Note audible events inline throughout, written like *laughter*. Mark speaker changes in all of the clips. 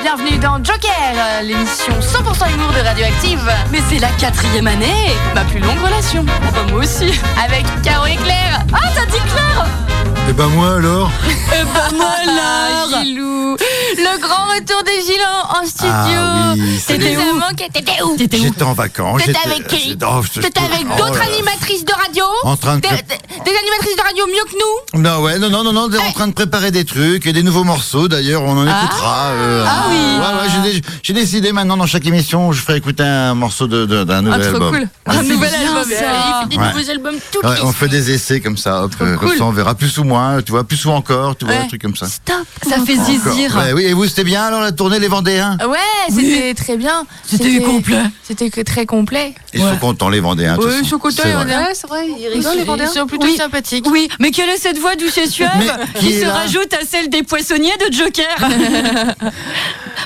Speaker 1: bienvenue dans Joker, euh, l'émission 100% humour de Radioactive. Mais c'est la quatrième année, ma plus longue relation. Ah bah moi aussi. Avec Caro et Claire. Ah, t'as dit Claire Eh
Speaker 2: Et bah moi alors *laughs*
Speaker 1: Ah, Gilou. Le grand retour des Gilans en studio.
Speaker 2: Ah oui,
Speaker 1: Tu
Speaker 2: c'est-
Speaker 1: nous as manqué. T'étais où
Speaker 3: T'étais où
Speaker 2: J'étais en vacances.
Speaker 1: T'étais
Speaker 2: j'étais-
Speaker 1: avec qui
Speaker 2: j'étais- oh, je-
Speaker 1: T'étais
Speaker 2: je-
Speaker 1: avec
Speaker 2: oh
Speaker 1: d'autres
Speaker 2: là là.
Speaker 1: animatrices de radio
Speaker 2: En train de-
Speaker 1: des, des- des animatrices de radio mieux que nous
Speaker 2: Non, ouais, non, non, non, non, en train de préparer des trucs et des nouveaux morceaux d'ailleurs, on en écoutera. euh,
Speaker 1: Ah oui.
Speaker 2: Ouais, ouais, j'ai, dé- j'ai décidé maintenant dans chaque émission, je ferai écouter un morceau de, de- d'un
Speaker 3: Ah,
Speaker 2: nouvel album. Ah,
Speaker 1: Un nouvel album.
Speaker 3: ça.
Speaker 1: Il fait des
Speaker 2: Ouais.
Speaker 1: nouveaux albums toutes
Speaker 2: Ouais,
Speaker 1: les
Speaker 2: on fait des essais comme ça, hop, euh, comme
Speaker 1: cool.
Speaker 2: ça on verra plus ou moins, tu vois, plus ou encore, tu vois, un truc comme ça.
Speaker 1: Stop.
Speaker 3: Ça fait zizir. Ah,
Speaker 2: Ouais, oui, et vous, c'était bien alors la tournée Les Vendéens
Speaker 1: Ouais, c'était très bien.
Speaker 3: C'était complet. Euh,
Speaker 1: C'était que très complet.
Speaker 2: Ils
Speaker 3: Ouais.
Speaker 2: sont contents, les Vendéens. de toute façon. C'est vrai.
Speaker 1: c'est vrai. Ils rigolent, les Vendéens. Ils sont plutôt
Speaker 3: Oui.
Speaker 1: sympathiques.
Speaker 3: Oui, mais quelle est cette voix du suave
Speaker 2: Mais qui
Speaker 3: qui
Speaker 2: est
Speaker 3: se
Speaker 2: là
Speaker 3: rajoute à celle des poissonniers
Speaker 2: *laughs*
Speaker 3: de Joker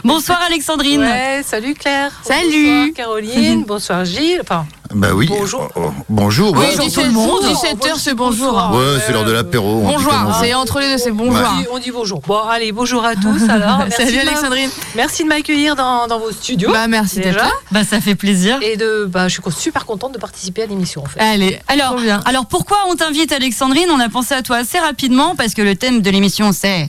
Speaker 3: Bonsoir Alexandrine.
Speaker 4: Ouais, salut Claire.
Speaker 1: Salut.
Speaker 3: *laughs*
Speaker 4: Bonsoir Caroline. Bonsoir Gilles. Enfin,
Speaker 2: Bah oui.
Speaker 4: Bonjour.
Speaker 2: Oh, oh, bonjour.
Speaker 1: Oui,
Speaker 2: ouais.
Speaker 3: bonjour
Speaker 1: 17
Speaker 3: tout le monde.
Speaker 1: 17h, c'est bonjour.
Speaker 4: Bonsoir.
Speaker 2: Ouais, c'est l'heure de l'apéro. on dit
Speaker 1: Bonjour,
Speaker 2: comment on
Speaker 4: Ah,
Speaker 1: c'est
Speaker 2: veut.
Speaker 1: entre les deux, c'est
Speaker 4: on
Speaker 1: bonjour.
Speaker 4: dit- on dit bonjour. Bon, allez, bonjour à
Speaker 1: *laughs*
Speaker 4: tous. Alors, merci
Speaker 1: Salut
Speaker 4: de m'a-
Speaker 1: Alexandrine.
Speaker 4: Merci de m'accueillir dans, dans vos studios.
Speaker 1: Bah merci d'être
Speaker 4: déjà.
Speaker 1: là.
Speaker 3: Bah ça fait plaisir.
Speaker 4: Et de, bah, je suis super contente de participer à l'émission en fait.
Speaker 1: Allez,
Speaker 3: Alors,
Speaker 1: trop bien.
Speaker 3: alors pourquoi on t'invite Alexandrine On a pensé à toi assez rapidement parce que le thème de l'émission c'est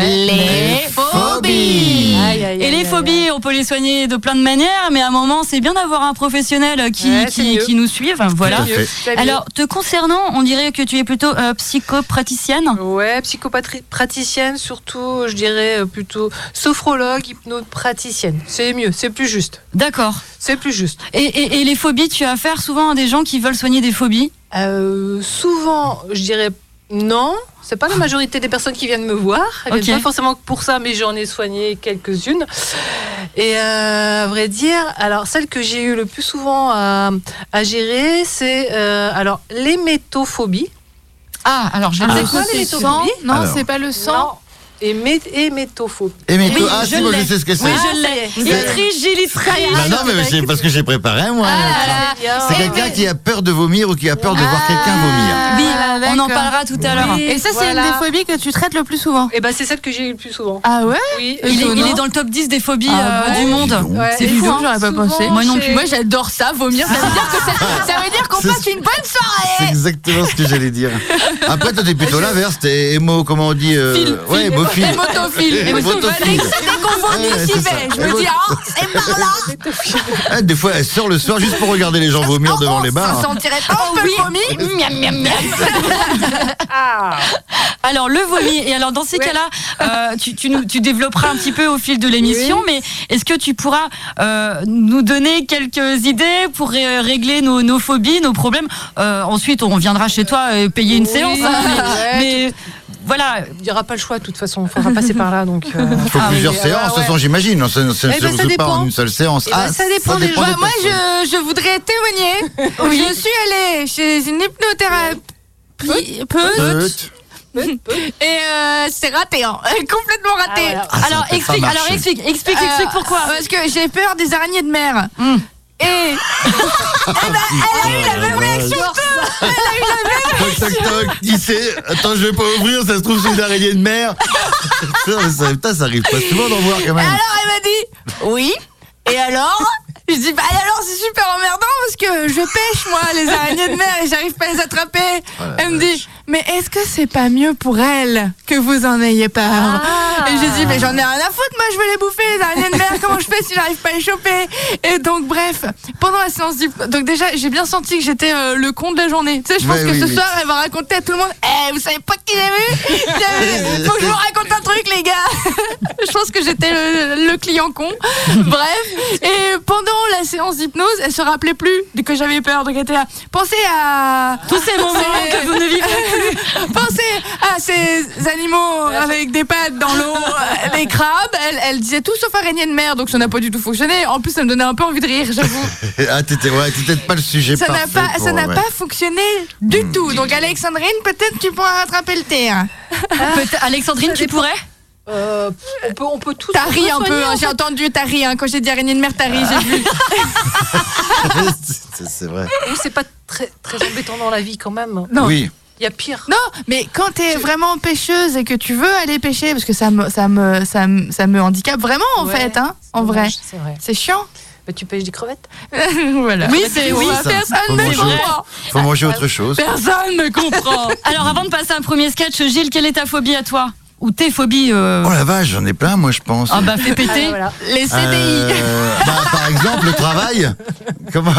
Speaker 3: les phobies.
Speaker 4: Aïe, aïe, aïe,
Speaker 3: Et les
Speaker 4: aïe,
Speaker 3: phobies, on peut les soigner de plein de manières, mais à un moment c'est bien d'avoir un professionnel qui,
Speaker 4: Ouais, c'est
Speaker 3: qui,
Speaker 4: mieux.
Speaker 3: qui nous suive. Voilà.
Speaker 2: Tout à fait.
Speaker 4: Fabien.
Speaker 3: Alors, te concernant, on dirait que tu es plutôt euh, psychopraticienne.
Speaker 4: Ouais, psychopraticienne, surtout, je dirais euh, plutôt sophrologue, hypnopraticienne. C'est mieux, c'est plus juste.
Speaker 3: D'accord.
Speaker 4: C'est plus juste.
Speaker 3: Et, et- et les phobies, tu as affaire souvent à des gens qui veulent soigner des phobies.
Speaker 4: Euh, souvent, je dirais non. C'est pas la majorité des personnes qui viennent me voir. Elles viennent
Speaker 3: Ok.
Speaker 4: pas forcément que pour ça, mais j'en ai soigné quelques-unes. Et euh, à vrai dire, alors celle que j'ai eu le plus souvent à, à gérer, c'est euh, alors les métophobies.
Speaker 3: Ah, alors je
Speaker 4: Ah.
Speaker 3: sais
Speaker 4: C'est quoi, les métophobies
Speaker 1: Non,
Speaker 2: Alors.
Speaker 1: c'est pas le sang.
Speaker 4: Non. Et, mé et métophobie.
Speaker 2: Et mais
Speaker 3: Oui,
Speaker 2: toi- ah,
Speaker 3: je
Speaker 2: si, moi je
Speaker 3: l'ai.
Speaker 2: sais ce que c'est.
Speaker 3: Oui,
Speaker 4: Ah,
Speaker 3: je
Speaker 4: ça y
Speaker 3: l'ai.
Speaker 4: est.
Speaker 3: Il triche, Gilles, il triche.
Speaker 4: ah,
Speaker 2: Bah non, mais c'est parce que j'ai préparé, moi. c'est quelqu'un qui a peur de vomir ou qui a peur de
Speaker 4: Ah.
Speaker 2: voir quelqu'un vomir.
Speaker 3: Oui,
Speaker 1: Ah,
Speaker 3: on en
Speaker 1: d'accord.
Speaker 3: parlera tout à l'heure.
Speaker 4: Oui.
Speaker 1: Et ça, c'est
Speaker 4: Voilà.
Speaker 1: une des phobies que tu traites le plus souvent.
Speaker 4: Et ben c'est celle que j'ai eu le plus souvent.
Speaker 1: Ah ouais
Speaker 4: Oui.
Speaker 3: Il est, il
Speaker 1: Étonnant.
Speaker 3: est dans le top 10 des phobies
Speaker 1: Ah
Speaker 3: euh,
Speaker 1: ouais.
Speaker 3: du
Speaker 2: Dis
Speaker 3: monde.
Speaker 2: donc.
Speaker 4: Ouais.
Speaker 3: C'est
Speaker 1: C'est
Speaker 3: fou,
Speaker 1: fou,
Speaker 3: hein,
Speaker 1: j'aurais pas
Speaker 4: souvent
Speaker 1: pensé.
Speaker 3: Moi non plus.
Speaker 4: chez-
Speaker 1: Moi, j'adore ça, vomir. Ça veut dire que
Speaker 4: *laughs*
Speaker 1: ça, ça veut dire qu'on
Speaker 2: C'est-
Speaker 1: passe une bonne soirée.
Speaker 2: C'est exactement ce que j'allais dire. Après, toi, t'es
Speaker 4: *laughs*
Speaker 2: plutôt l'inverse. T'es émo, comment on dit euh,
Speaker 3: Fil-
Speaker 2: Ouais, émophile.
Speaker 1: Hémotophile.
Speaker 2: *laughs* Hémotophile.
Speaker 1: Hémotophile. Dès qu'on vomit,
Speaker 2: Ouais,
Speaker 1: j'y
Speaker 2: c'est
Speaker 1: vais.
Speaker 2: ça.
Speaker 1: Je me dis, ah, c'est par là.
Speaker 2: Ah, des fois, elle sort le soir juste pour regarder les gens vomir devant les
Speaker 1: On
Speaker 2: bars. hein.
Speaker 1: sentirait pas un peu le vomi. Miam, miam, miam.
Speaker 4: *laughs* Ah.
Speaker 3: Alors, le vomi. Et alors, dans ces
Speaker 4: Ouais.
Speaker 3: cas-là, euh, tu, tu nous- tu développeras un petit peu au fil de l'émission, mais est-ce que tu pourras euh, nous donner quelques idées pour ré- régler nos, nos phobies, nos problèmes Euh, Ensuite, on viendra chez toi euh, payer une
Speaker 4: Oui.
Speaker 3: séance. hein, mais-
Speaker 4: Ouais,
Speaker 3: *laughs* mais voilà,
Speaker 4: Il n'y aura pas le choix de toute façon. Il faudra passer par là. Donc, euh,
Speaker 2: Il faut
Speaker 3: Ah,
Speaker 2: plusieurs
Speaker 4: oui, ah,
Speaker 2: séances,
Speaker 4: ouais.
Speaker 2: ce sont, j'imagine. Ça ne se
Speaker 4: Eh ben, ça
Speaker 2: résout pas en
Speaker 4: dépend.
Speaker 2: une seule séance. Ah,
Speaker 4: Eh ben, ça dépend des gens.
Speaker 1: Bah, moi, je, je voudrais témoigner. Je suis allée chez une hypnothérapeute
Speaker 2: Peut-être.
Speaker 1: et euh, c'est raté, hein. *laughs* complètement raté.
Speaker 4: voilà.
Speaker 2: Ah, ça
Speaker 3: alors,
Speaker 2: peut pas
Speaker 3: explique,
Speaker 2: marcher.
Speaker 3: alors explique, explique,
Speaker 1: Euh,
Speaker 3: explique pourquoi.
Speaker 1: Parce que j'ai peur des araignées de mer.
Speaker 3: Hmm.
Speaker 1: Et
Speaker 3: Ah, bah, eh
Speaker 2: elle a eu la même réaction Toc, toc, toc, qui sait Attends, je vais pas ouvrir, ça se trouve, c'est une araignée de *laughs* mer. Putain, mais ça, putain, ça arrive pas souvent d'en voir quand même.
Speaker 1: alors elle m'a dit oui. Et alors Je dis bah et alors c'est super emmerdant parce que je pêche moi les araignées de mer et j'arrive pas à les attraper.
Speaker 2: Oh la
Speaker 1: elle me
Speaker 2: vache.
Speaker 1: dit mais est-ce que c'est pas mieux pour elle que vous en ayez peur Et j'ai dit mais j'en ai rien à foutre moi je vais les bouffer les araignées de mer comment je fais si j'arrive pas à les choper Et donc bref pendant la séance d'hyp- donc déjà j'ai bien senti que j'étais euh, le con de la journée. Tu sais je pense
Speaker 2: Ouais,
Speaker 1: que
Speaker 2: oui,
Speaker 1: ce
Speaker 2: oui.
Speaker 1: soir elle va raconter à tout le monde eh vous savez pas qui j'ai vu
Speaker 3: *laughs*
Speaker 1: J'avais- Faut que je vous raconte un truc les gars *laughs* je pense que j'étais le, le client
Speaker 3: *laughs*
Speaker 1: con. Bref. Et pendant la séance d'hypnose, elle se rappelait plus de que j'avais peur. Donc elle était là. Pensez à.
Speaker 3: Tous ces moments
Speaker 1: C'est-
Speaker 3: que
Speaker 1: *laughs*
Speaker 3: vous ne vivez
Speaker 1: Pensez à ces animaux avec des pattes dans l'eau, euh, les crabes. Elle, elle disait tout sauf araignée de mer. Donc ça n'a pas du tout fonctionné. En plus, ça me donnait un peu envie de rire, j'avoue.
Speaker 2: Ah, t'étais ouais, t'es peut-être pas le sujet
Speaker 1: Ça n'a
Speaker 2: parfait
Speaker 1: pas, ça
Speaker 2: pour-
Speaker 1: n'a
Speaker 2: ouais. Hmm.
Speaker 1: pas fonctionné du tout. Donc Alexandrine, peut-être tu pourras rattraper le terrain.
Speaker 3: Peut- Alexandrine, tu pourrais
Speaker 4: euh, on peut, on peut tout.
Speaker 1: T'as
Speaker 4: on
Speaker 1: ri
Speaker 4: peut
Speaker 1: un peu.
Speaker 4: soigner,
Speaker 1: hein,
Speaker 4: en
Speaker 1: j'ai entendu. T'as ri hein, quand j'ai dit araignée de mer. T'as ri. J'ai vu.
Speaker 4: *laughs*
Speaker 2: *laughs* C'est- C'est vrai.
Speaker 4: Ou c'est pas très, très embêtant dans la vie quand même.
Speaker 1: Non.
Speaker 2: Oui.
Speaker 4: Il Il y a pire.
Speaker 1: Non, mais quand t'es vraiment pêcheuse et que tu veux aller pêcher, parce que ça me, ça me, ça me, ça me handicape vraiment en
Speaker 4: Ouais,
Speaker 1: fait, hein,
Speaker 4: c'est
Speaker 1: en vrai.
Speaker 4: dommage, C'est vrai.
Speaker 1: C'est chiant.
Speaker 4: Bah, tu pêches des crevettes. *laughs*
Speaker 1: voilà.
Speaker 3: Oui, c'est oui.
Speaker 2: ça. Faut
Speaker 1: Personne ne
Speaker 2: manger.
Speaker 1: comprend.
Speaker 2: Faut manger autre chose.
Speaker 1: Personne ne comprend.
Speaker 3: Alors avant de passer à un premier sketch, Gilles, quelle est ta phobie à toi Ou tes phobies euh,
Speaker 2: Oh la vache, j'en ai plein, moi, je pense.
Speaker 3: Ah bah fais
Speaker 4: Ah,
Speaker 3: péter.
Speaker 4: voilà.
Speaker 1: Les CDI.
Speaker 2: Euh, bah, par exemple, le travail. Comment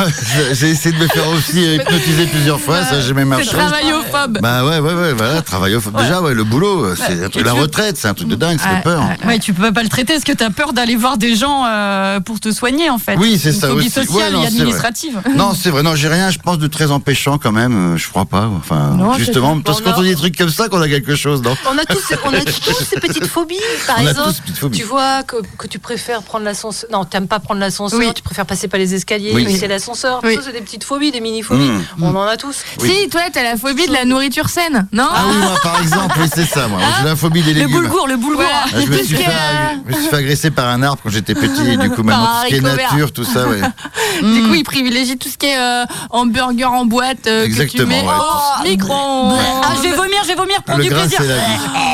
Speaker 2: J'ai essayé de me faire aussi hypnotiser plusieurs fois, ça j'ai même
Speaker 1: C'est
Speaker 2: marché.
Speaker 1: travaillophobe.
Speaker 2: Bah ouais, ouais, ouais, voilà, travail au- Déjà, ouais, le boulot, euh, c'est un truc, la retraite, c'est un truc de dingue, ça
Speaker 4: Ah,
Speaker 1: Ouais,
Speaker 2: fait peur.
Speaker 1: ouais.
Speaker 3: Ouais, tu peux pas le traiter. Est-ce que t'as peur d'aller voir des gens euh, pour te soigner en fait
Speaker 2: Oui, c'est
Speaker 3: Une
Speaker 2: ça
Speaker 3: phobie
Speaker 2: aussi. Ouais,
Speaker 3: sociale
Speaker 2: non,
Speaker 3: et
Speaker 2: c'est vrai.
Speaker 3: administrative.
Speaker 2: Non,
Speaker 3: *laughs*
Speaker 2: c'est vrai, non, j'ai rien, je pense, de très empêchant quand même, euh, je crois pas. Enfin,
Speaker 4: Non,
Speaker 2: justement,
Speaker 4: c'est-
Speaker 2: parce que
Speaker 4: on
Speaker 2: quand
Speaker 4: a-
Speaker 2: on dit des trucs comme ça, qu'on a quelque chose, non
Speaker 4: On a tous, ces- on a tous ces petites
Speaker 2: *laughs*
Speaker 4: phobies. Par
Speaker 2: On a
Speaker 4: exemple,
Speaker 2: tous cette phobie.
Speaker 4: tu vois que, que tu préfères prendre l'ascenseur. Non, t'aimes pas prendre l'ascenseur.
Speaker 1: Oui.
Speaker 4: Tu préfères passer par les escaliers,
Speaker 2: Oui.
Speaker 4: mais c'est l'ascenseur.
Speaker 1: Oui.
Speaker 4: Ça, c'est des petites phobies, des mini phobies.
Speaker 2: Mmh.
Speaker 4: On en a tous.
Speaker 1: *laughs* Si, toi, t'as la phobie de la nourriture saine, non
Speaker 2: *laughs* Ah oui, moi, par exemple, oui, c'est ça, moi. J'ai la phobie des
Speaker 3: Le
Speaker 2: légumes.
Speaker 3: boulgour, le boulgour.
Speaker 1: Voilà.
Speaker 2: Ah, je, me
Speaker 1: Tout ce
Speaker 2: suis
Speaker 1: qui
Speaker 2: fait,
Speaker 1: est, euh,
Speaker 2: je me suis fait agresser par un arbre quand j'étais petit, et du coup,
Speaker 1: Par
Speaker 2: maintenant,
Speaker 1: un
Speaker 2: tout ce qui est
Speaker 1: haricot vert.
Speaker 2: nature, tout ça, ouais.
Speaker 1: Ah, *laughs* Du coup, ils privilégient tout ce qui est euh, hamburger en boîte euh, que tu
Speaker 2: Exactement,
Speaker 1: mets
Speaker 2: ouais.
Speaker 1: au micro-ondes.
Speaker 3: Ah, je vais vomir, je vais vomir pour
Speaker 2: Le
Speaker 3: du
Speaker 2: grain,
Speaker 3: plaisir.
Speaker 2: c'est la
Speaker 3: *laughs*
Speaker 2: vie.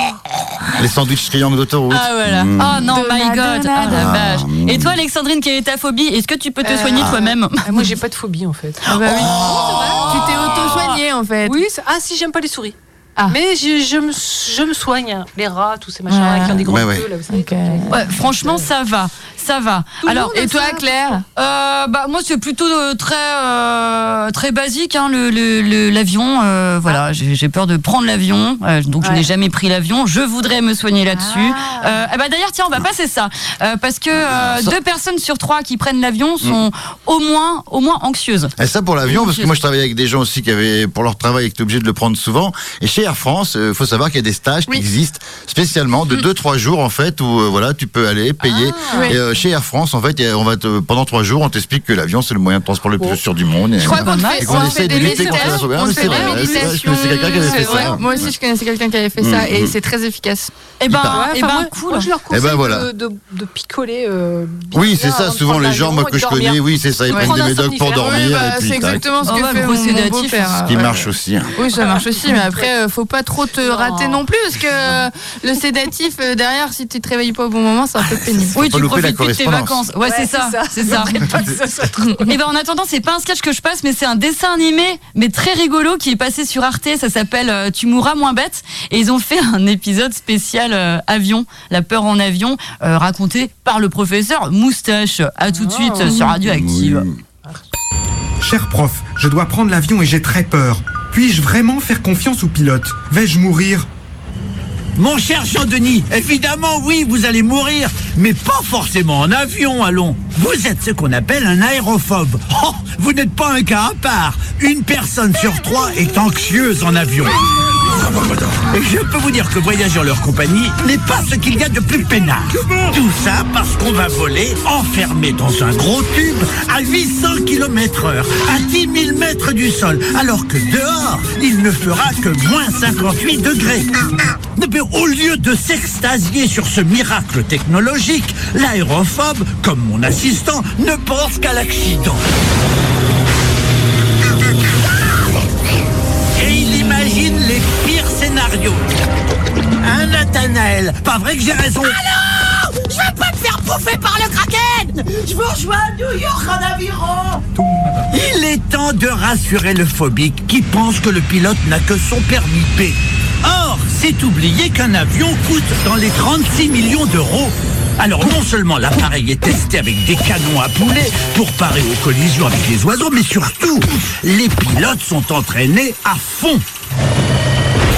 Speaker 2: Les sandwichs triangles d'autoroute.
Speaker 1: Ah, voilà.
Speaker 2: Mmh.
Speaker 3: Oh non,
Speaker 1: De
Speaker 3: my
Speaker 1: la
Speaker 3: god. Ah,
Speaker 1: donade.
Speaker 3: la vache.
Speaker 2: mm.
Speaker 3: Et toi, Alexandrine, quelle est ta phobie Est-ce que tu peux te soigner toi-même
Speaker 4: Ah, moi, j'ai pas de phobie en fait.
Speaker 1: Ah bah
Speaker 2: Oh.
Speaker 1: oui. Tu t'es auto-soigné, en fait.
Speaker 4: Ah. Oui, c'est- ah si, j'aime pas les souris.
Speaker 1: Ah.
Speaker 4: Mais je, je, me, je me soigne. hein. Les rats, tous ces machins
Speaker 1: Ouais.
Speaker 4: qui ont des gros
Speaker 2: Ouais, ouais.
Speaker 4: queues, là, vous savez.
Speaker 1: Donc, euh,
Speaker 3: Ouais, franchement, ça va, ça va.
Speaker 4: le
Speaker 3: Alors,
Speaker 4: monde
Speaker 3: et
Speaker 1: Et toi,
Speaker 3: toi,
Speaker 1: Claire
Speaker 3: Euh, bah, moi, c'est plutôt euh, très, euh, très basique, hein, l'avion. Le, le- l'avion, euh, voilà, j'ai j'ai peur de prendre l'avion, euh, donc je
Speaker 4: Ah. Ouais. Ah.
Speaker 3: n'ai jamais pris l'avion. Je voudrais me soigner là-dessus. Euh, eh ben, D'ailleurs, tiens, on va passer ça, euh, parce que euh, deux personnes sur trois qui prennent l'avion sont
Speaker 4: Mm.
Speaker 3: au, moins, au moins anxieuses.
Speaker 2: Et ça pour l'avion, parce que moi je travaillais avec des gens aussi qui avaient pour leur travail et qui étaient obligés de le prendre souvent. Et chez Air France, il faut savoir qu'il y a des stages qui existent spécialement
Speaker 1: Hmm.
Speaker 2: de 2-3 jours en fait où euh, voilà tu peux aller payer.
Speaker 1: Ouais.
Speaker 2: Et euh, chez Air France en fait, il y a- on va te, pendant 3 jours on t'explique que l'avion c'est le moyen de transport le plus
Speaker 4: Oh.
Speaker 2: sûr du monde. Et,
Speaker 1: Je crois qu'on te
Speaker 2: et
Speaker 1: fait,
Speaker 2: qu'on
Speaker 1: on te
Speaker 2: essaye de
Speaker 1: fait des
Speaker 2: lutter contre la
Speaker 1: méditations.
Speaker 2: sauvegarde.
Speaker 1: On te
Speaker 2: C'est
Speaker 1: fait
Speaker 2: vrai,
Speaker 1: des
Speaker 2: ouais, c'est vrai, je
Speaker 1: méditations.
Speaker 2: connaissais quelqu'un qui avait fait ça.
Speaker 1: C'est
Speaker 2: Mm,
Speaker 1: vrai. Moi aussi, je connaissais quelqu'un qui avait fait ça et c'est très efficace.
Speaker 3: Et ben,
Speaker 2: Bah,
Speaker 3: eh
Speaker 4: Ouais,
Speaker 3: ben,
Speaker 4: enfin, moi,
Speaker 3: cool.
Speaker 4: moi, je leur conseille
Speaker 2: Eh ben, voilà.
Speaker 4: de, de, de picoler. euh, bien
Speaker 2: Oui, c'est ça.
Speaker 4: avant de
Speaker 2: Souvent
Speaker 4: prendre
Speaker 2: les gens
Speaker 4: l'avion
Speaker 2: moi
Speaker 4: et
Speaker 2: que je
Speaker 4: dormir.
Speaker 2: connais, oui c'est ça. Ils
Speaker 4: Ouais.
Speaker 2: prennent des
Speaker 4: Prends un
Speaker 2: médocs pour
Speaker 4: somnifère.
Speaker 2: dormir.
Speaker 1: Ouais, bah,
Speaker 2: et puis,
Speaker 1: c'est
Speaker 2: tac.
Speaker 1: exactement ce
Speaker 3: Oh,
Speaker 1: que
Speaker 3: bah,
Speaker 1: fait mon, mon
Speaker 3: sédatif,
Speaker 1: beau-père.
Speaker 3: ce
Speaker 2: Qui
Speaker 1: ah, Ouais.
Speaker 2: marche aussi. hein.
Speaker 1: Oui, ça marche aussi,
Speaker 4: *laughs*
Speaker 1: mais après, euh, faut pas trop te rater non plus, parce que euh, le sédatif, euh, derrière, si tu te réveilles pas au bon moment, c'est
Speaker 2: Ah,
Speaker 1: un peu pénible.
Speaker 2: Faut
Speaker 3: Oui, tu
Speaker 2: pas louper la
Speaker 3: profites plus de tes
Speaker 2: correspondance.
Speaker 3: vacances. Ouais, c'est ça,
Speaker 1: *laughs*
Speaker 3: c'est ça. *laughs* Et ben en attendant, c'est pas un sketch que je passe, mais c'est un dessin animé, mais très rigolo, qui est passé sur Arte. Ça s'appelle euh, Tu mourras moins bête. Et ils ont fait un épisode spécial euh, avion, la peur en avion, euh, raconté par le professeur Moustache. À tout de suite euh, sur
Speaker 1: Oh.
Speaker 3: Radioactive.
Speaker 5: Cher prof, je dois prendre l'avion et j'ai très peur. Puis-je vraiment faire confiance au pilote Vais-je mourir
Speaker 6: Mon cher Jean-Denis, évidemment, oui, vous allez mourir, mais pas forcément en avion, allons. Vous êtes ce qu'on appelle un aérophobe. Oh, vous n'êtes pas un cas à part. Une personne sur trois est anxieuse en avion. Et je peux vous dire que voyager en leur compagnie n'est pas ce qu'il y a de plus peinard. Tout ça parce qu'on va voler enfermé dans un gros tube à 800 km heure, à 10 000 mètres du sol, alors que dehors, il ne fera que moins 58 degrés. Mais au lieu de s'extasier sur ce miracle technologique, l'aérophobe, comme mon assistant, ne pense qu'à l'accident. Et il imagine les pires scénarios. Hein, Nathanaël Pas vrai que j'ai raison
Speaker 7: Je veux pas me faire bouffer par le kraken Je vous rejoins à New York en aviron
Speaker 6: Il est temps de rassurer le phobique qui pense que le pilote n'a que son permis P. Or, c'est oublier qu'un avion coûte dans les 36 millions d'euros. Alors non seulement l'appareil est testé avec des canons à poulet pour parer aux collisions avec les oiseaux, mais surtout, les pilotes sont entraînés à fond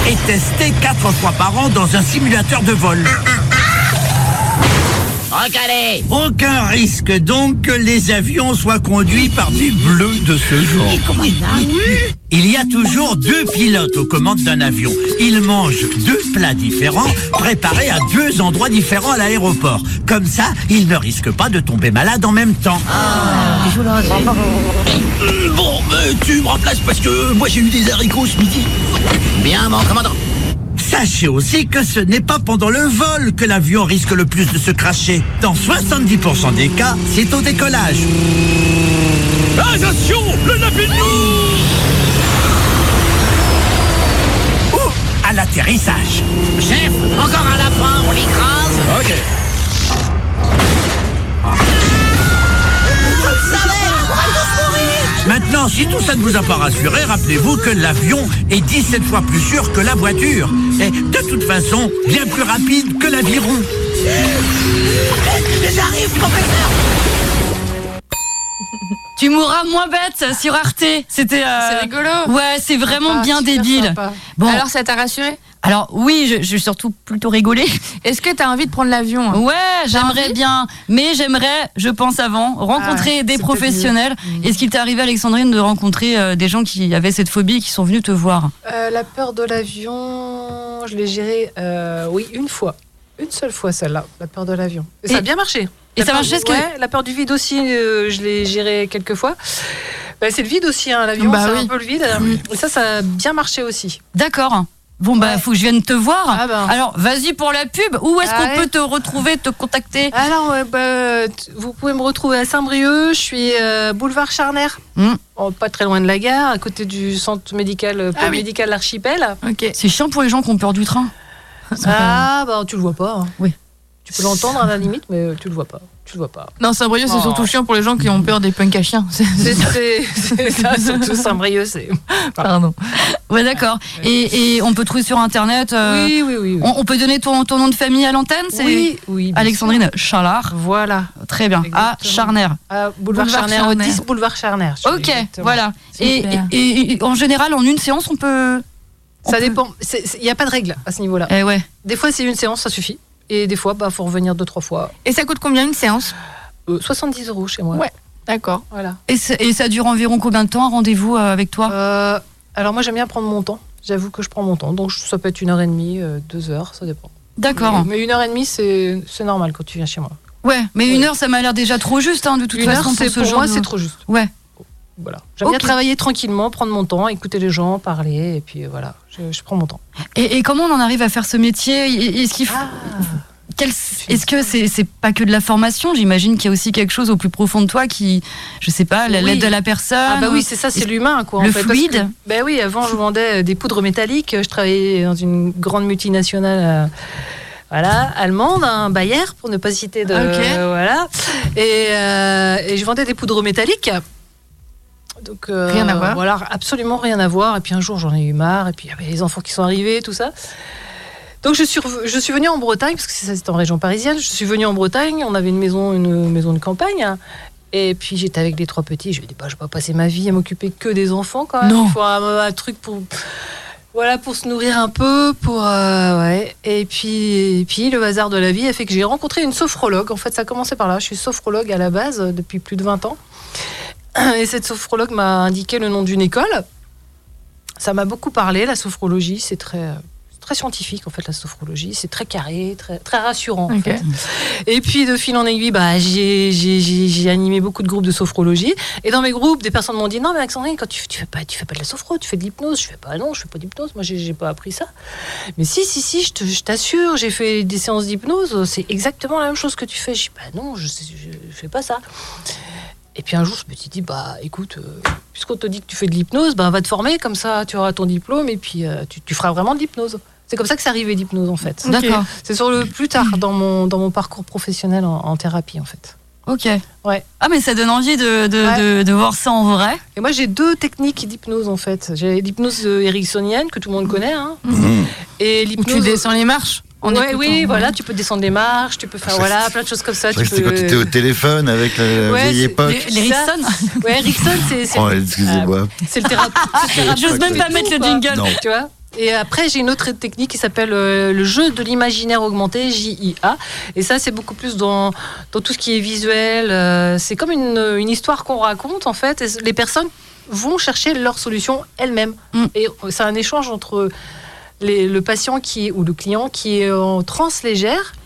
Speaker 6: et testés quatre fois par an dans un simulateur de vol.
Speaker 7: Recalé
Speaker 6: Aucun risque donc que les avions soient conduits par des bleus de ce genre. Il y a toujours deux pilotes aux commandes d'un avion. Ils mangent deux plats différents, préparés à deux endroits différents à l'aéroport. Comme ça, ils ne risquent pas de tomber malade en même temps. Euh, Bon, euh, tu me remplaces parce que moi j'ai eu des haricots ce midi.
Speaker 7: Bien, mon commandant
Speaker 6: Sachez aussi que ce n'est pas pendant le vol que l'avion risque le plus de se cracher. Dans 70% des cas, c'est au décollage. Attention, le lapin Oh, d'atterrissage.
Speaker 7: Chef, encore un lapin, on l'écrase
Speaker 6: Ok. Maintenant, si tout ça ne vous a pas rassuré, rappelez-vous que l'avion est 17 fois plus sûr que la voiture. Et de toute façon, bien plus rapide que l'aviron.
Speaker 2: Ah,
Speaker 7: J'arrive, professeur
Speaker 3: Tu mourras moins bête sur Arte. C'était. euh,
Speaker 1: C'est rigolo.
Speaker 3: Ouais, c'est vraiment
Speaker 1: Ah,
Speaker 3: bien
Speaker 1: super
Speaker 3: débile.
Speaker 1: sympa.
Speaker 3: Bon, alors,
Speaker 1: Alors, ça t'a rassuré
Speaker 3: oui, je, je suis surtout plutôt rigolé.
Speaker 1: Est-ce que t'as envie de prendre l'avion hein
Speaker 3: Ouais, j'aimerais bien, mais j'aimerais, je pense avant, rencontrer des professionnels. Est-ce qu'il t'est arrivé, Alexandrine, de rencontrer euh, des gens qui avaient cette phobie et qui sont venus te voir
Speaker 4: Euh, la peur de l'avion, je l'ai gérée, euh, oui, une fois. Une seule fois, celle-là, la peur de l'avion. Et, ça
Speaker 3: Et-
Speaker 4: a bien marché.
Speaker 3: et
Speaker 4: La
Speaker 3: ça
Speaker 4: peur
Speaker 3: marchait,
Speaker 4: du-
Speaker 3: est-ce que-
Speaker 4: ouais, La peur du vide aussi, euh, je l'ai gérée quelques fois. Bah, c'est le vide aussi, hein, l'avion,
Speaker 1: Bah
Speaker 4: c'est
Speaker 1: oui.
Speaker 4: un peu le vide. Et ça, ça a bien marché aussi.
Speaker 3: D'accord. Bon, bah,
Speaker 4: Ouais.
Speaker 3: faut que je vienne te voir.
Speaker 4: Ah ben.
Speaker 3: Alors, vas-y pour la pub. Où est-ce qu'on
Speaker 4: Ouais.
Speaker 3: peut te retrouver, te contacter
Speaker 4: Alors, Ah ouais, bah, t- vous pouvez me retrouver à Saint-Brieuc, je suis euh, boulevard Charner,
Speaker 3: Hmm.
Speaker 4: Oh, pas très loin de la gare, à côté du centre médical, euh, pôle
Speaker 1: oui.
Speaker 4: médical L'Archipel.
Speaker 1: Ok.
Speaker 3: C'est chiant pour les gens qui ont peur du train.
Speaker 4: Ah, bah tu le vois pas. hein.
Speaker 3: Oui.
Speaker 4: Tu peux l'entendre à la limite, mais euh, tu le vois pas. Tu le vois pas.
Speaker 1: Non, Saint-Brieuc, c'est
Speaker 4: Oh.
Speaker 1: surtout chiant pour les gens qui ont peur des punks à chiens. *laughs* C'est-
Speaker 4: C'est- C'est c'est ça, surtout Saint-Brieuc, c'est.
Speaker 1: Pardon.
Speaker 3: Ouais, d'accord. Et, et on peut trouver sur Internet. euh,
Speaker 4: Oui, oui, oui. oui.
Speaker 3: on, on peut donner ton, ton nom de famille à l'antenne C'est
Speaker 4: Oui, oui. bien
Speaker 3: Alexandrine Chalard.
Speaker 4: sûr. Voilà.
Speaker 3: Très bien. À
Speaker 4: Exactement.
Speaker 3: Charner.
Speaker 4: À Euh, boulevard,
Speaker 1: Boulevard
Speaker 4: Charner,
Speaker 1: Charner.
Speaker 4: 10 boulevard Charner. je suis
Speaker 3: Ok,
Speaker 4: exactement.
Speaker 3: voilà. Et,
Speaker 1: Super.
Speaker 3: et- et en général, en une séance, on peut. on
Speaker 4: Ça
Speaker 3: peut-
Speaker 4: dépend. c'est- c'est- Il n'y a pas de règle à ce niveau-là.
Speaker 3: Eh ouais.
Speaker 4: Des fois, c'est une séance, ça suffit. Et des fois, bah, faut revenir deux, trois fois.
Speaker 1: Et ça coûte combien une séance
Speaker 4: Euh, 70 euros chez moi.
Speaker 1: Ouais. D'accord.
Speaker 4: Voilà.
Speaker 3: Et, ça- et ça dure environ combien de temps un rendez-vous euh, avec toi
Speaker 4: Euh, alors, moi, j'aime bien prendre mon temps. J'avoue que je prends mon temps. Donc, je- ça peut être une heure et demie, euh, deux heures, ça dépend.
Speaker 3: D'accord.
Speaker 4: Mais, mais une heure et demie, c'est c'est normal quand tu viens chez moi.
Speaker 3: Ouais, mais
Speaker 4: Oui.
Speaker 3: une heure, ça m'a l'air déjà trop juste, hein, de toute
Speaker 4: une
Speaker 3: façon,
Speaker 4: heure, c'est
Speaker 3: ce
Speaker 4: pour
Speaker 3: genre
Speaker 4: moi,
Speaker 3: de-
Speaker 4: c'est trop juste.
Speaker 3: Ouais.
Speaker 4: Voilà. J'aime bien
Speaker 3: Ok.
Speaker 4: travailler tranquillement, prendre mon temps, écouter les gens, parler, et puis euh, voilà, je, je prends mon temps.
Speaker 3: Et, et comment on en arrive à faire ce métier Est-ce qu'il faut- quel- Est-ce que c'est c'est pas que de la formation J'imagine qu'il y a aussi quelque chose au plus profond de toi qui, je sais pas, la-
Speaker 4: Oui.
Speaker 3: l'aide de la personne.
Speaker 4: Ah bah oui, c'est ça, c'est l'humain quoi. en
Speaker 3: Le
Speaker 4: fait, parce
Speaker 3: fluide.
Speaker 4: que- Ben oui, avant je vendais euh, des poudres métalliques, je travaillais dans une grande multinationale. euh, Voilà, allemande, un Bayer, pour ne pas citer de.
Speaker 1: Ok.
Speaker 4: voilà. Et, euh, et je vendais des poudres métalliques. Donc, euh,
Speaker 1: Rien à voir.
Speaker 4: Voilà, absolument rien à voir. Et puis un jour, j'en ai eu marre. Et puis il y avait les enfants qui sont arrivés, tout ça. Donc je suis, rev- je suis venue en Bretagne, parce que c'est- c'est en région parisienne. Je suis venue en Bretagne, on avait une maison, une maison de campagne. Et puis j'étais avec les trois petits. Je me dis, bah, je vais pas passer ma vie à m'occuper que des enfants quand même.
Speaker 3: Non.
Speaker 4: Il faut un, un truc pour. Voilà, pour se nourrir un peu, pour. euh, ouais. Et puis, et puis, le hasard de la vie a fait que j'ai rencontré une sophrologue. En fait, ça a commencé par là. Je suis sophrologue à la base euh, depuis plus de 20 ans. *coughs* Et cette sophrologue m'a indiqué le nom d'une école. Ça m'a beaucoup parlé, la sophrologie. C'est très, euh, très scientifique, en fait, la sophrologie. C'est très carré, très, très rassurant. en
Speaker 1: Ok.
Speaker 4: fait. Et puis, de fil en aiguille, bah, j'ai j'ai- j'ai- j'ai animé beaucoup de groupes de sophrologie. Et dans mes groupes, des personnes m'ont dit Non, mais Alexandrine, quand tu, tu, fais pas, tu fais pas de la sophro, tu fais de l'hypnose. Je fais pas, non, je fais pas d'hypnose. Moi, j'ai j'ai pas appris ça. Mais si, si, si, je te- je t'assure, j'ai fait des séances d'hypnose. C'est exactement la même chose que tu fais. Je dis Bah, non, je, sais- je, je fais pas ça. Et puis un jour, je me suis dit, bah écoute, euh, puisqu'on te dit que tu fais de l'hypnose, bah, va te former, comme ça tu auras ton diplôme et puis euh, tu, tu feras vraiment de l'hypnose. C'est comme ça que c'est arrivé l'hypnose en fait.
Speaker 3: D'accord.
Speaker 4: C'est sur le plus tard dans mon, dans mon parcours professionnel en, en thérapie en fait.
Speaker 3: Ok.
Speaker 4: Ouais.
Speaker 3: Ah mais ça donne envie de, de, de- de voir ça en vrai.
Speaker 4: Et moi j'ai deux techniques d'hypnose en fait. J'ai l'hypnose euh, ericksonienne que tout le monde connaît. hein,
Speaker 2: Mmh.
Speaker 4: et
Speaker 1: Ou
Speaker 4: l'hypnose.
Speaker 1: Mmh. tu descends les marches en
Speaker 4: Ouais,
Speaker 1: écoutant.
Speaker 4: oui, voilà, tu peux descendre des marches, tu peux faire voilà, plein de choses comme
Speaker 1: Ah,
Speaker 4: ça.
Speaker 2: C'est vrai
Speaker 4: Tu
Speaker 2: que c'était quand
Speaker 4: peux...
Speaker 2: t'étais au téléphone avec la
Speaker 4: Ouais,
Speaker 2: vieille
Speaker 4: c'est-
Speaker 2: époque.
Speaker 3: Les- les
Speaker 4: Ça-
Speaker 3: Rickson.
Speaker 4: Ouais, Erickson, c'est c'est-
Speaker 2: Oh, excusez-moi.
Speaker 1: Ah,
Speaker 4: c'est le thérapeute.
Speaker 3: J'ose même pas
Speaker 4: tout,
Speaker 3: mettre le
Speaker 4: quoi.
Speaker 3: jingle.
Speaker 2: Non.
Speaker 4: Tu vois et après, j'ai une autre technique qui s'appelle euh, le jeu de l'imaginaire augmenté, JIA. Et ça, c'est beaucoup plus dans, dans tout ce qui est visuel. euh, c'est comme une, une histoire qu'on raconte, en fait. Et c- les personnes vont chercher leur solution elles-mêmes.
Speaker 3: Mm.
Speaker 4: Et euh, c'est un échange entre les- le patient qui est, ou le client qui est en transe légère euh,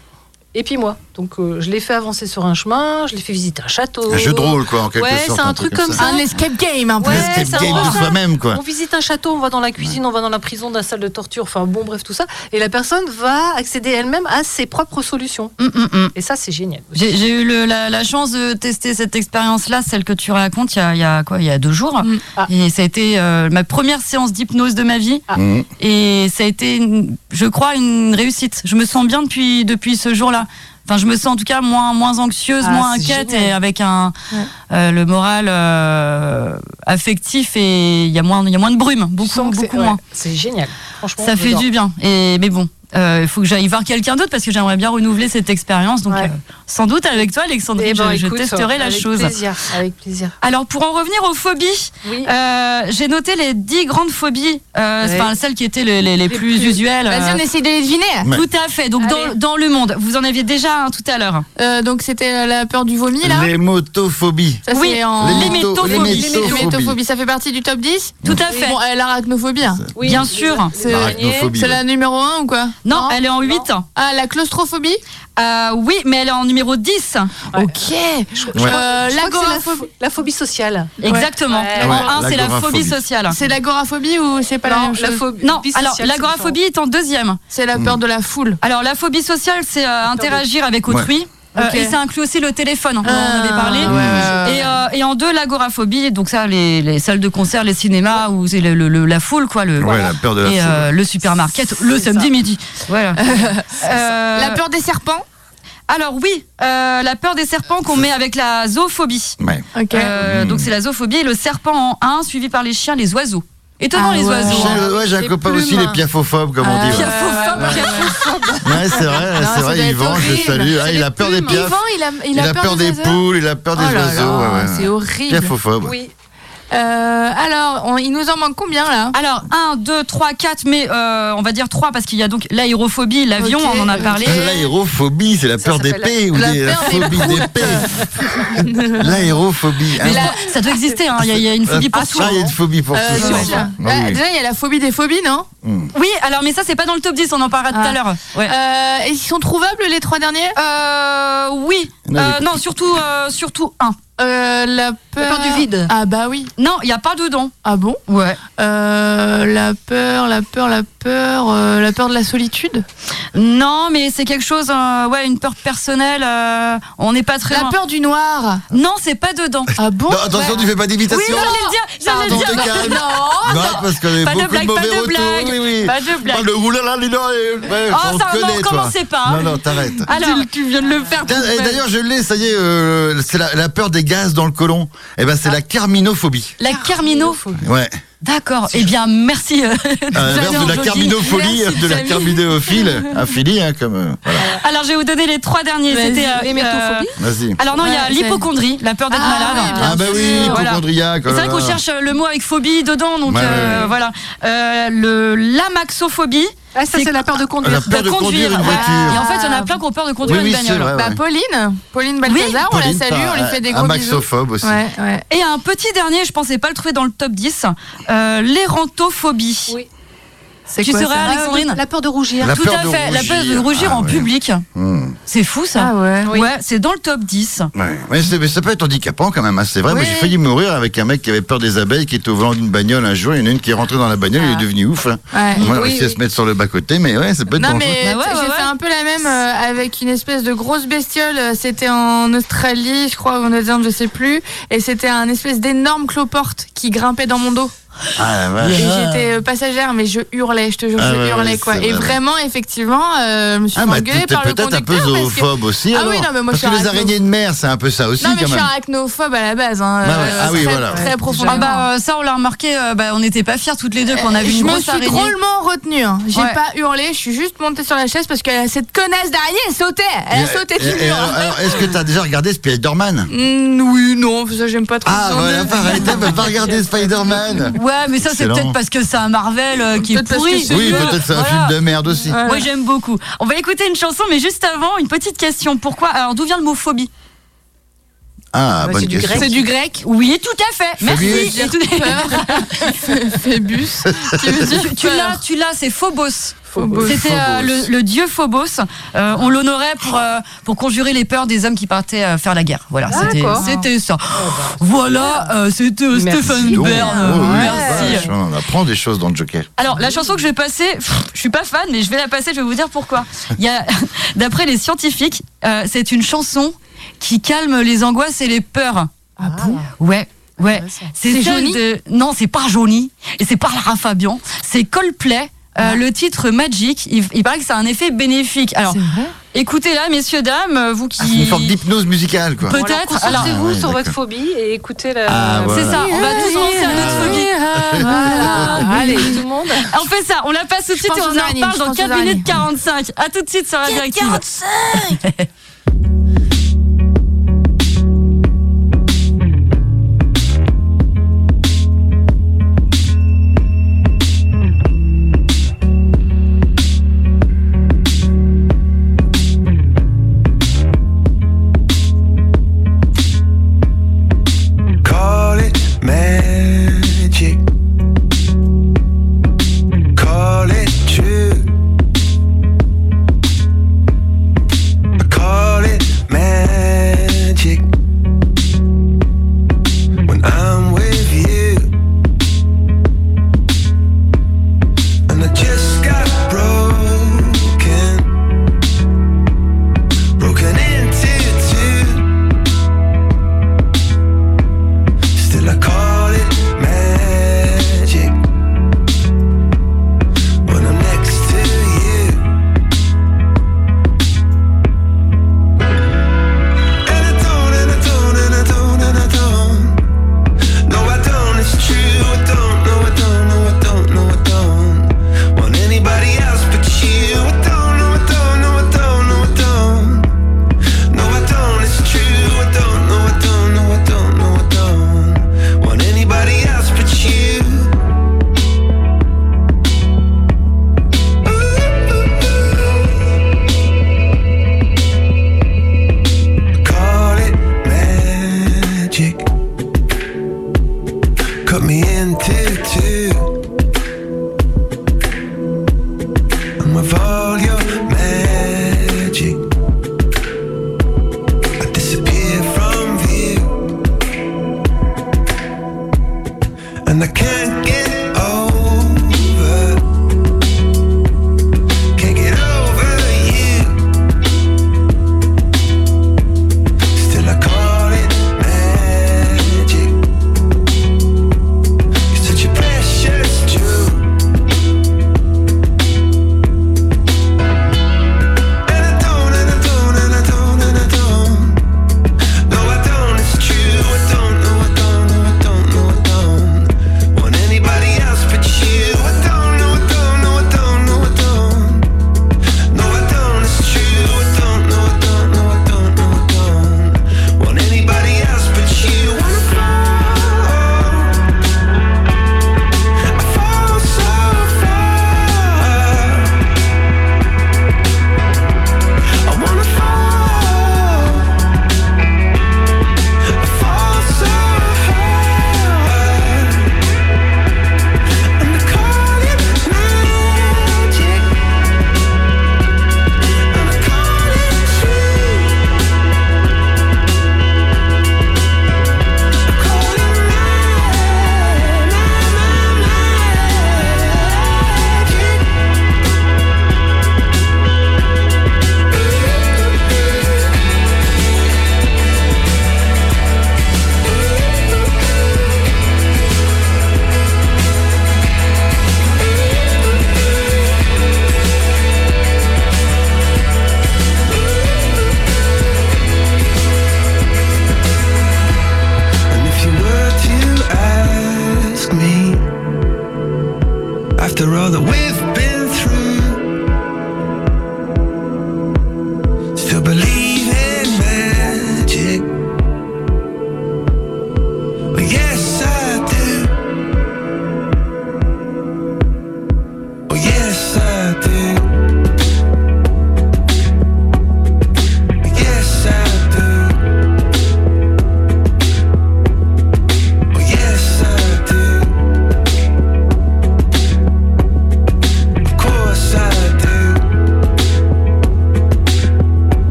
Speaker 4: et puis moi. Donc euh, je l'ai fait avancer sur un chemin, je l'ai fait visiter un château.
Speaker 2: Un jeu de rôle, quoi, en quelque
Speaker 4: Ouais,
Speaker 2: sorte.
Speaker 4: c'est un truc comme ça.
Speaker 1: Un escape game, un peu.
Speaker 4: Ouais,
Speaker 2: Un escape
Speaker 4: c'est un
Speaker 2: game
Speaker 4: peu
Speaker 2: de
Speaker 4: ça.
Speaker 2: soi-même, quoi.
Speaker 4: On visite un château, on va dans la cuisine, on va dans la prison, dans la salle de torture, enfin bon, bref, tout ça. Et la personne va accéder elle-même à ses propres solutions.
Speaker 1: Mm,
Speaker 3: Hum, hum, hum.
Speaker 4: Et ça, c'est génial.
Speaker 3: J'ai j'ai eu le- la, la chance de tester cette expérience-là, celle que tu racontes, il y a, il y a quoi, il y a deux jours.
Speaker 1: Mm.
Speaker 4: Ah.
Speaker 3: Et ça a été euh, ma première séance d'hypnose de ma vie.
Speaker 4: Mm.
Speaker 2: Mmh.
Speaker 3: Et ça a été, une- je crois, une réussite. Je me sens bien depuis, depuis ce jour-là. Enfin, je me sens en tout cas moins, moins anxieuse,
Speaker 4: Ah,
Speaker 3: moins
Speaker 4: c'est
Speaker 3: inquiète
Speaker 4: génial.
Speaker 3: et avec un,
Speaker 4: Ouais.
Speaker 3: euh, le moral euh, affectif et il y, a moins- il y a moins de brume,
Speaker 4: Je
Speaker 3: beaucoup,
Speaker 4: sens que c'est-
Speaker 3: beaucoup
Speaker 4: ouais,
Speaker 3: moins.
Speaker 4: C'est génial. Franchement,
Speaker 3: Ça fait
Speaker 4: j'adore.
Speaker 3: du bien. Et, mais bon, euh, il faut que j'aille voir quelqu'un d'autre parce que j'aimerais bien renouveler cette expérience. Donc,
Speaker 4: Ouais.
Speaker 3: euh, sans doute avec toi, Alexandrine,
Speaker 4: Eh ben,
Speaker 3: je, je
Speaker 4: écoute,
Speaker 3: testerai la
Speaker 4: avec
Speaker 3: chose.
Speaker 4: Plaisir, avec plaisir.
Speaker 3: Alors, pour en revenir aux phobies,
Speaker 4: Oui.
Speaker 3: euh, j'ai noté les 10 grandes phobies, euh,
Speaker 4: Ouais.
Speaker 3: enfin, celles qui étaient les, les- les plus,
Speaker 4: plus-
Speaker 3: usuelles.
Speaker 1: Vas-y, on
Speaker 3: euh,
Speaker 1: essaye de les deviner.
Speaker 2: Ouais.
Speaker 3: Tout à fait. Donc, dans,
Speaker 4: Allez.
Speaker 3: dans le monde, vous en aviez déjà un tout à l'heure.
Speaker 1: Euh, donc c'était euh, la peur du vomi, là.
Speaker 2: Les motophobies.
Speaker 1: Ça,
Speaker 3: Oui,
Speaker 1: c'est en...
Speaker 2: les
Speaker 3: les
Speaker 2: métaux-
Speaker 3: métophobies.
Speaker 2: les
Speaker 1: Les
Speaker 2: métophobies.
Speaker 1: métophobies, ça fait partie du top 10
Speaker 3: Tout à fait.
Speaker 1: Bon, euh, l'arachnophobie. hein.
Speaker 4: Oui,
Speaker 3: bien
Speaker 4: les-
Speaker 3: sûr.
Speaker 4: les
Speaker 1: C'est-
Speaker 4: araignées.
Speaker 2: Arachnophobie.
Speaker 1: C'est la numéro 1 ou quoi
Speaker 3: Non, elle est en
Speaker 4: non.
Speaker 3: 8.
Speaker 1: Ah, la claustrophobie
Speaker 3: Euh, oui, mais elle est en numéro 10.
Speaker 1: Ok.
Speaker 2: Ouais.
Speaker 1: Euh,
Speaker 4: Je crois que c'est la,
Speaker 1: l'agoraphobie.
Speaker 4: phobie, la phobie sociale.
Speaker 3: Exactement.
Speaker 4: Ouais.
Speaker 3: En
Speaker 2: Ouais,
Speaker 3: 1, c'est la
Speaker 2: l'agoraphobie.
Speaker 3: phobie sociale.
Speaker 1: C'est l'agoraphobie ou c'est pas la
Speaker 4: Non,
Speaker 1: même
Speaker 4: la
Speaker 1: chose
Speaker 4: phobie
Speaker 3: Non,
Speaker 4: sociale,
Speaker 3: alors,
Speaker 4: c'est
Speaker 3: l'agoraphobie est en deuxième.
Speaker 1: C'est la peur de la foule.
Speaker 3: Alors la phobie sociale, c'est euh, interagir avec autrui. Euh,
Speaker 1: Ok.
Speaker 3: et ça inclut aussi le téléphone, on en avait parlé.
Speaker 1: Ah, ouais, ouais, ouais.
Speaker 3: Et, euh, et en deux, l'agoraphobie, donc ça, les, les salles de concert, les cinémas, où c'est le, le- le- la foule, quoi, le,
Speaker 2: Ouais,
Speaker 3: voilà.
Speaker 2: la peur de la
Speaker 3: et
Speaker 2: foule.
Speaker 3: euh, le supermarket, le
Speaker 4: C'est
Speaker 3: samedi
Speaker 4: ça.
Speaker 3: midi. Voilà. Euh,
Speaker 1: La peur des serpents
Speaker 3: Alors oui, euh, la peur des serpents qu'on met avec la zoophobie.
Speaker 2: Ouais.
Speaker 1: Ok.
Speaker 3: Euh,
Speaker 2: Mm.
Speaker 3: Donc c'est la zoophobie et le serpent en un, suivi par les chiens, les oiseaux. Étonnant
Speaker 1: Ah
Speaker 3: les
Speaker 1: ouais.
Speaker 3: oiseaux. hein.
Speaker 2: J'ai- Ouais, j'ai un
Speaker 4: Les
Speaker 2: copain
Speaker 4: plumes.
Speaker 2: aussi,
Speaker 1: hein.
Speaker 2: les piafophobes, comme
Speaker 1: Ah,
Speaker 2: on dit. ouais.
Speaker 3: Piafophobes,
Speaker 2: Ouais, c'est vrai,
Speaker 1: Non,
Speaker 2: c'est
Speaker 1: ça
Speaker 3: Ah,
Speaker 1: doit
Speaker 2: vrai,
Speaker 1: être
Speaker 2: Yvan, je le
Speaker 1: horrible.
Speaker 2: salue. Ah,
Speaker 1: C'est
Speaker 2: il a
Speaker 1: les
Speaker 2: peur des
Speaker 1: plumes.
Speaker 2: piafs,
Speaker 1: Yvan, il a, il
Speaker 2: il a peur des
Speaker 1: oiseaux.
Speaker 2: poules, il a peur des
Speaker 1: Oh là
Speaker 2: oiseaux.
Speaker 1: là,
Speaker 2: ouais, ouais.
Speaker 1: C'est horrible.
Speaker 2: Piafophobe.
Speaker 4: Oui,
Speaker 1: Euh, alors, on- il nous en manque combien là
Speaker 3: Alors 1, 2, 3, 4, mais euh, on va dire 3 parce qu'il y a donc l'aérophobie, l'avion,
Speaker 1: Ok.
Speaker 3: on en a parlé.
Speaker 2: Euh, L'aérophobie, c'est la peur des
Speaker 4: s'appelle la-
Speaker 2: d'épée ou
Speaker 1: la
Speaker 2: des- la
Speaker 1: peur des
Speaker 2: phobie d'épée.
Speaker 1: *laughs*
Speaker 2: L'aérophobie.
Speaker 3: Mais
Speaker 2: hein.
Speaker 3: ça- ça
Speaker 2: *laughs*
Speaker 3: doit exister, hein, il y, a- il y a une phobie pour tout.
Speaker 2: Ah, il y a une phobie pour
Speaker 1: Euh,
Speaker 2: tout
Speaker 1: c'est
Speaker 2: ça.
Speaker 1: sûr.
Speaker 2: Ah,
Speaker 3: Bah,
Speaker 1: Ah,
Speaker 2: oui.
Speaker 1: Déjà, il y a la phobie des phobies, non
Speaker 3: Oui, alors mais ça c'est pas dans le top 10, on en parlera tout
Speaker 1: Ah.
Speaker 3: à l'heure. Ouais.
Speaker 1: Euh, et Ils sont trouvables les trois derniers
Speaker 3: Euh, oui,
Speaker 2: Non,
Speaker 3: Euh,
Speaker 2: j'ai-
Speaker 3: non, surtout, euh, surtout 1.
Speaker 1: Euh, la, peur...
Speaker 4: peur du vide.
Speaker 1: Ah bah oui.
Speaker 3: Non, il n'y a pas dedans.
Speaker 1: Ah bon
Speaker 3: Ouais.
Speaker 1: Euh, La peur, la peur, la peur, euh, la peur de la solitude.
Speaker 3: Non, mais c'est quelque chose, euh, ouais, une peur personnelle, euh, on n'est pas très
Speaker 1: La
Speaker 3: loin.
Speaker 1: peur du noir.
Speaker 3: Non, c'est pas dedans.
Speaker 1: Ah bon
Speaker 2: Non, attention, tu fais pas
Speaker 3: Oui,
Speaker 2: d'imitation.
Speaker 3: j'allais le dire, j'allais
Speaker 2: Pardon,
Speaker 3: le
Speaker 2: te
Speaker 3: dire.
Speaker 2: calme.
Speaker 3: Non,
Speaker 2: Non, parce qu'on a eu
Speaker 3: Pas de
Speaker 2: beaucoup
Speaker 3: blague,
Speaker 2: de
Speaker 3: pas
Speaker 2: mauvais
Speaker 3: de
Speaker 2: retours.
Speaker 3: blague.
Speaker 2: Oui, oui.
Speaker 3: pas de blague.
Speaker 2: Parle de oulala, Lino, et- ouais,
Speaker 3: Oh,
Speaker 2: on
Speaker 3: ça,
Speaker 2: te
Speaker 3: non,
Speaker 2: connaît, toi.
Speaker 3: recommencez pas, hein.
Speaker 2: Non, non, t'arrêtes.
Speaker 3: Alors,
Speaker 1: tu viens de le faire.
Speaker 2: Tiens, et D'ailleurs, je l'ai, ça y est, euh, c'est la, la peur des gaz dans le côlon. Eh ben,
Speaker 1: Ah.
Speaker 2: c'est la carminophobie.
Speaker 3: la carmino.
Speaker 1: *laughs*
Speaker 2: Ouais.
Speaker 3: D'accord, eh bien merci. euh,
Speaker 2: À
Speaker 3: *laughs*
Speaker 2: l'inverse de la
Speaker 3: Jogging.
Speaker 2: carminophobie,
Speaker 3: Merci,
Speaker 2: de la
Speaker 1: *laughs*
Speaker 3: Samy.
Speaker 2: carminophile, aphilie, hein, comme. euh, voilà,
Speaker 3: Alors je vais vous donner les trois derniers.
Speaker 1: Vas-y.
Speaker 3: C'était euh,
Speaker 4: Hémétophobie
Speaker 3: euh,
Speaker 2: vas-y.
Speaker 3: alors non, il y
Speaker 1: Ouais,
Speaker 3: a
Speaker 1: c'est-
Speaker 3: l'hypochondrie, la peur d'être
Speaker 1: Ah,
Speaker 3: malade.
Speaker 1: oui,
Speaker 2: Ah, bah oui,
Speaker 3: Voilà.
Speaker 2: hypochondriaque.
Speaker 3: Et C'est vrai
Speaker 2: oh là
Speaker 3: qu'on
Speaker 2: là.
Speaker 3: cherche euh, le mot avec phobie dedans, donc
Speaker 2: Ouais,
Speaker 3: euh,
Speaker 2: ouais, ouais.
Speaker 3: voilà. Euh, le l'amaxophobie.
Speaker 4: Ah, ça
Speaker 3: C'est-
Speaker 4: c'est la peur de conduire.
Speaker 2: La peur de conduire une
Speaker 3: ouais.
Speaker 2: voiture.
Speaker 3: Ah. Et en fait, il y en a plein qui ont peur de conduire
Speaker 2: Oui, oui,
Speaker 3: une
Speaker 2: c'est vrai.
Speaker 3: bagnole.
Speaker 1: Bah
Speaker 2: ouais.
Speaker 1: Pauline, Pauline Balthazar, on la
Speaker 2: Pauline,
Speaker 1: salue,
Speaker 2: t'as
Speaker 1: on lui fait des
Speaker 2: un-
Speaker 1: gros
Speaker 2: Un
Speaker 1: bisous.
Speaker 2: maxophobe aussi.
Speaker 1: Ouais, ouais.
Speaker 3: Et un petit dernier, je pensais pas le trouver dans le top 10, euh, l'érantophobie.
Speaker 4: Oui.
Speaker 1: C'est
Speaker 3: Tu
Speaker 1: quoi,
Speaker 3: seras
Speaker 1: ça
Speaker 4: Ah,
Speaker 3: Alexandrine
Speaker 4: La peur de rougir.
Speaker 2: La
Speaker 3: Tout
Speaker 2: peur
Speaker 3: à
Speaker 2: de
Speaker 3: fait, la peur de
Speaker 2: rougir.
Speaker 3: rougir
Speaker 2: Ah,
Speaker 3: en
Speaker 2: ouais.
Speaker 3: public.
Speaker 2: Hmm.
Speaker 3: C'est fou ça.
Speaker 1: Ah ouais.
Speaker 3: Ouais, c'est dans le top 10.
Speaker 2: Ouais. Mais, c'est- mais ça peut être handicapant quand même, hein, c'est vrai. Moi
Speaker 1: Oui.
Speaker 2: j'ai failli mourir avec un mec qui avait peur des abeilles, qui était au volant d'une bagnole un jour. Il y en a une qui est rentrée dans la bagnole, il est devenu ouf. hein.
Speaker 1: Ah. Ouais.
Speaker 2: On a
Speaker 4: Oui,
Speaker 2: réussi à
Speaker 4: oui.
Speaker 2: se mettre sur le bas côté, mais ouais, ça peut être
Speaker 1: Non
Speaker 2: dangereux.
Speaker 1: mais
Speaker 3: Bah ouais,
Speaker 1: t-
Speaker 3: ouais,
Speaker 1: j'ai
Speaker 3: ouais.
Speaker 1: fait un peu la même euh, avec une espèce de grosse bestiole. euh, C'était en Australie, je crois, ou en Nouvelle-Zélande, je sais plus. Et c'était un espèce d'énorme cloporte qui grimpait dans mon dos.
Speaker 2: Ah la vache.
Speaker 1: Et j'étais euh, passagère, mais je hurlais, je te jure,
Speaker 2: Ah
Speaker 1: je
Speaker 2: ouais,
Speaker 1: hurlais
Speaker 2: ouais,
Speaker 1: quoi.
Speaker 2: c'est
Speaker 1: Et
Speaker 2: vrai.
Speaker 1: vraiment, effectivement, euh, je me suis
Speaker 2: Ah, bah,
Speaker 1: engueulée
Speaker 2: t'es
Speaker 1: par le
Speaker 2: peut-être un peu
Speaker 1: conducteur. parce que-
Speaker 2: zoophobe aussi.
Speaker 1: Ah oui,
Speaker 2: alors.
Speaker 1: non, mais moi, je
Speaker 2: Parce
Speaker 1: suis
Speaker 2: que
Speaker 1: arachno-
Speaker 2: les araignées de mer, c'est un peu ça aussi
Speaker 1: Non, mais
Speaker 2: quand
Speaker 1: je suis
Speaker 2: même.
Speaker 1: arachnophobe à la base. Hein,
Speaker 2: Ouais, ouais. Ah oui,
Speaker 1: très,
Speaker 2: voilà.
Speaker 1: Très profondément.
Speaker 3: Ah bah euh, ça on l'a remarqué, euh, bah, on n'était pas fiers toutes les deux qu'on avait
Speaker 1: je
Speaker 3: une
Speaker 1: me
Speaker 3: grosse
Speaker 1: suis
Speaker 3: araignée.
Speaker 1: drôlement retenue. hein. J'ai
Speaker 3: Ouais.
Speaker 1: pas hurlé, je suis juste montée sur la chaise parce que euh, cette connasse d'araignée, elle sautait. Elle a sauté du
Speaker 2: Et- et
Speaker 4: hein.
Speaker 1: mur.
Speaker 2: alors, alors, est-ce que t'as déjà regardé Spider-Man
Speaker 1: Mm, oui, non, ça j'aime pas trop.
Speaker 2: Ah
Speaker 1: ça,
Speaker 2: voilà,
Speaker 1: mais-
Speaker 2: pareil, t'as pas regardé Spider-Man
Speaker 3: Ouais, mais ça c'est
Speaker 2: Excellent.
Speaker 3: peut-être parce que c'est un Marvel euh, qui est
Speaker 1: Peut-être parce
Speaker 3: pourri.
Speaker 1: que c'est
Speaker 2: Oui,
Speaker 1: mieux.
Speaker 2: peut-être c'est un
Speaker 3: Voilà.
Speaker 2: film de merde aussi.
Speaker 1: Ouais.
Speaker 3: Moi j'aime beaucoup. On va écouter une chanson, mais juste avant, une petite question. Pourquoi Alors d'où vient le mot phobie
Speaker 2: Ah,
Speaker 4: Ouais,
Speaker 2: bonne
Speaker 4: c'est du
Speaker 2: question.
Speaker 4: grec.
Speaker 1: C'est du grec.
Speaker 3: Oui, tout à fait.
Speaker 2: Phobie.
Speaker 3: Merci. Et tout-
Speaker 1: *laughs* Peur. Phébus. Qui veut dire
Speaker 3: tu Ah, tu
Speaker 1: peur.
Speaker 3: l'as, tu l'as, c'est phobos.
Speaker 1: Phobos.
Speaker 3: C'était euh, le, le dieu Phobos. Euh, on l'honorait pour, euh, pour conjurer les peurs des hommes qui partaient euh, faire la guerre. Voilà, c'était-
Speaker 1: Ah, D'accord. Oh, bah.
Speaker 3: c'était ça. Voilà, euh, c'était euh,
Speaker 4: Merci.
Speaker 3: Stéphane
Speaker 2: Oh,
Speaker 3: Bern. euh,
Speaker 2: oh, oui,
Speaker 3: Merci.
Speaker 2: vache, On apprend des choses dans le Joker. Ah,
Speaker 3: Alors la chanson que je vais passer, pff, je suis pas fan, mais je vais la passer. Je vais vous dire pourquoi. Il y a, *laughs* d'après les scientifiques, euh, c'est une chanson qui calme les angoisses et les peurs. Ah bon Ouais. Ouais, c'est celle
Speaker 1: Johnny
Speaker 3: de- Non, c'est pas Johnny, et c'est pas Lara Fabian, c'est Coldplay. Euh,
Speaker 1: Ah.
Speaker 3: le titre Magic, il, il paraît que ça a un effet bénéfique. Alors, écoutez là, messieurs dames, euh, vous qui
Speaker 2: Ah, c'est une forme d'hypnose musicale, quoi.
Speaker 3: peut-être. Alors,
Speaker 2: Ah,
Speaker 4: Concentrez-vous
Speaker 2: ouais,
Speaker 4: sur votre
Speaker 2: d'accord.
Speaker 4: phobie et écoutez la.
Speaker 2: Ah, ouais.
Speaker 3: c'est ça. On va tous lancer à notre
Speaker 1: ah,
Speaker 3: phobie.
Speaker 1: Voilà.
Speaker 4: Allez, tout le monde.
Speaker 3: On fait ça, on la passe tout de
Speaker 1: Je
Speaker 3: suite
Speaker 1: pense
Speaker 3: et on
Speaker 1: aux
Speaker 3: en
Speaker 1: araignées,
Speaker 3: reparle
Speaker 1: je
Speaker 3: dans
Speaker 1: pense
Speaker 3: 4
Speaker 1: aux araignées.
Speaker 3: minutes 45. À tout de suite sur la directive.
Speaker 8: Call it magic. Call it true. I Call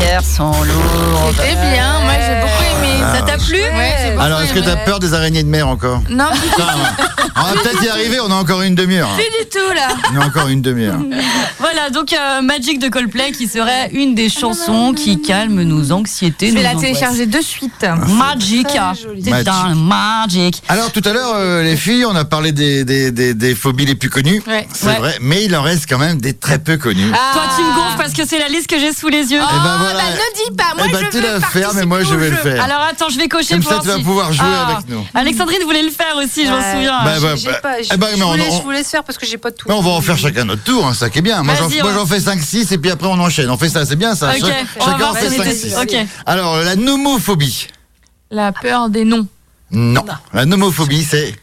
Speaker 3: hiver sont
Speaker 2: Ah,
Speaker 3: lourds.
Speaker 1: C'était Eh bien, Ah, moi j'ai beaucoup aimé.
Speaker 2: Ça
Speaker 1: t'a plu Ouais, j'ai beaucoup
Speaker 2: Alors, est-ce que
Speaker 1: aimé.
Speaker 2: t'as peur des araignées de mer encore
Speaker 1: Non, plus
Speaker 2: Putain, On va peut-être y arriver, on a encore une demi-heure. hein.
Speaker 1: du tout là.
Speaker 2: On a encore une demi-heure.
Speaker 3: Voilà, donc euh, Magic de Coldplay qui serait une des chansons qui calme nos anxiétés.
Speaker 1: Je vais
Speaker 3: nos
Speaker 1: la
Speaker 3: angoisses.
Speaker 1: télécharger de suite.
Speaker 3: Ah, Magic.
Speaker 4: Très joli.
Speaker 3: C'est un magic.
Speaker 2: Alors tout à l'heure, euh, les filles, on a parlé des, des, des, des phobies les plus connues.
Speaker 1: Ouais.
Speaker 2: C'est
Speaker 3: Ouais. Ah,
Speaker 2: vrai, mais il en reste quand même des très peu connues.
Speaker 3: Toi, tu me gonfles parce que c'est la liste que j'ai sous les yeux.
Speaker 1: Oh,
Speaker 2: ben voilà.
Speaker 1: bah, ne dis pas, moi
Speaker 2: Eh ben,
Speaker 1: je
Speaker 2: tu
Speaker 1: veux
Speaker 2: l'as fait,
Speaker 1: participer
Speaker 2: mais moi, je
Speaker 1: au
Speaker 2: vais le
Speaker 1: jeu.
Speaker 2: faire.
Speaker 3: Alors attends, je vais cocher
Speaker 2: Comme
Speaker 3: pour
Speaker 2: ça,
Speaker 3: voir
Speaker 2: tu vas
Speaker 3: si- Ah.
Speaker 2: pouvoir jouer avec nous.
Speaker 3: Alexandrine voulait le faire aussi, je m'en
Speaker 4: Ouais.
Speaker 3: souviens.
Speaker 2: Bah, bah,
Speaker 4: J'ai
Speaker 2: bah,
Speaker 4: pas-
Speaker 2: eh ben, mais
Speaker 4: je,
Speaker 2: on-
Speaker 4: vous laisse,
Speaker 2: on-
Speaker 4: je vous laisse faire parce que j'ai pas tout.
Speaker 2: mais on va en faire chacun notre tour, hein, ça qui est bien. Moi j'en
Speaker 3: Vas-y,
Speaker 2: moi,
Speaker 3: on-
Speaker 2: j'en fais 5-6 et puis après on enchaîne. On fait ça, c'est bien ça.
Speaker 3: Ok,
Speaker 2: Cha-
Speaker 3: on va
Speaker 2: chacun
Speaker 3: voir
Speaker 2: en
Speaker 3: si
Speaker 2: fait
Speaker 3: on était
Speaker 2: 5-6.
Speaker 3: sûr. Ok.
Speaker 2: Alors la nomophobie.
Speaker 1: La peur des noms.
Speaker 2: Non, la nomophobie c'est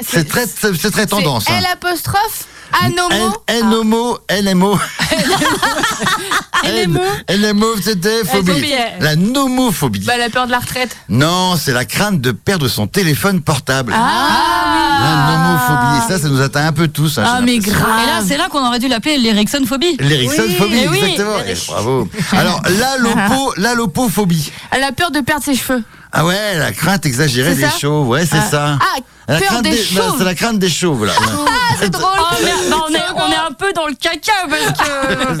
Speaker 2: c'est très c'est très tendance. hein.
Speaker 1: L apostrophe *laughs* anomo.
Speaker 2: N- NOMO, NMO. N- NMO, c'était phobie.
Speaker 1: phobie, ouais.
Speaker 2: La nomophobie.
Speaker 1: Bah la peur de la retraite.
Speaker 2: Non, c'est la crainte de perdre son téléphone portable.
Speaker 1: Ah,
Speaker 2: La nomophobie. Et ça, ça nous atteint un peu tous. hein,
Speaker 1: Ah,
Speaker 2: j'ai l'impression.
Speaker 3: Et là, Ah, c'est là qu'on aurait dû l'appeler l'Ericksonphobie.
Speaker 2: L'Ericksonphobie,
Speaker 3: Oui, oui,
Speaker 2: exactement. Eh, bravo. Alors,
Speaker 1: *laughs*
Speaker 2: l'alopo, l'alopophobie.
Speaker 1: La peur de perdre ses cheveux.
Speaker 2: Ah ouais, la crainte exagérée des
Speaker 1: C'est ça
Speaker 2: chauves. Ouais, c'est ça.
Speaker 1: Ah,
Speaker 2: La
Speaker 1: peur
Speaker 2: crainte
Speaker 1: des
Speaker 2: non,
Speaker 1: chauves.
Speaker 2: C'est la crainte des chauves, là.
Speaker 1: Ah, c'est drôle.
Speaker 3: Oh, merde, bah, on, est,
Speaker 1: *laughs*
Speaker 3: on est un peu dans le caca parce que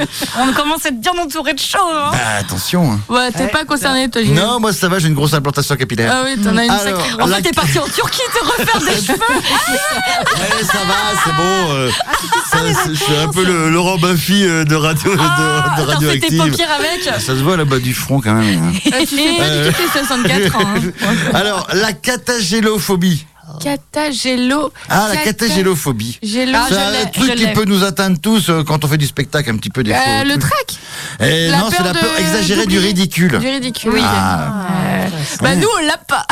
Speaker 2: *laughs*
Speaker 3: euh, on commence à être bien entouré de chaud. hein.
Speaker 2: Ah, attention. hein.
Speaker 1: Ouais, t'es pas concerné toi. j'imagine.
Speaker 2: Non, moi, ça va, j'ai une grosse implantation capillaire.
Speaker 1: Ah oui, t'en as une
Speaker 2: Alors,
Speaker 1: sacrée.
Speaker 3: En
Speaker 2: la-
Speaker 3: fait, t'es parti en Turquie te
Speaker 1: *laughs*
Speaker 3: refaire des cheveux.
Speaker 2: Ouais, ça va, c'est bon. euh,
Speaker 1: Ah,
Speaker 2: ça, c'est- je suis un peu le Laurent Baffy euh, de radio, de-
Speaker 3: Ah,
Speaker 2: de,
Speaker 3: t'as fait tes
Speaker 2: radioactive.
Speaker 3: paupières avec.
Speaker 2: Ça se voit là-bas du front quand même. hein.
Speaker 1: *laughs* Euh, tu sais pas du tout tes 64 ans. hein.
Speaker 2: *laughs* Alors, la catagélophobie.
Speaker 1: Catagélo.
Speaker 2: Ah, la
Speaker 1: Cata-
Speaker 2: catagélophobie.
Speaker 1: Gélo.
Speaker 3: Ah,
Speaker 2: C'est
Speaker 3: je
Speaker 2: un
Speaker 3: l'ai, je
Speaker 2: truc qui
Speaker 3: l'ai.
Speaker 2: peut nous atteindre tous euh, quand on fait du spectacle un petit peu des
Speaker 1: Euh,
Speaker 2: fois.
Speaker 1: le track
Speaker 2: Et
Speaker 1: la
Speaker 2: non, c'est
Speaker 1: peur
Speaker 2: la
Speaker 1: de-
Speaker 2: peur exagérée du
Speaker 1: d'oublier.
Speaker 2: ridicule.
Speaker 1: du ridicule. Oui.
Speaker 2: Ah.
Speaker 1: Bah nous on l'a pas.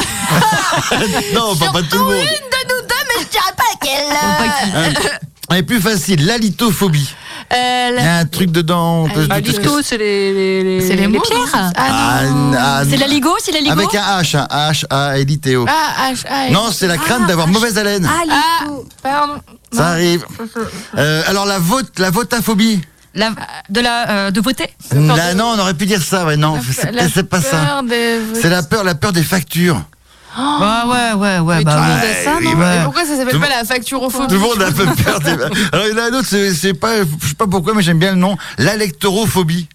Speaker 2: *laughs* Non, pas,
Speaker 1: *laughs*
Speaker 2: pas tout le monde.
Speaker 1: Une de nous deux, mais je dirais pas
Speaker 2: *laughs*
Speaker 1: laquelle.
Speaker 2: Elle est Hein. plus facile, la lithophobie.
Speaker 1: Euh,
Speaker 2: Il y
Speaker 1: la- Euh,
Speaker 2: a un truc dedans. on peut-
Speaker 4: Bah, du tout, c'est les, les, les,
Speaker 1: C'est les mots.
Speaker 3: pierres.
Speaker 1: Ah non.
Speaker 2: Ah, ah,
Speaker 3: C'est la Ligo, c'est la Ligo.
Speaker 2: Avec un H, un H, A, L, I, T, O.
Speaker 1: Ah, H, A, L.
Speaker 2: Non, c'est la crainte d'avoir mauvaise haleine.
Speaker 1: Ah, pardon.
Speaker 2: Ça arrive. Euh, alors la vote, la votaphobie.
Speaker 3: La- de la euh, de voter.
Speaker 2: Là, non, on aurait pu dire ça, ouais, non, c'est
Speaker 1: La
Speaker 2: c'est pas ça.
Speaker 1: peur des- Oh.
Speaker 2: C'est la peur, la peur des factures.
Speaker 3: Ouais ouais ouais ouais.
Speaker 1: Mais
Speaker 3: Bah,
Speaker 1: tout le
Speaker 3: oui.
Speaker 1: monde a ça,
Speaker 2: oui,
Speaker 1: non
Speaker 2: bah,
Speaker 1: Mais Pourquoi ça
Speaker 2: tout
Speaker 1: s'appelle
Speaker 2: le
Speaker 1: pas la facturophobie
Speaker 2: Tout le monde a
Speaker 1: *laughs*
Speaker 2: peu peur des. Alors il y en a un autre, c'est c'est pas, je sais pas pourquoi, mais j'aime bien le nom. L'alectorophobie.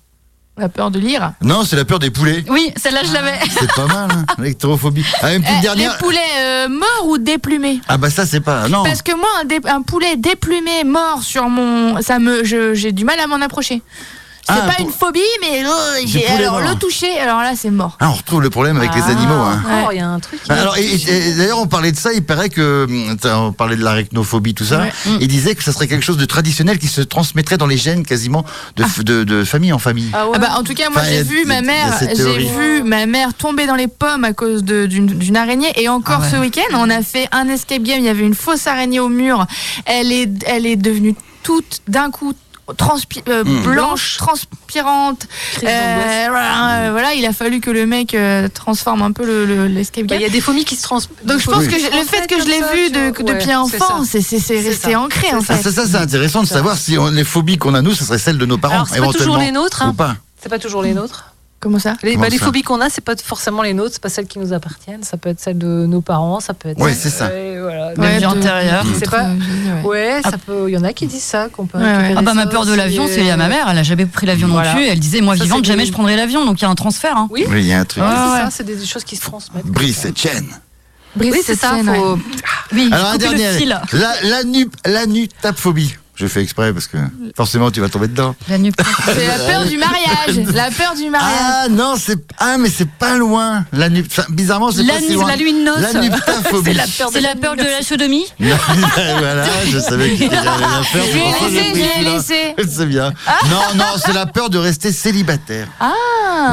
Speaker 1: La peur de lire. Ah.
Speaker 2: Non, c'est la peur des
Speaker 1: *laughs*
Speaker 2: poulets.
Speaker 3: Oui, celle-là je l'avais.
Speaker 2: C'est pas mal, hein, l'électorophobie. Ah, une petite
Speaker 1: Eh,
Speaker 2: dernière.
Speaker 1: Les poulets euh, morts ou déplumés
Speaker 2: Ah bah ça c'est pas. Non.
Speaker 1: Parce que moi, un, dé- un poulet déplumé mort sur mon, ça me, je- j'ai du mal à m'en approcher. C'est
Speaker 2: Ah,
Speaker 1: pas
Speaker 2: pour-
Speaker 1: une phobie, mais euh, j'ai-
Speaker 2: poulet
Speaker 1: alors
Speaker 2: mort.
Speaker 1: le toucher, alors là c'est mort.
Speaker 2: Ah, on retrouve le problème avec les animaux. Hein.
Speaker 4: Ah,
Speaker 3: Oh,
Speaker 4: encore, il y a un truc.
Speaker 2: Bah, Alors, et- et- et d'ailleurs, on parlait de ça. Il paraît que hum, t'as- on parlait de l'arachnophobie, tout ça.
Speaker 3: Hum.
Speaker 2: Il disait que ça serait quelque chose de traditionnel qui se transmettrait dans les gènes, quasiment de, f- de, de famille en famille.
Speaker 4: Ah ouais.
Speaker 1: Ah bah, en tout cas, moi
Speaker 2: Enfin, il y a-
Speaker 1: j'ai vu
Speaker 2: il y a-
Speaker 1: ma
Speaker 2: il y a
Speaker 1: mère,
Speaker 2: cette
Speaker 1: j'ai
Speaker 2: théorie.
Speaker 1: vu ma mère tomber dans les pommes à cause de- d'une d'une araignée. Et encore
Speaker 3: Ah ouais.
Speaker 1: ce week-end, on a fait un escape game. Il y avait une fausse araignée au mur. Elle est, elle est devenue toute d'un coup. transpi- euh,
Speaker 3: Hmm.
Speaker 1: blanche, transpirante.
Speaker 4: Crise d'angoisse.
Speaker 1: Euh, voilà,
Speaker 3: Hmm.
Speaker 1: euh, voilà, il a fallu que le mec euh, transforme un peu le- le- l'escape
Speaker 4: Bah,
Speaker 1: game.
Speaker 4: il y a des phobies qui se transmettent.
Speaker 1: Donc je pense
Speaker 2: Oui.
Speaker 1: que je- le fait que je l'ai
Speaker 4: Comme ça,
Speaker 1: vu
Speaker 4: tu vois.
Speaker 1: de,
Speaker 4: Ouais,
Speaker 1: depuis
Speaker 4: c'est
Speaker 1: enfant, c'est c'est- c'est
Speaker 4: C'est
Speaker 1: resté
Speaker 4: ça.
Speaker 1: ancré en
Speaker 4: C'est
Speaker 1: fait.
Speaker 2: Ah, ça, ça, c'est intéressant de savoir si on- les phobies qu'on a, nous, ce serait celles de nos parents,
Speaker 4: Alors, c'est pas
Speaker 2: éventuellement.
Speaker 4: toujours les nôtres, hein.
Speaker 2: Ou pas.
Speaker 4: C'est pas toujours les nôtres.
Speaker 1: Comment ça
Speaker 4: Les,
Speaker 2: Comment
Speaker 4: bah, les
Speaker 2: ça
Speaker 4: phobies qu'on a, c'est pas forcément les nôtres, c'est pas celles qui nous appartiennent. Ça peut être celles de nos parents, ça peut être.
Speaker 2: Ouais,
Speaker 4: celles-
Speaker 2: c'est
Speaker 4: euh,
Speaker 2: ça.
Speaker 4: Ouais, voilà.
Speaker 3: La vie antérieure.
Speaker 4: C'est pas. Ouais, ça peut. Il y en a qui disent ça, qu'on peut.
Speaker 1: Ouais, ouais.
Speaker 4: récupérer
Speaker 3: Ah bah ma
Speaker 4: ça
Speaker 3: peur de
Speaker 4: aussi,
Speaker 3: l'avion,
Speaker 4: euh,
Speaker 3: c'est à ma mère, elle a jamais pris l'avion
Speaker 4: Voilà.
Speaker 3: non plus, elle disait moi
Speaker 4: Ça,
Speaker 3: vivante
Speaker 4: c'est
Speaker 3: jamais
Speaker 4: des-
Speaker 3: je prendrai l'avion, donc il y a un transfert. Hein.
Speaker 4: Oui,
Speaker 2: Oui, il y a un truc.
Speaker 4: ouais,
Speaker 3: Ah
Speaker 4: c'est
Speaker 3: ouais.
Speaker 4: ça, c'est des, des choses qui se transmettent.
Speaker 2: Brice et Chen.
Speaker 4: Oui, c'est ça. Faut... Ah
Speaker 3: Oui,
Speaker 2: Alors, un
Speaker 3: couper
Speaker 2: dernier.
Speaker 3: le
Speaker 2: allez.
Speaker 3: fil.
Speaker 2: La, la, nup- la nutaphobie. Je fais exprès parce que forcément, tu vas tomber dedans.
Speaker 3: La nuit.
Speaker 1: C'est la peur du mariage. La peur du mariage.
Speaker 2: Ah non, c'est ah mais c'est pas loin. La nu- enfin, bizarrement, c'est
Speaker 3: La
Speaker 2: pas si
Speaker 3: nu-
Speaker 2: loin.
Speaker 3: la lune noce.
Speaker 2: La nuptaphobie.
Speaker 3: *laughs* C'est la peur de la sodomie
Speaker 2: *laughs* voilà, je savais qu'il allait la faire.
Speaker 1: Je l'ai laissé, je l'ai laissé.
Speaker 2: *laughs* C'est bien. Non, non, c'est la peur de rester célibataire. Ah.